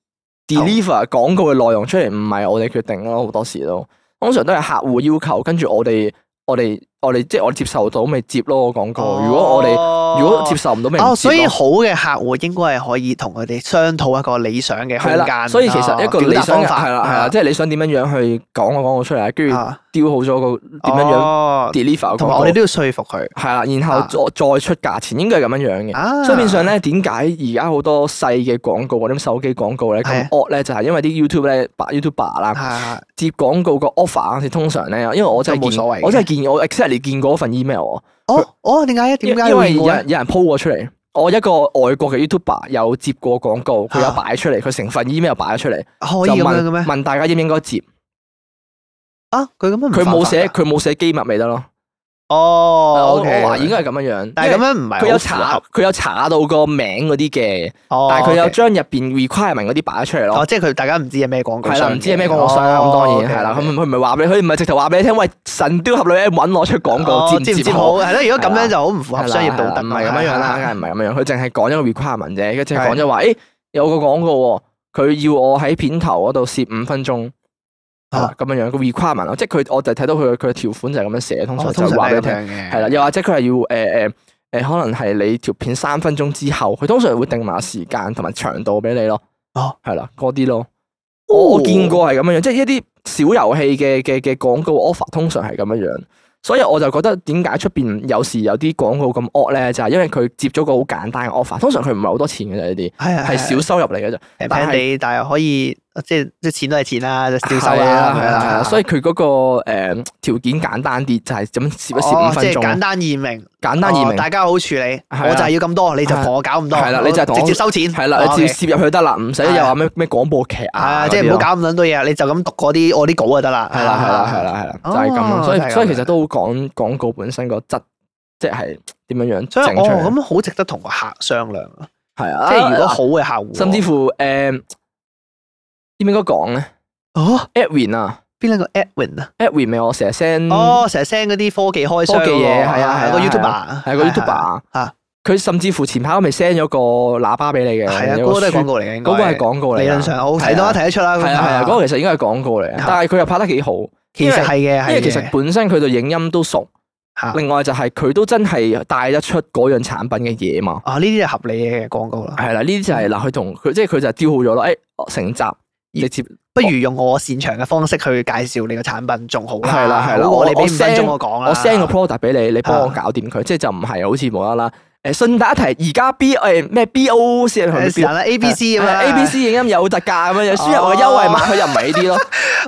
S1: deliver 廣告嘅內容出嚟，唔係我哋決定咯，好多時都通常都係客戶要求，跟住我哋我哋我哋即係我接受到咪接咯個廣告。如果我哋
S2: 哋
S1: 如果接受唔到咪唔
S2: 哦，所以
S1: 接咯。
S2: 好嘅客戶應該係可以同佢哋商討一個理想嘅空
S1: 係啦，
S2: 間，
S1: 所以其實一個
S2: 哦
S1: 理
S2: 表達
S1: 想
S2: 方
S1: 嘅
S2: 法
S1: 係啦係啦，即係你想點樣樣去講個廣告出嚟，跟住
S2: 啊
S1: 雕好咗個點樣樣
S2: 樣
S1: deliver 個
S2: 同
S1: 廣
S2: 埋
S1: 告
S2: 我哋。都要說服佢
S1: 係啦，然後
S2: 啊
S1: 再再出價錢，應該係咁樣樣嘅。
S2: 啊，
S1: 所以變相咧，點解而家好多細嘅廣告嗰啲手機廣告咧
S2: 係啊
S1: 咁惡咧，就係因為啲 YouTube 咧，白 YouTuber 啦，
S2: 係
S1: 接廣告個 offer 嗰時，通常咧，因為我真
S2: 都
S1: 係
S2: 冇
S1: 見，
S2: 所謂嘅
S1: 我真係見我 exactly 見過嗰份 email 喎
S2: 哦哦，點解
S1: 因
S2: 點解
S1: 因為
S2: 會
S1: 有
S2: 咁
S1: 人有人 po 過出嚟，我一個外國嘅 YouTuber 有接過廣告，
S2: 啊
S1: 佢有擺出嚟，佢成份 email 擺咗出嚟，
S2: 哦可
S1: 就
S2: 以咁樣嘅
S1: 問
S2: 咩？
S1: 問大家應唔應該接，
S2: 啊，佢咁樣唔
S1: 佢冇
S2: 犯法
S1: 寫
S2: 㗎
S1: 佢冇寫機密咪得咯，我
S2: 哦
S1: 我
S2: ，OK，
S1: 懷疑應該係咁樣樣，
S2: 但係咁樣唔係
S1: 佢有
S2: 好符
S1: 查
S2: 合，
S1: 佢有查到個名嗰啲嘅，
S2: 哦
S1: 但係佢有
S2: OK
S1: 將入邊 requirement 嗰啲擺咗出嚟咯
S2: 哦，。即係佢大家唔知係咩廣告
S1: 係啦，
S2: 商嘅，
S1: 唔知係咩廣告商啦，咁當然係啦，
S2: 哦
S1: 佢
S2: ，OK，OK
S1: 唔佢唔係話俾你，佢唔係直頭話俾你聽，喂，神雕俠侶 M 揾我出廣告，
S2: 哦
S1: 接唔接
S2: 好？
S1: 好？啊
S2: 係咯，如果咁
S1: 係啦
S2: 樣就好唔符合商業道德，啊
S1: 唔係咁樣樣啦，梗係唔係咁樣樣，佢淨係講咗個 requirement 啫，佢淨係
S2: 係
S1: 講咗話，誒有個廣告喎，佢要我喺片頭嗰度攝五分鐘。
S2: 啊
S1: 係啦咁樣樣個 requirement 咯，即係佢我就睇到佢佢嘅條款就係咁樣寫，通常就
S2: 哦通常
S1: 係
S2: 都
S1: 話俾你
S2: 係咁
S1: 聽，
S2: 樣嘅，
S1: 係啦，又或者佢係要誒誒誒，可能係你條片三分鐘之後，佢通常會定埋時間同埋長度俾你咯。
S2: 哦，
S1: 係啦，嗰啲咯。哦我我見過係咁樣樣，即係一啲小遊戲嘅嘅嘅廣告 offer 通常係咁樣樣，所以我就覺得點解出邊有時有啲廣告咁惡咧，就係、因為佢接咗個好簡單嘅 offer，通常佢唔係好多錢嘅啫，呢啲
S2: 係啊
S1: 係小收入嚟嘅啫，但
S2: 平平
S1: 係
S2: 地，但係可以即係即係錢都係啊錢啦，就少收
S1: 係啊
S2: 啦，
S1: 係啦，係啦，所以佢嗰、個誒、呃、條件簡單啲，就係咁攝一攝
S2: 哦
S1: 五
S2: 即
S1: 分
S2: 係簡
S1: 鐘，
S2: 單易明，
S1: 簡單易
S2: 哦
S1: 明，
S2: 大家好處理，
S1: 啊
S2: 我就係要咁多，你就同我搞咁多，
S1: 係啦你就係同我
S2: 直接收錢，
S1: 係啦，你
S2: 哦
S1: 直接
S2: OK
S1: 攝
S2: 啊
S1: 入去得啦，唔使又話咩咩廣播劇
S2: 係啊，
S1: 啊，
S2: 即係唔好搞咁撚多嘢，你就咁讀嗰啲我啲稿就得啦，
S1: 係啦，係啦，係啦，係啦，就
S2: 哦
S1: 係咁咯。所
S2: 就係
S1: 以
S2: 咁
S1: 所以其實都好講廣告本身個質，即係點樣樣
S2: 所以
S1: 整
S2: 哦
S1: 出嚟。
S2: 咁好值得同個客商量啊，
S1: 係
S2: 即
S1: 啊，
S2: 係如果好嘅客戶，
S1: 甚至乎誒，應唔應該講咧
S2: 哦
S1: ？Edwin 啊
S2: 邊一個 Edwin 啊？
S1: ，Edwin 咪我成日 send
S2: 哦，成日 send 嗰啲科技開
S1: 嗯
S2: 箱
S1: 科技嘢
S2: 嗰個
S1: 係啊係啊
S2: 個
S1: 係啊
S2: YouTuber，
S1: 係個 YouTuber
S2: 啊
S1: 佢甚至乎前排我咪 send 咗個喇叭俾你嘅，
S2: 係啊，
S1: 有
S2: 嗰個都係
S1: 書
S2: 廣，告嚟嘅，應該
S1: 嗰個係廣告嚟㗎。
S2: 理論上我
S1: 係啊
S2: 睇到一睇得出啦，
S1: 係啊係啊，嗰個其實應該係廣告嚟嘅
S2: 啊，
S1: 但係佢又拍得幾好，
S2: 其實係嘅，
S1: 因
S2: 係
S1: 為
S2: 嘅
S1: 其實本身佢對影音都熟，
S2: 嚇
S1: 另外就係佢都真係帶得出嗰樣產品嘅嘢嘛。
S2: 哦啊呢啲係合理嘅廣告啦，
S1: 係啦，呢啲就係嗱，佢同佢即係佢就係雕好咗咯。誒、成集你接
S2: 不如用我擅長嘅方式去介紹你個產品仲好啦。
S1: 係啦係啦
S2: 好過
S1: 我
S2: 你俾
S1: 我
S2: 五分
S1: send-
S2: 鐘我講啦。
S1: 我 send 個 product 俾你，你幫我
S2: 啊
S1: 搞掂佢，即係就唔係好似無啦啦。誒，順帶一提，而家 B 啊誒咩 BO 先係
S2: 誒是但啦，A B C 啊咁哦樣
S1: A B C 影音有特價咁樣，有輸入我嘅優惠碼，佢又唔係呢啲 咯。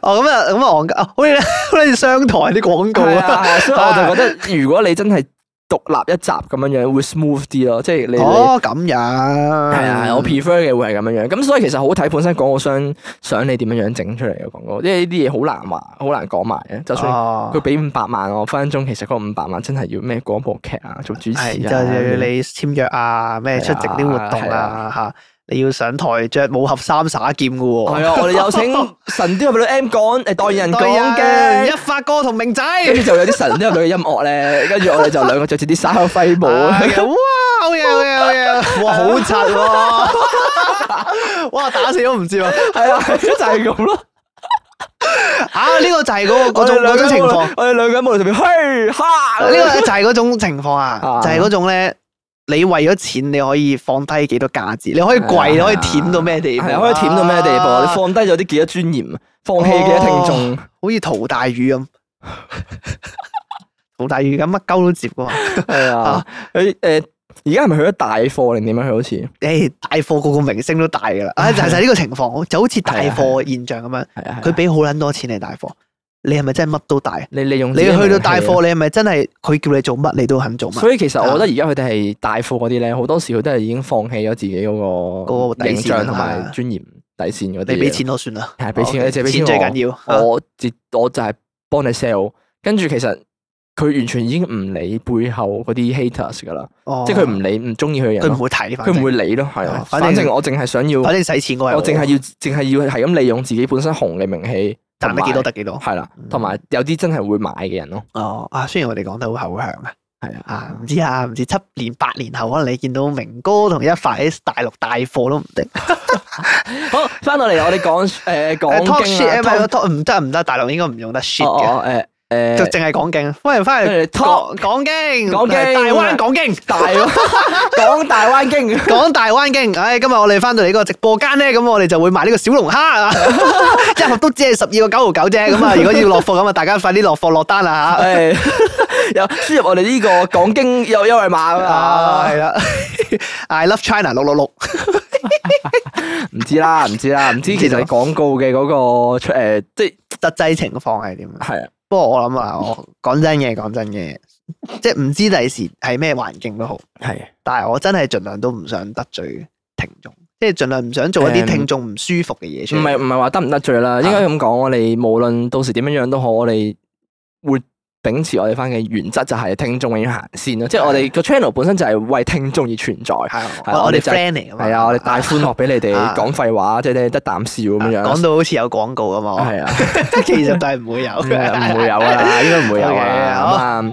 S2: 哦咁啊咁啊，我哦好似咧好似商台啲廣告
S1: 係
S2: 啊。
S1: 啊，係啊所以我就覺得如果你真係獨立一集咁樣樣，會 smooth 啲咯，即係你你。
S2: 哦咁樣。哦係
S1: 係啊，係我 prefer 嘅會係咁樣樣，咁所以其實好睇本身廣告商想你點樣樣整出嚟嘅廣告，因為呢啲嘢好難話，好難講埋嘅。就算
S2: 哦
S1: 佢俾五百萬我，分分鐘其實嗰五百萬真係要咩廣播劇啊，做主持啊，
S2: 係就係要你簽約啊，咩出席啲活動
S1: 係
S2: 啊
S1: 啊
S2: 嚇，你要上台着武俠三耍劍嘅喎。
S1: 係啊，我哋 有請神雕俠侶 M 講誒代言人
S2: 對啊
S1: 講
S2: 一
S1: 嘅。
S2: 發哥同明仔。
S1: 跟住就有啲神雕俠侶嘅音樂咧，跟住我哋就兩個着住啲衫揮 舞，
S2: 啊哇！好 嘢，好嘢，好嘢！哇，好柒 喎！哇，打死都唔知喎！
S1: 係啊，就係咁咯。
S2: 啊，呢個就係嗰個嗰
S1: 我
S2: 種
S1: 哋兩個
S2: 嗰種
S1: 喺
S2: 情
S1: 舞
S2: 況，
S1: 台
S2: 呢
S1: 我哋兩個喺舞台上面，嘿哈
S2: 個
S1: 咁樣
S2: 就係嗰種情況啊
S1: 啊，
S2: 就係嗰種咧，你為咗錢你可以放低幾多價值，你可以
S1: 係啊
S2: 跪，你可以舔到咩地步，
S1: 係啊可以舔到咩地步啊？你放低咗啲幾多尊嚴，放棄幾多聽眾，
S2: 好似陶大宇咁， 陶大宇咁乜鳩都接 噶嘛，
S1: 係啊
S2: 啊！
S1: 佢誒而家係咪去咗大貨定點樣？佢好似
S2: 誒大貨個個明星都大噶啦，啊就係就係呢個情況，就好似大貨現象咁樣，
S1: 係啊，係
S2: 佢
S1: 啊
S2: 俾好撚多錢你大貨，你係咪真係乜都大？
S1: 你利用
S2: 你
S1: 自己嘅
S2: 去到
S1: 名氣
S2: 大貨，你係咪真係佢叫你做乜你都肯做乜？
S1: 啊所以其實我覺得而家佢哋係大貨嗰啲咧，好多時佢都係已經放棄咗自己
S2: 啊嗰
S1: 嗰
S2: 個
S1: 個
S2: 底線
S1: 形象同
S2: 啊
S1: 埋尊嚴底線嗰啲嘢。
S2: 你俾錢我算啦，
S1: 係俾錢，
S2: OK，
S1: 你借俾錢
S2: 錢最
S1: 我
S2: 緊要。啊
S1: 我接我就係幫你 sell，跟住其實佢完全已經唔理背後嗰啲 haters 噶啦，
S2: 哦
S1: 即係佢唔理唔中意佢嘅人
S2: 佢唔
S1: 咯，
S2: 會睇，
S1: 佢唔會理咯，係啊，
S2: 啊反正
S1: 反正我淨係想要，我
S2: 反正使錢我係
S1: 淨係要淨係要係咁利用自己本身紅嘅名氣，
S2: 賺得幾多得幾多。
S1: 係啦
S2: 嗯，
S1: 同埋有啲真係會買嘅人咯，
S2: 哦啊，雖然我哋講得好口向啊，
S1: 係
S2: 啊
S1: 啊，
S2: 唔知啊，唔知七年八年後可能你見到明哥同一發喺大陸大貨都唔定。
S1: 好，翻到嚟我哋講誒
S2: 誒 talk
S1: 講
S2: shit 啊
S1: 經
S2: 嘛
S1: 啦，
S2: ，talk 唔得唔得，大陸應該唔用得 shit
S1: 哦
S2: 嘅，
S1: 哦誒誒
S2: 就淨係講經。啊歡迎翻嚟
S1: 誒 talk
S2: 講經，
S1: 講經
S2: 大灣講 經。
S1: 大喎講大灣經。
S2: 講大灣經，唉、今日我哋翻到嚟呢個直播間咧，咁我哋就會賣呢個小龍蝦啊，一盒都只係十二個九毫九啫，咁啊，如果要落貨咁啊，大家快啲落貨落單啦
S1: 诶， 有輸入我哋呢個港經有優惠碼
S2: 吓，
S1: 啊
S2: 啊
S1: 嘛
S2: 係，啦 ，I love China 六六六，
S1: 唔知啦，唔知啦，唔知其實廣告嘅嗰個出诶，即係
S2: 實際情況係點啊？
S1: 係啊，
S2: 不過我諗啊，我講真嘅，講真嘅，即係唔知第時係咩環境都好，
S1: 係啊
S2: 但係我真係盡量都唔想得罪聽眾，即係盡量唔想做一
S1: 嗯
S2: 啲聽眾唔舒服嘅嘢出
S1: 唔
S2: 嚟。
S1: 係唔係話得唔得罪啦？應該咁講，我哋無論到時點樣樣都好，我哋會秉持我哋翻嘅原則，就係聽眾永遠行先咯。即係啊我哋個 channel 本身就係為聽眾而存在。
S2: 係啊
S1: 係啊
S2: 我我哋
S1: 我哋就係
S2: friend 嚟噶嘛，
S1: 係啊，我哋帶歡樂俾你哋
S2: 啊
S1: 講廢話，即係你得啖笑咁樣
S2: 講
S1: 樣。
S2: 到好似有廣告咁嘛。
S1: 係嗯啊。
S2: 其實都係唔 會有
S1: 唔
S2: 嘅，
S1: 會有㗎啦，應該唔會有㗎
S2: OK，
S1: 啦。
S2: 好
S1: 咁啊，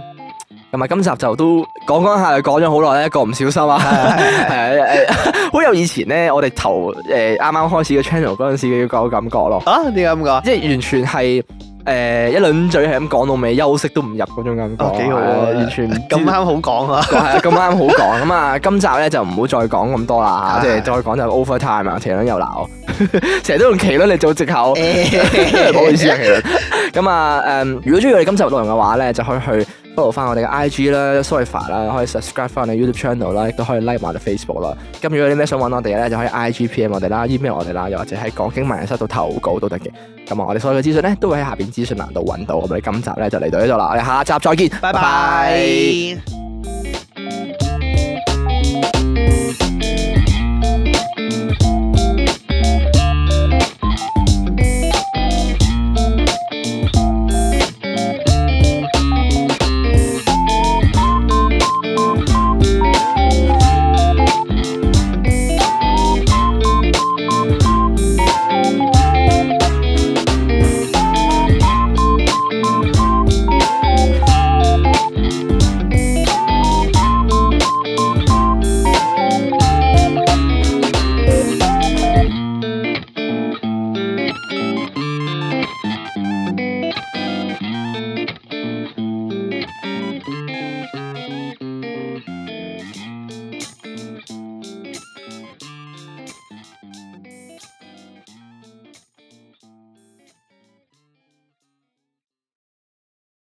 S1: 咁啊，今集就都講講下，又講咗好耐咧，一個唔小心啊，係係係 好有以前咧，我哋頭誒啱啱開始嘅 channel 嗰陣時嘅嗰個感覺咯，
S2: 啊？點解咁講？
S1: 即係完全係誒一輪嘴係咁講到尾，休息都唔入嗰種感覺，
S2: 哦，幾好
S1: 係
S2: 啊！
S1: 完全唔知
S2: 咁啱好講啊！
S1: 係啊，咁啱好講咁啊！今集咧就唔好再講咁多啦
S2: 係，
S1: 即係再講就 over time 啊，麒麟又鬧， 成日都用麒麟嚟做藉口，
S2: 誒
S1: 唔好意思啊，麒麟。咁啊，誒，如果中意我哋今集內容嘅話咧，就可以去 follow 翻我哋嘅 IG 啦、s o r r y f a 啦，可以 subscribe 翻我哋 YouTube channel 啦，亦都可以 like 埋我哋 Facebook 啦。咁如果有啲咩想揾我哋咧，就可以 IG PM 我哋啦、email 我哋啦，又或者喺講經萬人室度投稿都得嘅。咁啊，我哋所有嘅資訊咧都會喺下邊資訊欄度揾到。咁我哋今集咧就嚟到呢度啦，我哋下集再見，
S2: 拜拜。